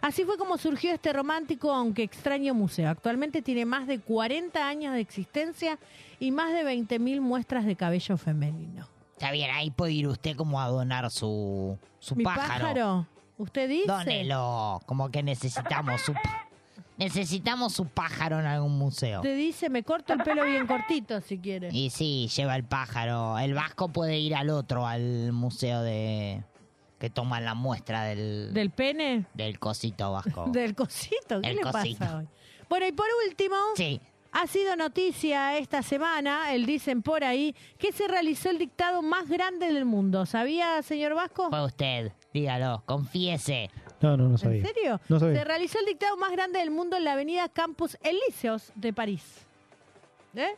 Speaker 3: Así fue como surgió este romántico, aunque extraño museo. Actualmente tiene más de 40 años de existencia y más de 20.000 muestras de cabello femenino.
Speaker 4: Está bien, ahí puede ir usted como a donar su, su
Speaker 3: Mi
Speaker 4: pájaro.
Speaker 3: pájaro, usted dice.
Speaker 4: Dónelo, como que necesitamos su pa- necesitamos su pájaro en algún museo.
Speaker 3: Usted dice, me corto el pelo bien cortito si quiere.
Speaker 4: Y sí, lleva el pájaro. El vasco puede ir al otro, al museo de que toman la muestra del
Speaker 3: ¿Del pene?
Speaker 4: del cosito vasco.
Speaker 3: Del cosito, ¿qué
Speaker 4: El
Speaker 3: le
Speaker 4: cosito.
Speaker 3: pasa hoy? Bueno, y por último, ha sido noticia esta semana, el dicen por ahí, que se realizó el dictado más grande del mundo. ¿Sabía, señor Vasco?
Speaker 4: Fue usted, dígalo, confiese.
Speaker 7: No, no, no sabía.
Speaker 3: ¿En serio?
Speaker 7: No sabía.
Speaker 3: Se realizó el dictado más grande del mundo en la avenida Campus Elíseos de París. ¿Eh?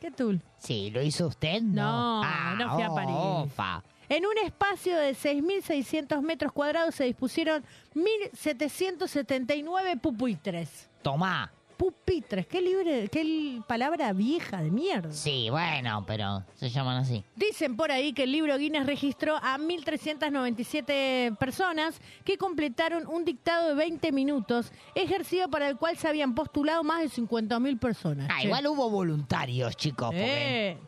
Speaker 3: ¿Qué tul?
Speaker 4: Sí, ¿lo hizo usted? No,
Speaker 3: No, no fui a
Speaker 4: oh,
Speaker 3: París.
Speaker 4: ofa.
Speaker 3: En un espacio de 6.600 metros cuadrados se dispusieron 1.779 pupitres.
Speaker 4: Tomá.
Speaker 3: Pupitres, qué libre, qué l- palabra vieja de mierda.
Speaker 4: Sí, bueno, pero se llaman así.
Speaker 3: Dicen por ahí que el libro Guinness registró a 1.397 personas que completaron un dictado de 20 minutos, ejercido para el cual se habían postulado más de 50.000 personas.
Speaker 4: Ah,
Speaker 3: Che.
Speaker 4: igual hubo voluntarios, chicos, porque
Speaker 3: Eh.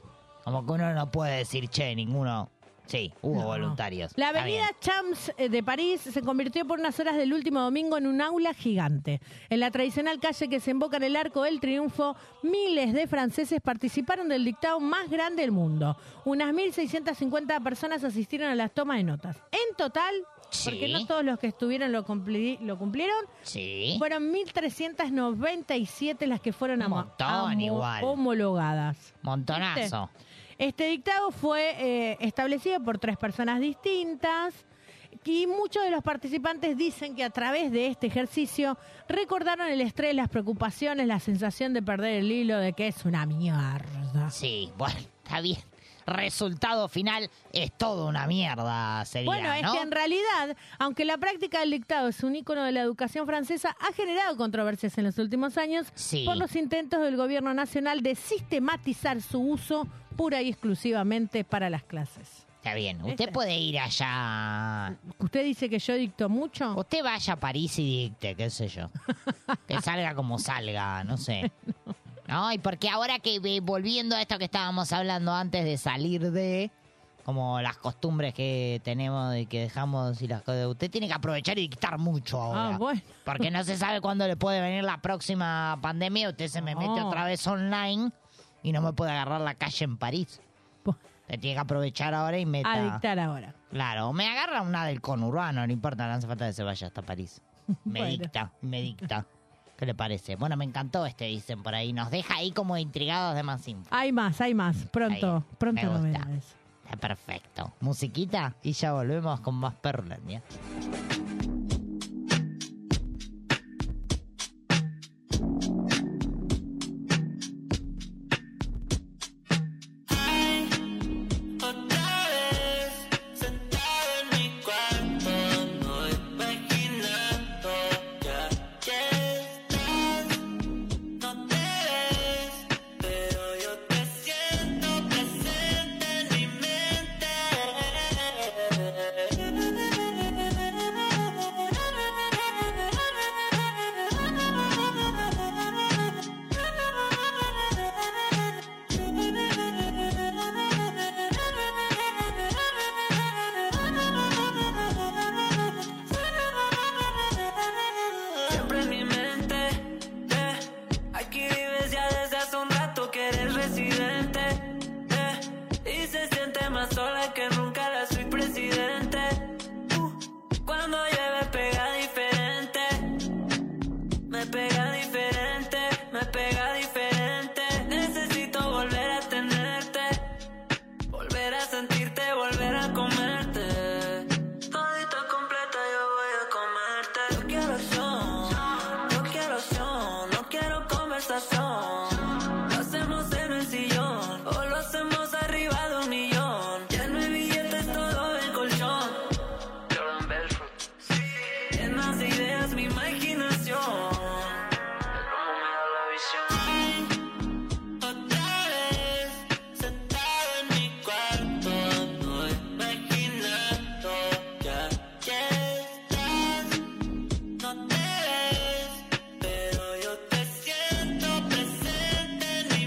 Speaker 4: como que uno no puede decir, che, ninguno. Sí, hubo voluntarios.
Speaker 3: La
Speaker 4: Está
Speaker 3: avenida Champs eh, de París se convirtió por unas horas del último domingo en un aula gigante. En la tradicional calle que se emboca en el Arco del Triunfo, miles de franceses participaron del dictado más grande del mundo. Unas 1.650 personas asistieron a las tomas de notas. En total, porque
Speaker 4: Sí.
Speaker 3: no todos los que estuvieron lo, cumpli- lo cumplieron,
Speaker 4: Sí.
Speaker 3: fueron 1.397 las que fueron a
Speaker 4: montón igual.
Speaker 3: homologadas.
Speaker 4: Montonazo.
Speaker 3: Este dictado fue eh, establecido por tres personas distintas y muchos de los participantes dicen que a través de este ejercicio recordaron el estrés, las preocupaciones, la sensación de perder el hilo, de que es una mierda.
Speaker 4: Sí, bueno, está bien. Resultado final es todo una mierda, sería,
Speaker 3: Bueno, es
Speaker 4: ¿no?
Speaker 3: que en realidad, aunque la práctica del dictado es un ícono de la educación francesa, ha generado controversias en los últimos años
Speaker 4: Sí.
Speaker 3: por los intentos del gobierno nacional de sistematizar su uso pura y exclusivamente para las clases.
Speaker 4: Está bien, usted puede ir allá.
Speaker 3: Este. ¿Usted dice que yo dicto mucho?
Speaker 4: Usted vaya a París y dicte, qué sé yo. que salga como salga, no sé. No, y porque ahora que eh, volviendo a esto que estábamos hablando antes de salir de como las costumbres que tenemos y que dejamos y las cosas, usted tiene que aprovechar y dictar mucho ahora.
Speaker 3: Ah, bueno.
Speaker 4: Porque no se sabe cuándo le puede venir la próxima pandemia, usted se me mete
Speaker 3: No.
Speaker 4: otra vez online y no me puede agarrar la calle en París. Usted tiene que aprovechar ahora y meta.
Speaker 3: Pues, A dictar ahora.
Speaker 4: Claro, me agarra una del conurbano, no importa, no hace falta que se vaya hasta París. Me
Speaker 3: Bueno.
Speaker 4: dicta, me dicta. ¿Qué le parece? Bueno, me encantó este, dicen por ahí. Nos deja ahí como intrigados de más info.
Speaker 3: Hay más, hay más. Pronto, pronto
Speaker 4: me gusta.
Speaker 3: novedades.
Speaker 4: Está perfecto. Musiquita y ya volvemos con más Perlandia.
Speaker 2: Otra vez sentado en mi cuarto, no imaginando ya que estás. No te ves, pero yo te siento presente en mi
Speaker 17: Siempre en mi mente, eh. aquí vives ya desde hace un rato que eres residente. eh. Y se siente más sola que nunca la soy presidente. Uh, Cuando llueve pega diferente, me pega diferente, me pega diferente. Necesito volver a tenerte, volver a sentirte, volver a comerte. Todita completa yo voy a comerte. Yo quiero acción, yo quiero acción, no quiero conversación. Lo hacemos en el sillón o lo hacemos arriba de un millón. Lleno de billetes todo el colchón. Jordan Belfort. Llenas de ideas mi imaginación. El humo me da la visión.
Speaker 2: Otra vez sentado en mi cuarto, no imaginando ya que estás. No te ves, pero yo te siento presente en mi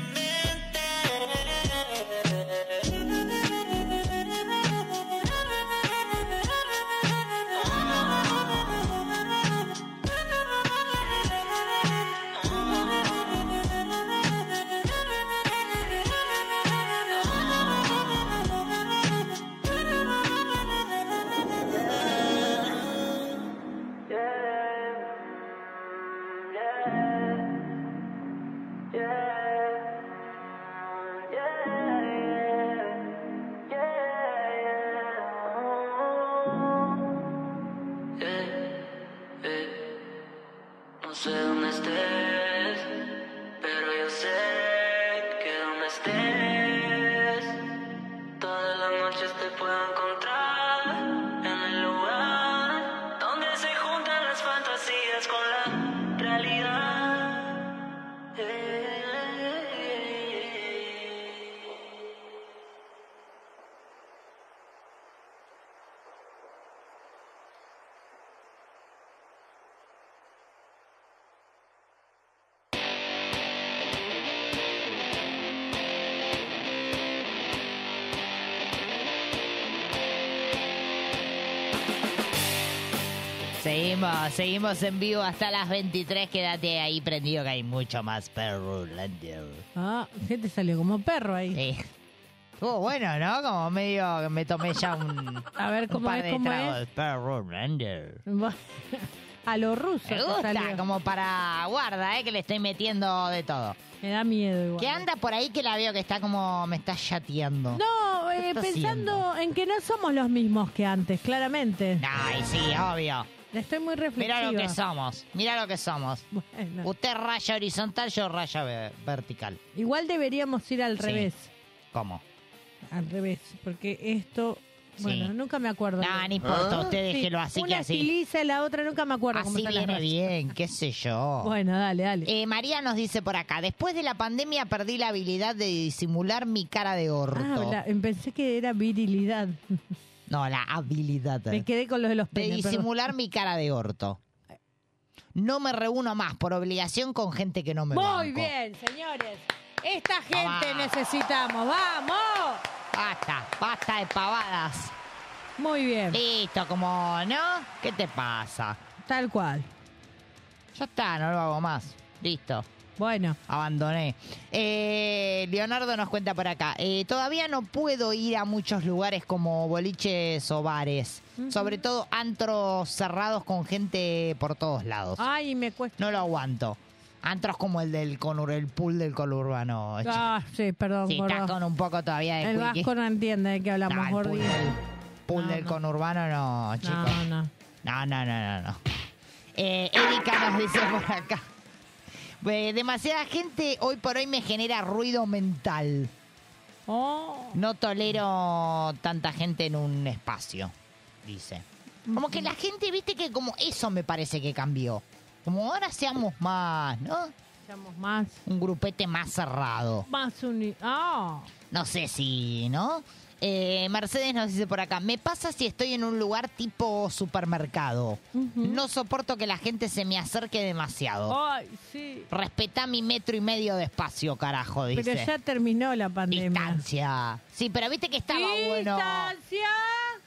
Speaker 17: No sé dónde estés, pero yo sé que donde estés, todas las noches te puedo encontrar en el lugar donde se juntan las fantasías con la realidad.
Speaker 4: Seguimos, seguimos en vivo hasta las 23. Quédate ahí prendido que hay mucho más Perrulandia.
Speaker 3: Ah, gente salió como perro ahí.
Speaker 4: Sí. Estuvo bueno, ¿no? Como medio que me tomé ya un,
Speaker 3: A ver
Speaker 4: un
Speaker 3: cómo
Speaker 4: par
Speaker 3: es,
Speaker 4: de
Speaker 3: cómo
Speaker 4: tragos.
Speaker 3: es.
Speaker 4: Perrulandia.
Speaker 3: A lo ruso.
Speaker 4: Me gusta, como para guarda, eh, que le estoy metiendo de todo.
Speaker 3: Me da miedo igual.
Speaker 4: Que anda por ahí que la veo que está como me está chateando.
Speaker 3: No, eh,
Speaker 4: ¿Qué está
Speaker 3: pensando en que no somos los mismos que antes, claramente.
Speaker 4: Ay, sí, obvio.
Speaker 3: Estoy muy reflexiva.
Speaker 4: Mira lo que somos, mira lo que somos. Usted raya horizontal, yo raya ve- vertical.
Speaker 3: Igual deberíamos ir al
Speaker 4: Sí.
Speaker 3: revés.
Speaker 4: ¿Cómo?
Speaker 3: Al revés, porque esto... Bueno,
Speaker 4: Sí.
Speaker 3: nunca me acuerdo.
Speaker 4: No, no importa, ustedes que lo hacen que
Speaker 3: Una
Speaker 4: así.
Speaker 3: estiliza y la otra nunca me acuerdo. cómo
Speaker 4: Así
Speaker 3: están las
Speaker 4: viene
Speaker 3: razas.
Speaker 4: bien, qué sé yo.
Speaker 3: Bueno, dale, dale.
Speaker 4: Eh, María nos dice por acá, después de la pandemia perdí la habilidad de disimular mi cara de
Speaker 3: Ah,
Speaker 4: orto.
Speaker 3: la- pensé que era virilidad.
Speaker 4: no, la habilidad.
Speaker 3: Me quedé con lo de los
Speaker 4: de
Speaker 3: penes. perdón.
Speaker 4: disimular mi cara de orto. No me reúno más por obligación con gente que no me
Speaker 3: Muy
Speaker 4: banco.
Speaker 3: bien, señores. Esta gente necesitamos. ¡Vamos!
Speaker 4: Basta, basta de pavadas.
Speaker 3: Muy bien.
Speaker 4: Listo, como, ¿no? ¿Qué te pasa?
Speaker 3: Tal cual.
Speaker 4: Ya está, no lo hago más. Listo.
Speaker 3: Bueno.
Speaker 4: Abandoné. Eh, Leonardo nos cuenta por acá. eh, todavía no puedo ir a muchos lugares como boliches o bares. Sobre todo antros cerrados con gente por todos lados.
Speaker 3: Ay, me cuesta.
Speaker 4: No lo aguanto. Antros como el del conur, el pool del conurbano.
Speaker 3: Ah, sí, perdón.
Speaker 4: Si
Speaker 3: gordo.
Speaker 4: estás con un poco todavía de
Speaker 3: El
Speaker 4: cuiqui.
Speaker 3: vasco no entiende de qué hablamos,
Speaker 4: No, el
Speaker 3: gordi.
Speaker 4: pool del- pool del conurbano no, chicos.
Speaker 3: no.
Speaker 4: No, no, no, no, no. Eh, Erika nos dice por acá. "Eh, demasiada gente hoy por hoy me genera ruido mental.
Speaker 3: Oh.
Speaker 4: No tolero tanta gente en un espacio, dice. Como que la gente, viste que como eso me parece que cambió. Como ahora seamos más, ¿no?
Speaker 3: Seamos más.
Speaker 4: Un grupete más cerrado.
Speaker 3: Más unido. Ah.
Speaker 4: No sé si, ¿no? Eh, Mercedes nos dice por acá, me pasa si estoy en un lugar tipo supermercado. No soporto que la gente se me acerque demasiado.
Speaker 3: Ay, sí.
Speaker 4: Respetá mi metro y medio de espacio, carajo, dice.
Speaker 3: Pero ya terminó la pandemia.
Speaker 4: Distancia. Sí, pero viste que estaba bueno.
Speaker 3: Distancia.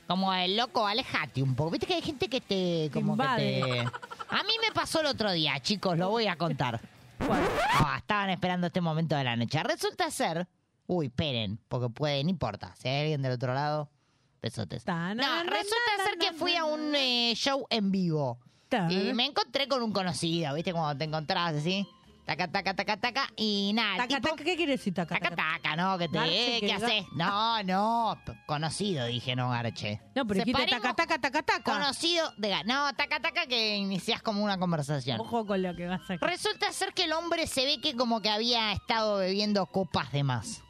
Speaker 4: Como el loco, alejate un poco. Viste que hay gente que te... Como que te...
Speaker 3: invade.
Speaker 4: A mí me pasó el otro día, chicos, lo voy a contar. Ah, estaban esperando este momento de la noche. Resulta ser... Uy, esperen, porque puede, no importa. Si hay alguien del otro lado, besotes. No, resulta ser que fui a un eh, show en vivo. Y me encontré con un conocido, ¿viste? Cuando te encontrás así. Taca, taca, taca, taca. Y nada.
Speaker 3: Taca, taca, ¿Qué quiere decir taca,
Speaker 4: taca? Taca, ¿no? Que te,
Speaker 3: Garche,
Speaker 4: eh,
Speaker 3: que
Speaker 4: ¿Qué
Speaker 3: diga-
Speaker 4: haces? No, no. p- Conocido, dije, no, Garche.
Speaker 3: No, pero dijiste
Speaker 4: Separemos
Speaker 3: taca, taca, taca, taca.
Speaker 4: Conocido de ga- No, taca, taca, que iniciás como una conversación.
Speaker 3: Ojo con lo que vas a
Speaker 4: Resulta ser que el hombre se ve que como que había estado bebiendo copas de más.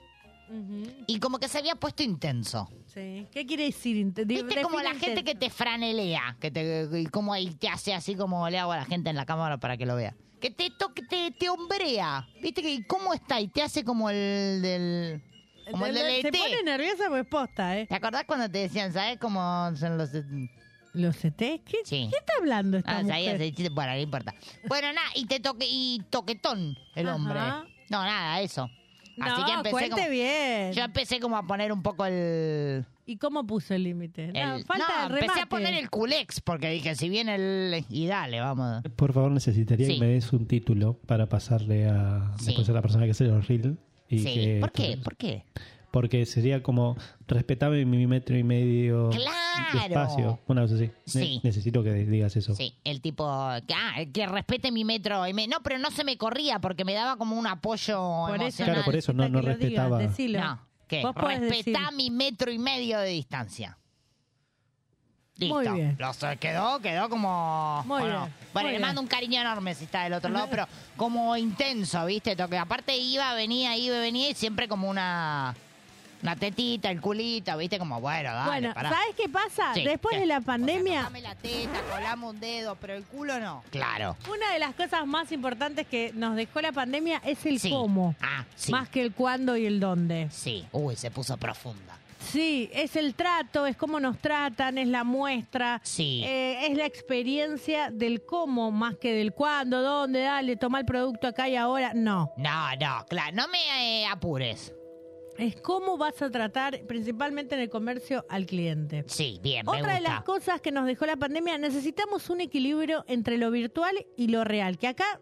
Speaker 3: Ujú.
Speaker 4: Y como que se había puesto intenso.
Speaker 3: Sí. ¿Qué quiere decir? Inte- di-
Speaker 4: Viste como
Speaker 3: define
Speaker 4: la gente que te franelea, que te y como ahí te hace así como le hago a la gente en la cámara para que lo vea. Que te toque, te, te hombrea. Viste que y cómo está y te hace como el del como el
Speaker 3: Se-
Speaker 4: del
Speaker 3: se
Speaker 4: ET.
Speaker 3: pone nerviosa pues posta, ¿eh?
Speaker 4: ¿Te acordás cuando te decían, sabes cómo son los
Speaker 3: los ET? ¿Qué,
Speaker 4: ¿Qué
Speaker 3: está hablando esta
Speaker 4: Ah, sabía
Speaker 3: mujer?
Speaker 4: ese chiste, bueno, no importa. Bueno, nada, y te toque y toquetón el
Speaker 3: Ajá.
Speaker 4: hombre. No, nada, eso. Así
Speaker 3: Ah. No,
Speaker 4: que empecé
Speaker 3: cuente
Speaker 4: como-
Speaker 3: bien.
Speaker 4: Yo empecé como a poner un poco el
Speaker 3: ¿Y cómo puso el límite? No,
Speaker 4: el-
Speaker 3: falta
Speaker 4: no,
Speaker 3: de remate.
Speaker 4: empecé a poner el culex porque dije, si viene el... Y dale, vamos.
Speaker 7: Por favor, necesitaría
Speaker 4: Sí.
Speaker 7: que me des un título para pasarle a
Speaker 4: Sí.
Speaker 7: después a la persona que hace los reels. Y
Speaker 4: Sí,
Speaker 7: que-
Speaker 4: ¿por qué? ¿Por qué?
Speaker 7: Porque sería como respetame mi metro y medio
Speaker 4: Claro.
Speaker 7: de espacio. Una cosa así. Ne-
Speaker 4: Sí.
Speaker 7: necesito que digas eso.
Speaker 4: Sí, el tipo, que, ah, que respete mi metro. y me- No, pero no se me corría porque me daba como un apoyo emocional.
Speaker 7: claro, por eso no, no respetaba.
Speaker 4: No, que
Speaker 7: Vos podés
Speaker 4: respetá mi metro y medio de distancia. Listo.
Speaker 7: Muy bien.
Speaker 4: Lo so- quedó, quedó como...
Speaker 3: Muy
Speaker 4: ¿o no?
Speaker 3: bien,
Speaker 4: Bueno,
Speaker 3: muy
Speaker 4: le
Speaker 3: bien.
Speaker 4: mando un cariño enorme si está del otro lado, pero como intenso, ¿viste? Toque. Aparte iba, venía, iba, venía y siempre como una... Una tetita, el culito, ¿viste? Como, bueno, dale,
Speaker 3: bueno,
Speaker 4: pará.
Speaker 3: ¿sabes qué pasa?
Speaker 4: Sí,
Speaker 3: Después
Speaker 4: ¿qué?
Speaker 3: de la pandemia,
Speaker 4: Dame la teta, colamos un dedo, pero el culo no. Claro.
Speaker 3: una de las cosas más importantes que nos dejó la pandemia es el cómo.
Speaker 4: Ah, sí.
Speaker 3: Más que el cuándo y el dónde.
Speaker 4: Sí. Uy, se puso profunda.
Speaker 3: Sí, es el trato, es cómo nos tratan, es la muestra,
Speaker 4: Sí.
Speaker 3: eh, es la experiencia del cómo más que del cuándo, dónde, dale, toma el producto acá y ahora. No,
Speaker 4: No, no, claro, no me eh, apures.
Speaker 3: es cómo vas a tratar principalmente en el comercio al cliente.
Speaker 4: Sí, bien, me
Speaker 3: Otra de
Speaker 4: gusta.
Speaker 3: las cosas que nos dejó la pandemia, necesitamos un equilibrio entre lo virtual y lo real, que acá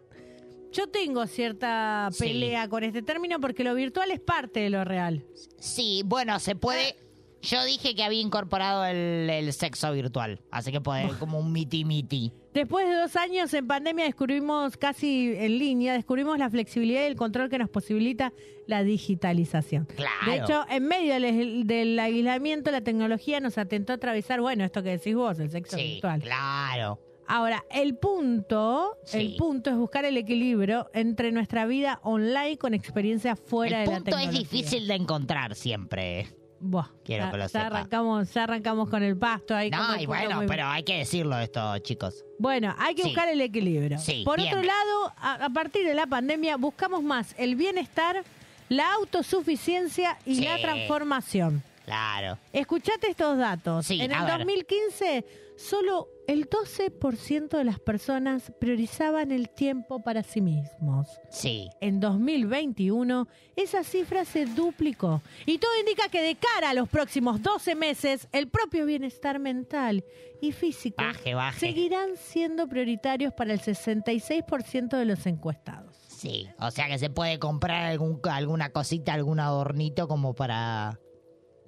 Speaker 3: yo tengo cierta
Speaker 4: Sí.
Speaker 3: pelea con este término porque lo virtual es parte de lo real.
Speaker 4: Sí, bueno, se puede. Yo dije que había incorporado el, el sexo virtual, así que puede como un miti miti.
Speaker 3: Después de dos años en pandemia descubrimos casi en línea, descubrimos la flexibilidad y el control que nos posibilita la digitalización.
Speaker 4: Claro.
Speaker 3: De hecho, en medio del, del aislamiento, la tecnología nos atentó a atravesar, bueno, esto que decís vos, el sexo virtual.
Speaker 4: Claro.
Speaker 3: Ahora, el punto, el punto es buscar el equilibrio entre nuestra vida online con experiencias fuera
Speaker 4: el
Speaker 3: de la
Speaker 4: punto es
Speaker 3: tecnología.
Speaker 4: difícil de encontrar siempre.
Speaker 3: Buah,
Speaker 4: Quiero
Speaker 3: ya,
Speaker 4: que lo
Speaker 3: ya
Speaker 4: sepa.
Speaker 3: arrancamos, ya arrancamos con el pasto ahí. como
Speaker 4: No,
Speaker 3: el
Speaker 4: y
Speaker 3: punto
Speaker 4: bueno,
Speaker 3: muy-
Speaker 4: pero hay que decirlo esto, chicos.
Speaker 3: Bueno, hay que
Speaker 4: Sí.
Speaker 3: buscar el equilibrio.
Speaker 4: Sí,
Speaker 3: Por
Speaker 4: bien.
Speaker 3: otro lado, a, a partir de la pandemia buscamos más el bienestar, la autosuficiencia y
Speaker 4: Sí.
Speaker 3: la transformación.
Speaker 4: Claro.
Speaker 3: Escuchate estos datos.
Speaker 4: Sí,
Speaker 3: en
Speaker 4: a
Speaker 3: el
Speaker 4: ver.
Speaker 3: 2015, solo el 12% de las personas priorizaban el tiempo para sí mismos.
Speaker 4: Sí.
Speaker 3: En 2021, esa cifra se duplicó. Y todo indica que de cara a los próximos 12 meses, el propio bienestar mental y físico
Speaker 4: Baje, baje.
Speaker 3: seguirán siendo prioritarios para el 66% de los encuestados.
Speaker 4: Sí, o sea que se puede comprar algún, alguna cosita, algún adornito como para...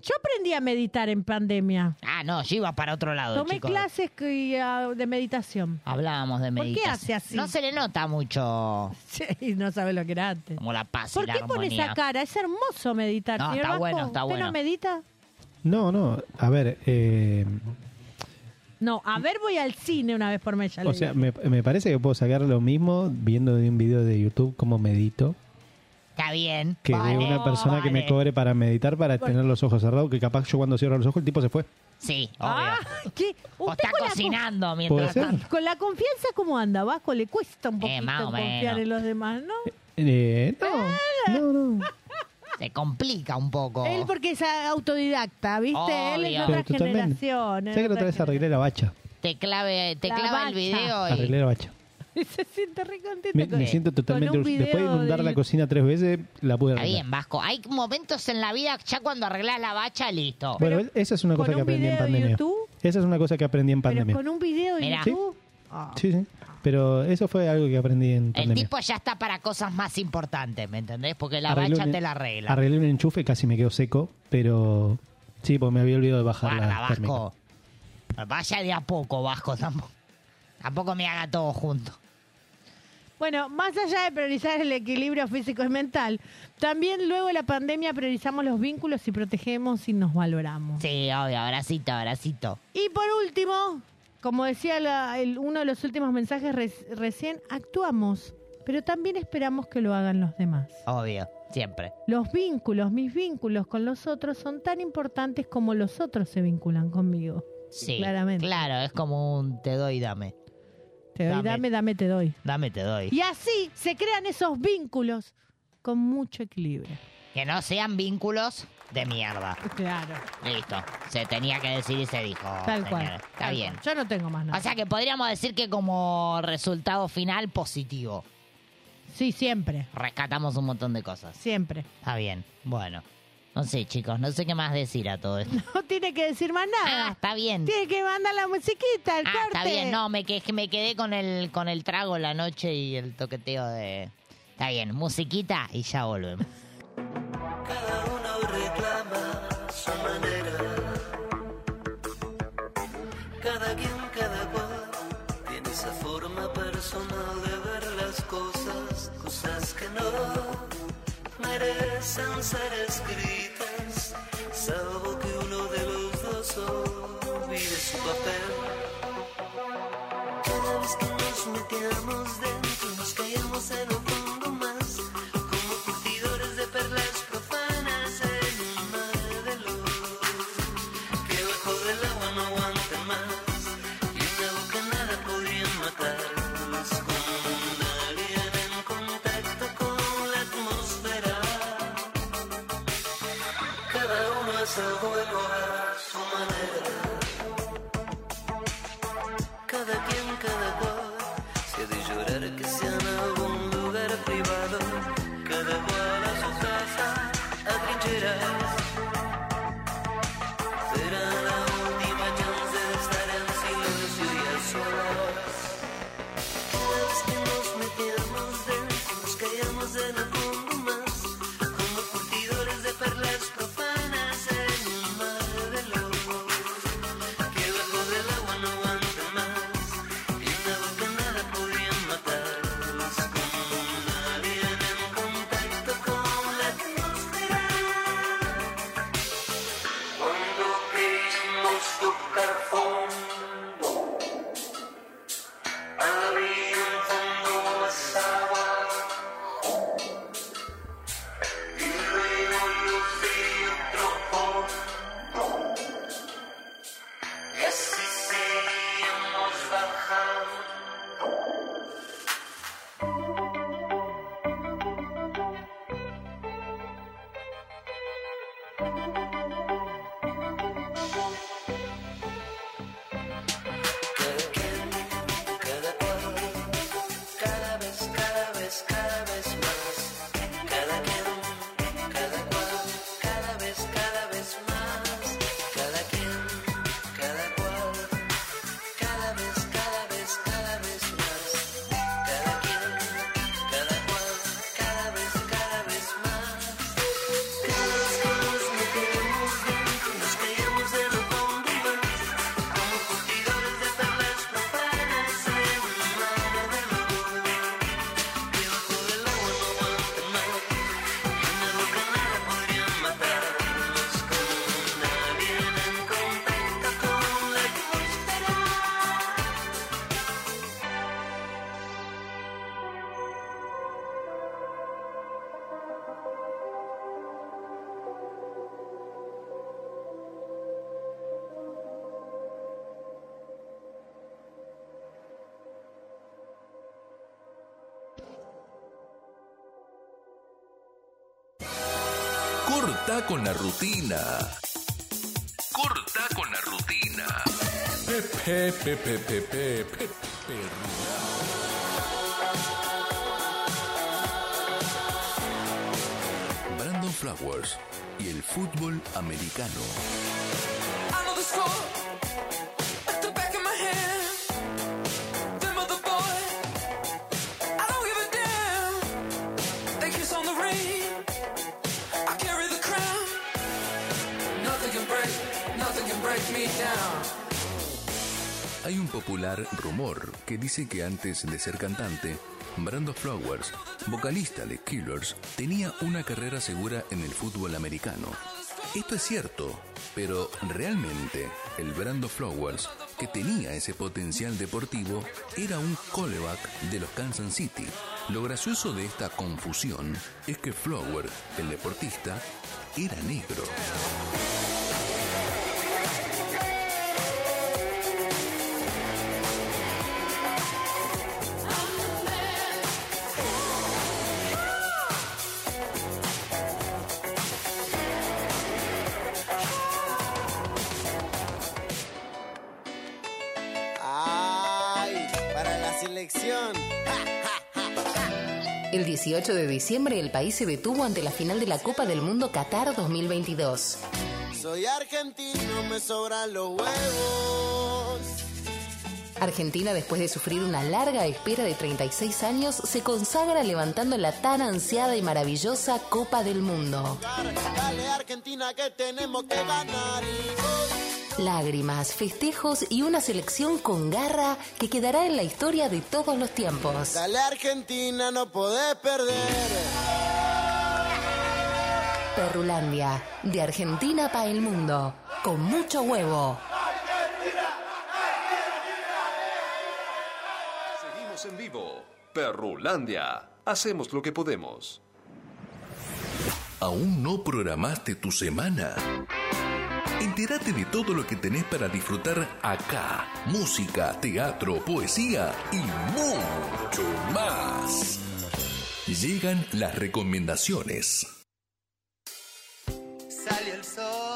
Speaker 3: Yo aprendí a meditar en pandemia.
Speaker 4: Ah, no, yo iba para otro lado.
Speaker 3: Tomé
Speaker 4: Ah, chicos.
Speaker 3: clases que- ah, de meditación.
Speaker 4: Hablábamos de
Speaker 3: ¿Por qué
Speaker 4: meditación.
Speaker 3: hace así?
Speaker 4: No se le nota mucho
Speaker 3: Y no sabe lo que era antes.
Speaker 4: como la paz y
Speaker 3: ¿Por
Speaker 4: la
Speaker 3: qué pone
Speaker 4: armonía.
Speaker 3: esa cara? Es hermoso meditar.
Speaker 4: No,
Speaker 3: señor
Speaker 4: está
Speaker 3: Vasco.
Speaker 4: bueno, está
Speaker 3: ¿Usted
Speaker 4: bueno.
Speaker 3: no medita?
Speaker 7: No, no, a ver, eh,
Speaker 3: No, a ver, voy al cine una vez por mes. ya le
Speaker 7: o sea,
Speaker 3: digo.
Speaker 7: me, me parece que puedo sacar lo mismo viendo de un video de YouTube cómo medito,
Speaker 4: Está bien.
Speaker 7: que de
Speaker 4: vale.
Speaker 7: una persona que me cobre para meditar, para
Speaker 4: Bueno.
Speaker 7: tener los ojos cerrados, que capaz yo cuando cierro los ojos el tipo se fue.
Speaker 4: Sí, obvio.
Speaker 7: Ah,
Speaker 3: ¿Qué?
Speaker 4: O está cocinando mientras
Speaker 7: ¿Puede ser?
Speaker 4: tanto. Eh,
Speaker 3: Con la confianza, ¿cómo anda? Vasco le cuesta un poquito
Speaker 4: más o
Speaker 3: confiar
Speaker 4: menos.
Speaker 3: en los demás, ¿no?
Speaker 7: Eh,
Speaker 3: no,
Speaker 7: no.
Speaker 4: Se complica un poco.
Speaker 3: Él porque es autodidacta, ¿viste? Él es de
Speaker 4: Oh. Obvio.
Speaker 3: otra
Speaker 7: Pero totalmente.
Speaker 3: generación. es
Speaker 7: ¿Sabes que la
Speaker 3: otra
Speaker 7: otra vez arreglé la bacha?
Speaker 4: Te clave, te
Speaker 3: La
Speaker 4: clava el
Speaker 3: bacha.
Speaker 4: video y
Speaker 7: Arreglé la bacha.
Speaker 3: Se siente re contento.
Speaker 7: Me,
Speaker 3: con-
Speaker 7: me siento
Speaker 3: con
Speaker 7: totalmente...
Speaker 3: un
Speaker 7: ur- Después de
Speaker 3: video
Speaker 7: inundar la
Speaker 3: YouTube.
Speaker 7: cocina tres veces, la pude
Speaker 4: Está
Speaker 7: arreglar.
Speaker 4: bien, Vasco. Hay momentos en la vida que ya cuando arreglás la bacha, listo.
Speaker 7: Bueno, esa es una
Speaker 4: con
Speaker 7: cosa que
Speaker 4: un
Speaker 7: aprendí en
Speaker 4: video de
Speaker 7: pandemia.
Speaker 4: YouTube.
Speaker 7: Esa es una cosa que aprendí en pandemia.
Speaker 3: Con un video y
Speaker 4: Mirá.
Speaker 3: YouTube.
Speaker 7: Sí, sí. Pero eso fue algo que aprendí en
Speaker 4: El
Speaker 7: pandemia.
Speaker 4: tipo ya está para cosas más importantes, ¿me entendés? Porque la
Speaker 7: Arreglé
Speaker 4: bacha
Speaker 7: un-
Speaker 4: te la arregla.
Speaker 7: Arreglé un enchufe, casi me quedó seco, pero sí, porque me había olvidado de bajar
Speaker 4: Guarda,
Speaker 7: la térmica.
Speaker 4: Vasco. Vaya de a poco, Vasco. Tampoco, tampoco me haga todo junto.
Speaker 3: Bueno, más allá de priorizar el equilibrio físico y mental, también luego de la pandemia priorizamos los vínculos y protegemos y nos valoramos.
Speaker 4: Sí, obvio. Abracito, abracito.
Speaker 3: Y por último, como decía la- el- uno de los últimos mensajes res- recién, actuamos, pero también esperamos que lo hagan los demás.
Speaker 4: Obvio. Siempre.
Speaker 3: Los vínculos, mis vínculos con los otros son tan importantes como los otros se vinculan conmigo.
Speaker 4: Sí.
Speaker 3: Claramente.
Speaker 4: Claro, es como un te doy, dame.
Speaker 3: Te doy, dame, dame, te doy.
Speaker 4: Dame, te doy.
Speaker 3: Y así se crean esos vínculos con mucho equilibrio.
Speaker 4: Que no sean vínculos de mierda.
Speaker 3: Claro.
Speaker 4: Listo. Se tenía que decir y se dijo.
Speaker 3: Tal cual.
Speaker 4: señora. Oh, Está
Speaker 3: tal
Speaker 4: bien.
Speaker 3: cual. Yo no tengo más nada.
Speaker 4: O sea que podríamos decir que como resultado final positivo.
Speaker 3: Sí, siempre.
Speaker 4: Rescatamos un montón de cosas.
Speaker 3: Siempre.
Speaker 4: Está bien. Bueno. No sé, chicos, no sé qué más decir a todo esto.
Speaker 3: No tiene que decir más nada.
Speaker 4: Ah, está bien.
Speaker 3: Tiene que mandar la musiquita, el
Speaker 4: Ah,
Speaker 3: corte.
Speaker 4: está bien, no, me, que, es que me quedé con el, con el trago la noche y el toqueteo de... Está bien, musiquita y ya volvemos.
Speaker 2: reclama su manera. Cada quien, cada cual tiene esa forma personal de ver las cosas, cosas que no merecen ser escritas, salvo que uno de los dos olvide su papel. Cada vez que nos metíamos dentro, nos caíamos en un fondo más, como curtidores de perlas profanas en un mar de luz, que bajo del agua no aguanta más. Y una boca nada podría matarlos como una alien en contacto con la atmósfera. Cada uno hace juego a su manera. Cada quien, cada cual, si ha de llorar que sea en algún lugar privado. Cada cual a su casa, a trincheras. Será la última chance de estar en silencio y a solas. Cada vez que nos metíamos dentro, nos caíamos en algo más. Como curtidores de perlas profanas en un mar de lobos.
Speaker 6: Corta con la rutina. Corta con la rutina. Pepe, pepe, pepe, pepe, Rural. Brandon Flowers y el fútbol americano.
Speaker 17: I know the score at the back of my hand. Them other boys, I don't give a damn. They kiss on the ring. I carry the crown. Nothing can break, nothing can break me down.
Speaker 6: Hay un popular rumor que dice que antes de ser cantante, Brando Flowers, vocalista de Killers, tenía una carrera segura en el fútbol americano. Esto es cierto, pero realmente el Brando Flowers, que tenía ese potencial deportivo, era un callback de los Kansas City. Lo gracioso de esta confusión es que Flower, el deportista, era negro.
Speaker 18: ¡Ay! Para la selección.
Speaker 8: El 18 de diciembre el país se detuvo ante la final de la Copa del Mundo Qatar 2022.
Speaker 18: Soy argentino, me sobran los huevos.
Speaker 8: Argentina, después de sufrir una larga espera de 36 años, se consagra levantando la tan ansiada y maravillosa Copa del Mundo.
Speaker 18: Dale Argentina que tenemos que ganar y gol.
Speaker 8: Lágrimas, festejos y una selección con garra que quedará en la historia de todos los tiempos.
Speaker 18: Dale Argentina, no podés perder.
Speaker 8: Perrulandia, de Argentina para el mundo, con mucho huevo.
Speaker 12: Seguimos en vivo. Perrulandia. Hacemos lo que podemos.
Speaker 6: ¿Aún no programaste tu semana? Entérate de todo lo que tenés para disfrutar acá. Música, teatro, poesía y mucho más. Llegan las recomendaciones.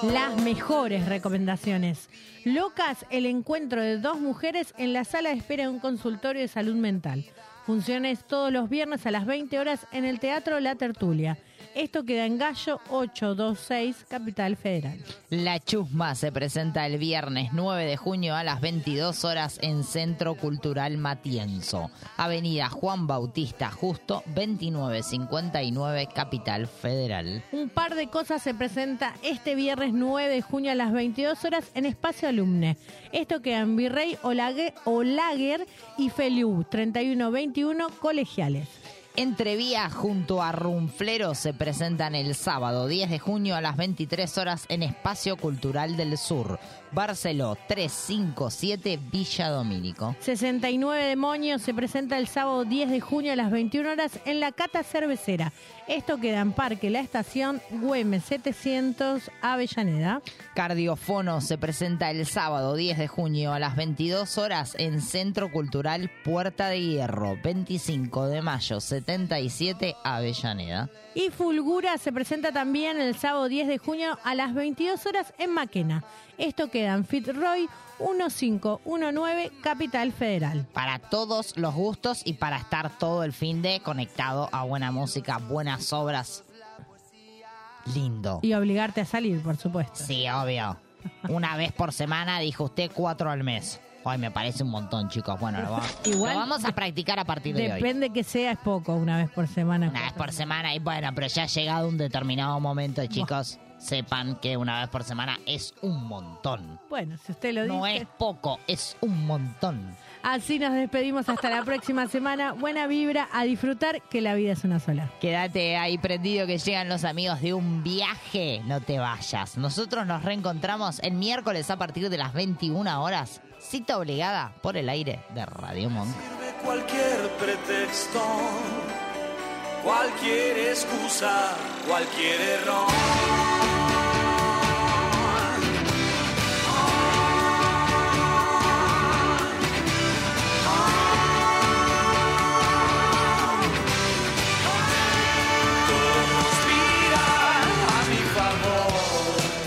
Speaker 3: Las mejores recomendaciones. Locas, el encuentro de dos mujeres en la sala de espera de un consultorio de salud mental. Funciones todos los viernes a las 20 horas en el Teatro La Tertulia. Esto queda en Gallo 826, Capital Federal.
Speaker 4: La Chusma se presenta el viernes 9 de junio a las 22 horas en Centro Cultural Matienzo, Avenida Juan Bautista Justo, 2959, Capital Federal.
Speaker 3: Un par de cosas se presenta este viernes 9 de junio a las 22 horas en Espacio Alumne. Esto queda en Virrey, Olague- Olaguer y Feliu, 3121 Colegiales.
Speaker 4: Entrevía junto a Rumflero se presentan el sábado 10 de junio a las 23 horas en Espacio Cultural del Sur, Barceló 357 Villa Domínico.
Speaker 3: 69 Demonios se presenta el sábado 10 de junio a las 21 horas en la Cata Cervecera. Esto queda en Parque La Estación, Güemes 700, Avellaneda.
Speaker 4: Cardiofono se presenta el sábado 10 de junio a las 22 horas en Centro Cultural Puerta de Hierro, 25 de mayo 77 Avellaneda.
Speaker 3: Y Fulgura se presenta también el sábado 10 de junio a las 22 horas en Maquena. Esto queda en Fitzroy 1519, Capital Federal.
Speaker 4: Para todos los gustos y para estar todo el fin de conectado a buena música, buenas obras. Lindo.
Speaker 3: Y obligarte a salir, por supuesto.
Speaker 4: Sí, obvio. Una vez por semana, dijo usted, cuatro al mes. Ay, me parece un montón, chicos. Bueno, lo vamos,
Speaker 3: Igual-
Speaker 4: lo vamos a practicar a partir de hoy.
Speaker 3: Depende que sea, es poco, una vez por semana.
Speaker 4: Una vez por semana, y bueno, pero ya ha llegado un determinado momento, chicos. Sepan que una vez por semana es un montón.
Speaker 3: Bueno, si usted lo dice.
Speaker 4: No es poco, es un montón.
Speaker 3: Así nos despedimos hasta la próxima semana. Buena vibra, a disfrutar que la vida es una sola.
Speaker 4: Quédate ahí prendido que llegan los amigos de un viaje. No te vayas. Nosotros nos reencontramos el miércoles a partir de las 21 horas. Cita obligada por el aire de Radio Monk.
Speaker 17: cualquier pretexto, cualquier excusa, cualquier error. Todo conspira a mi favor.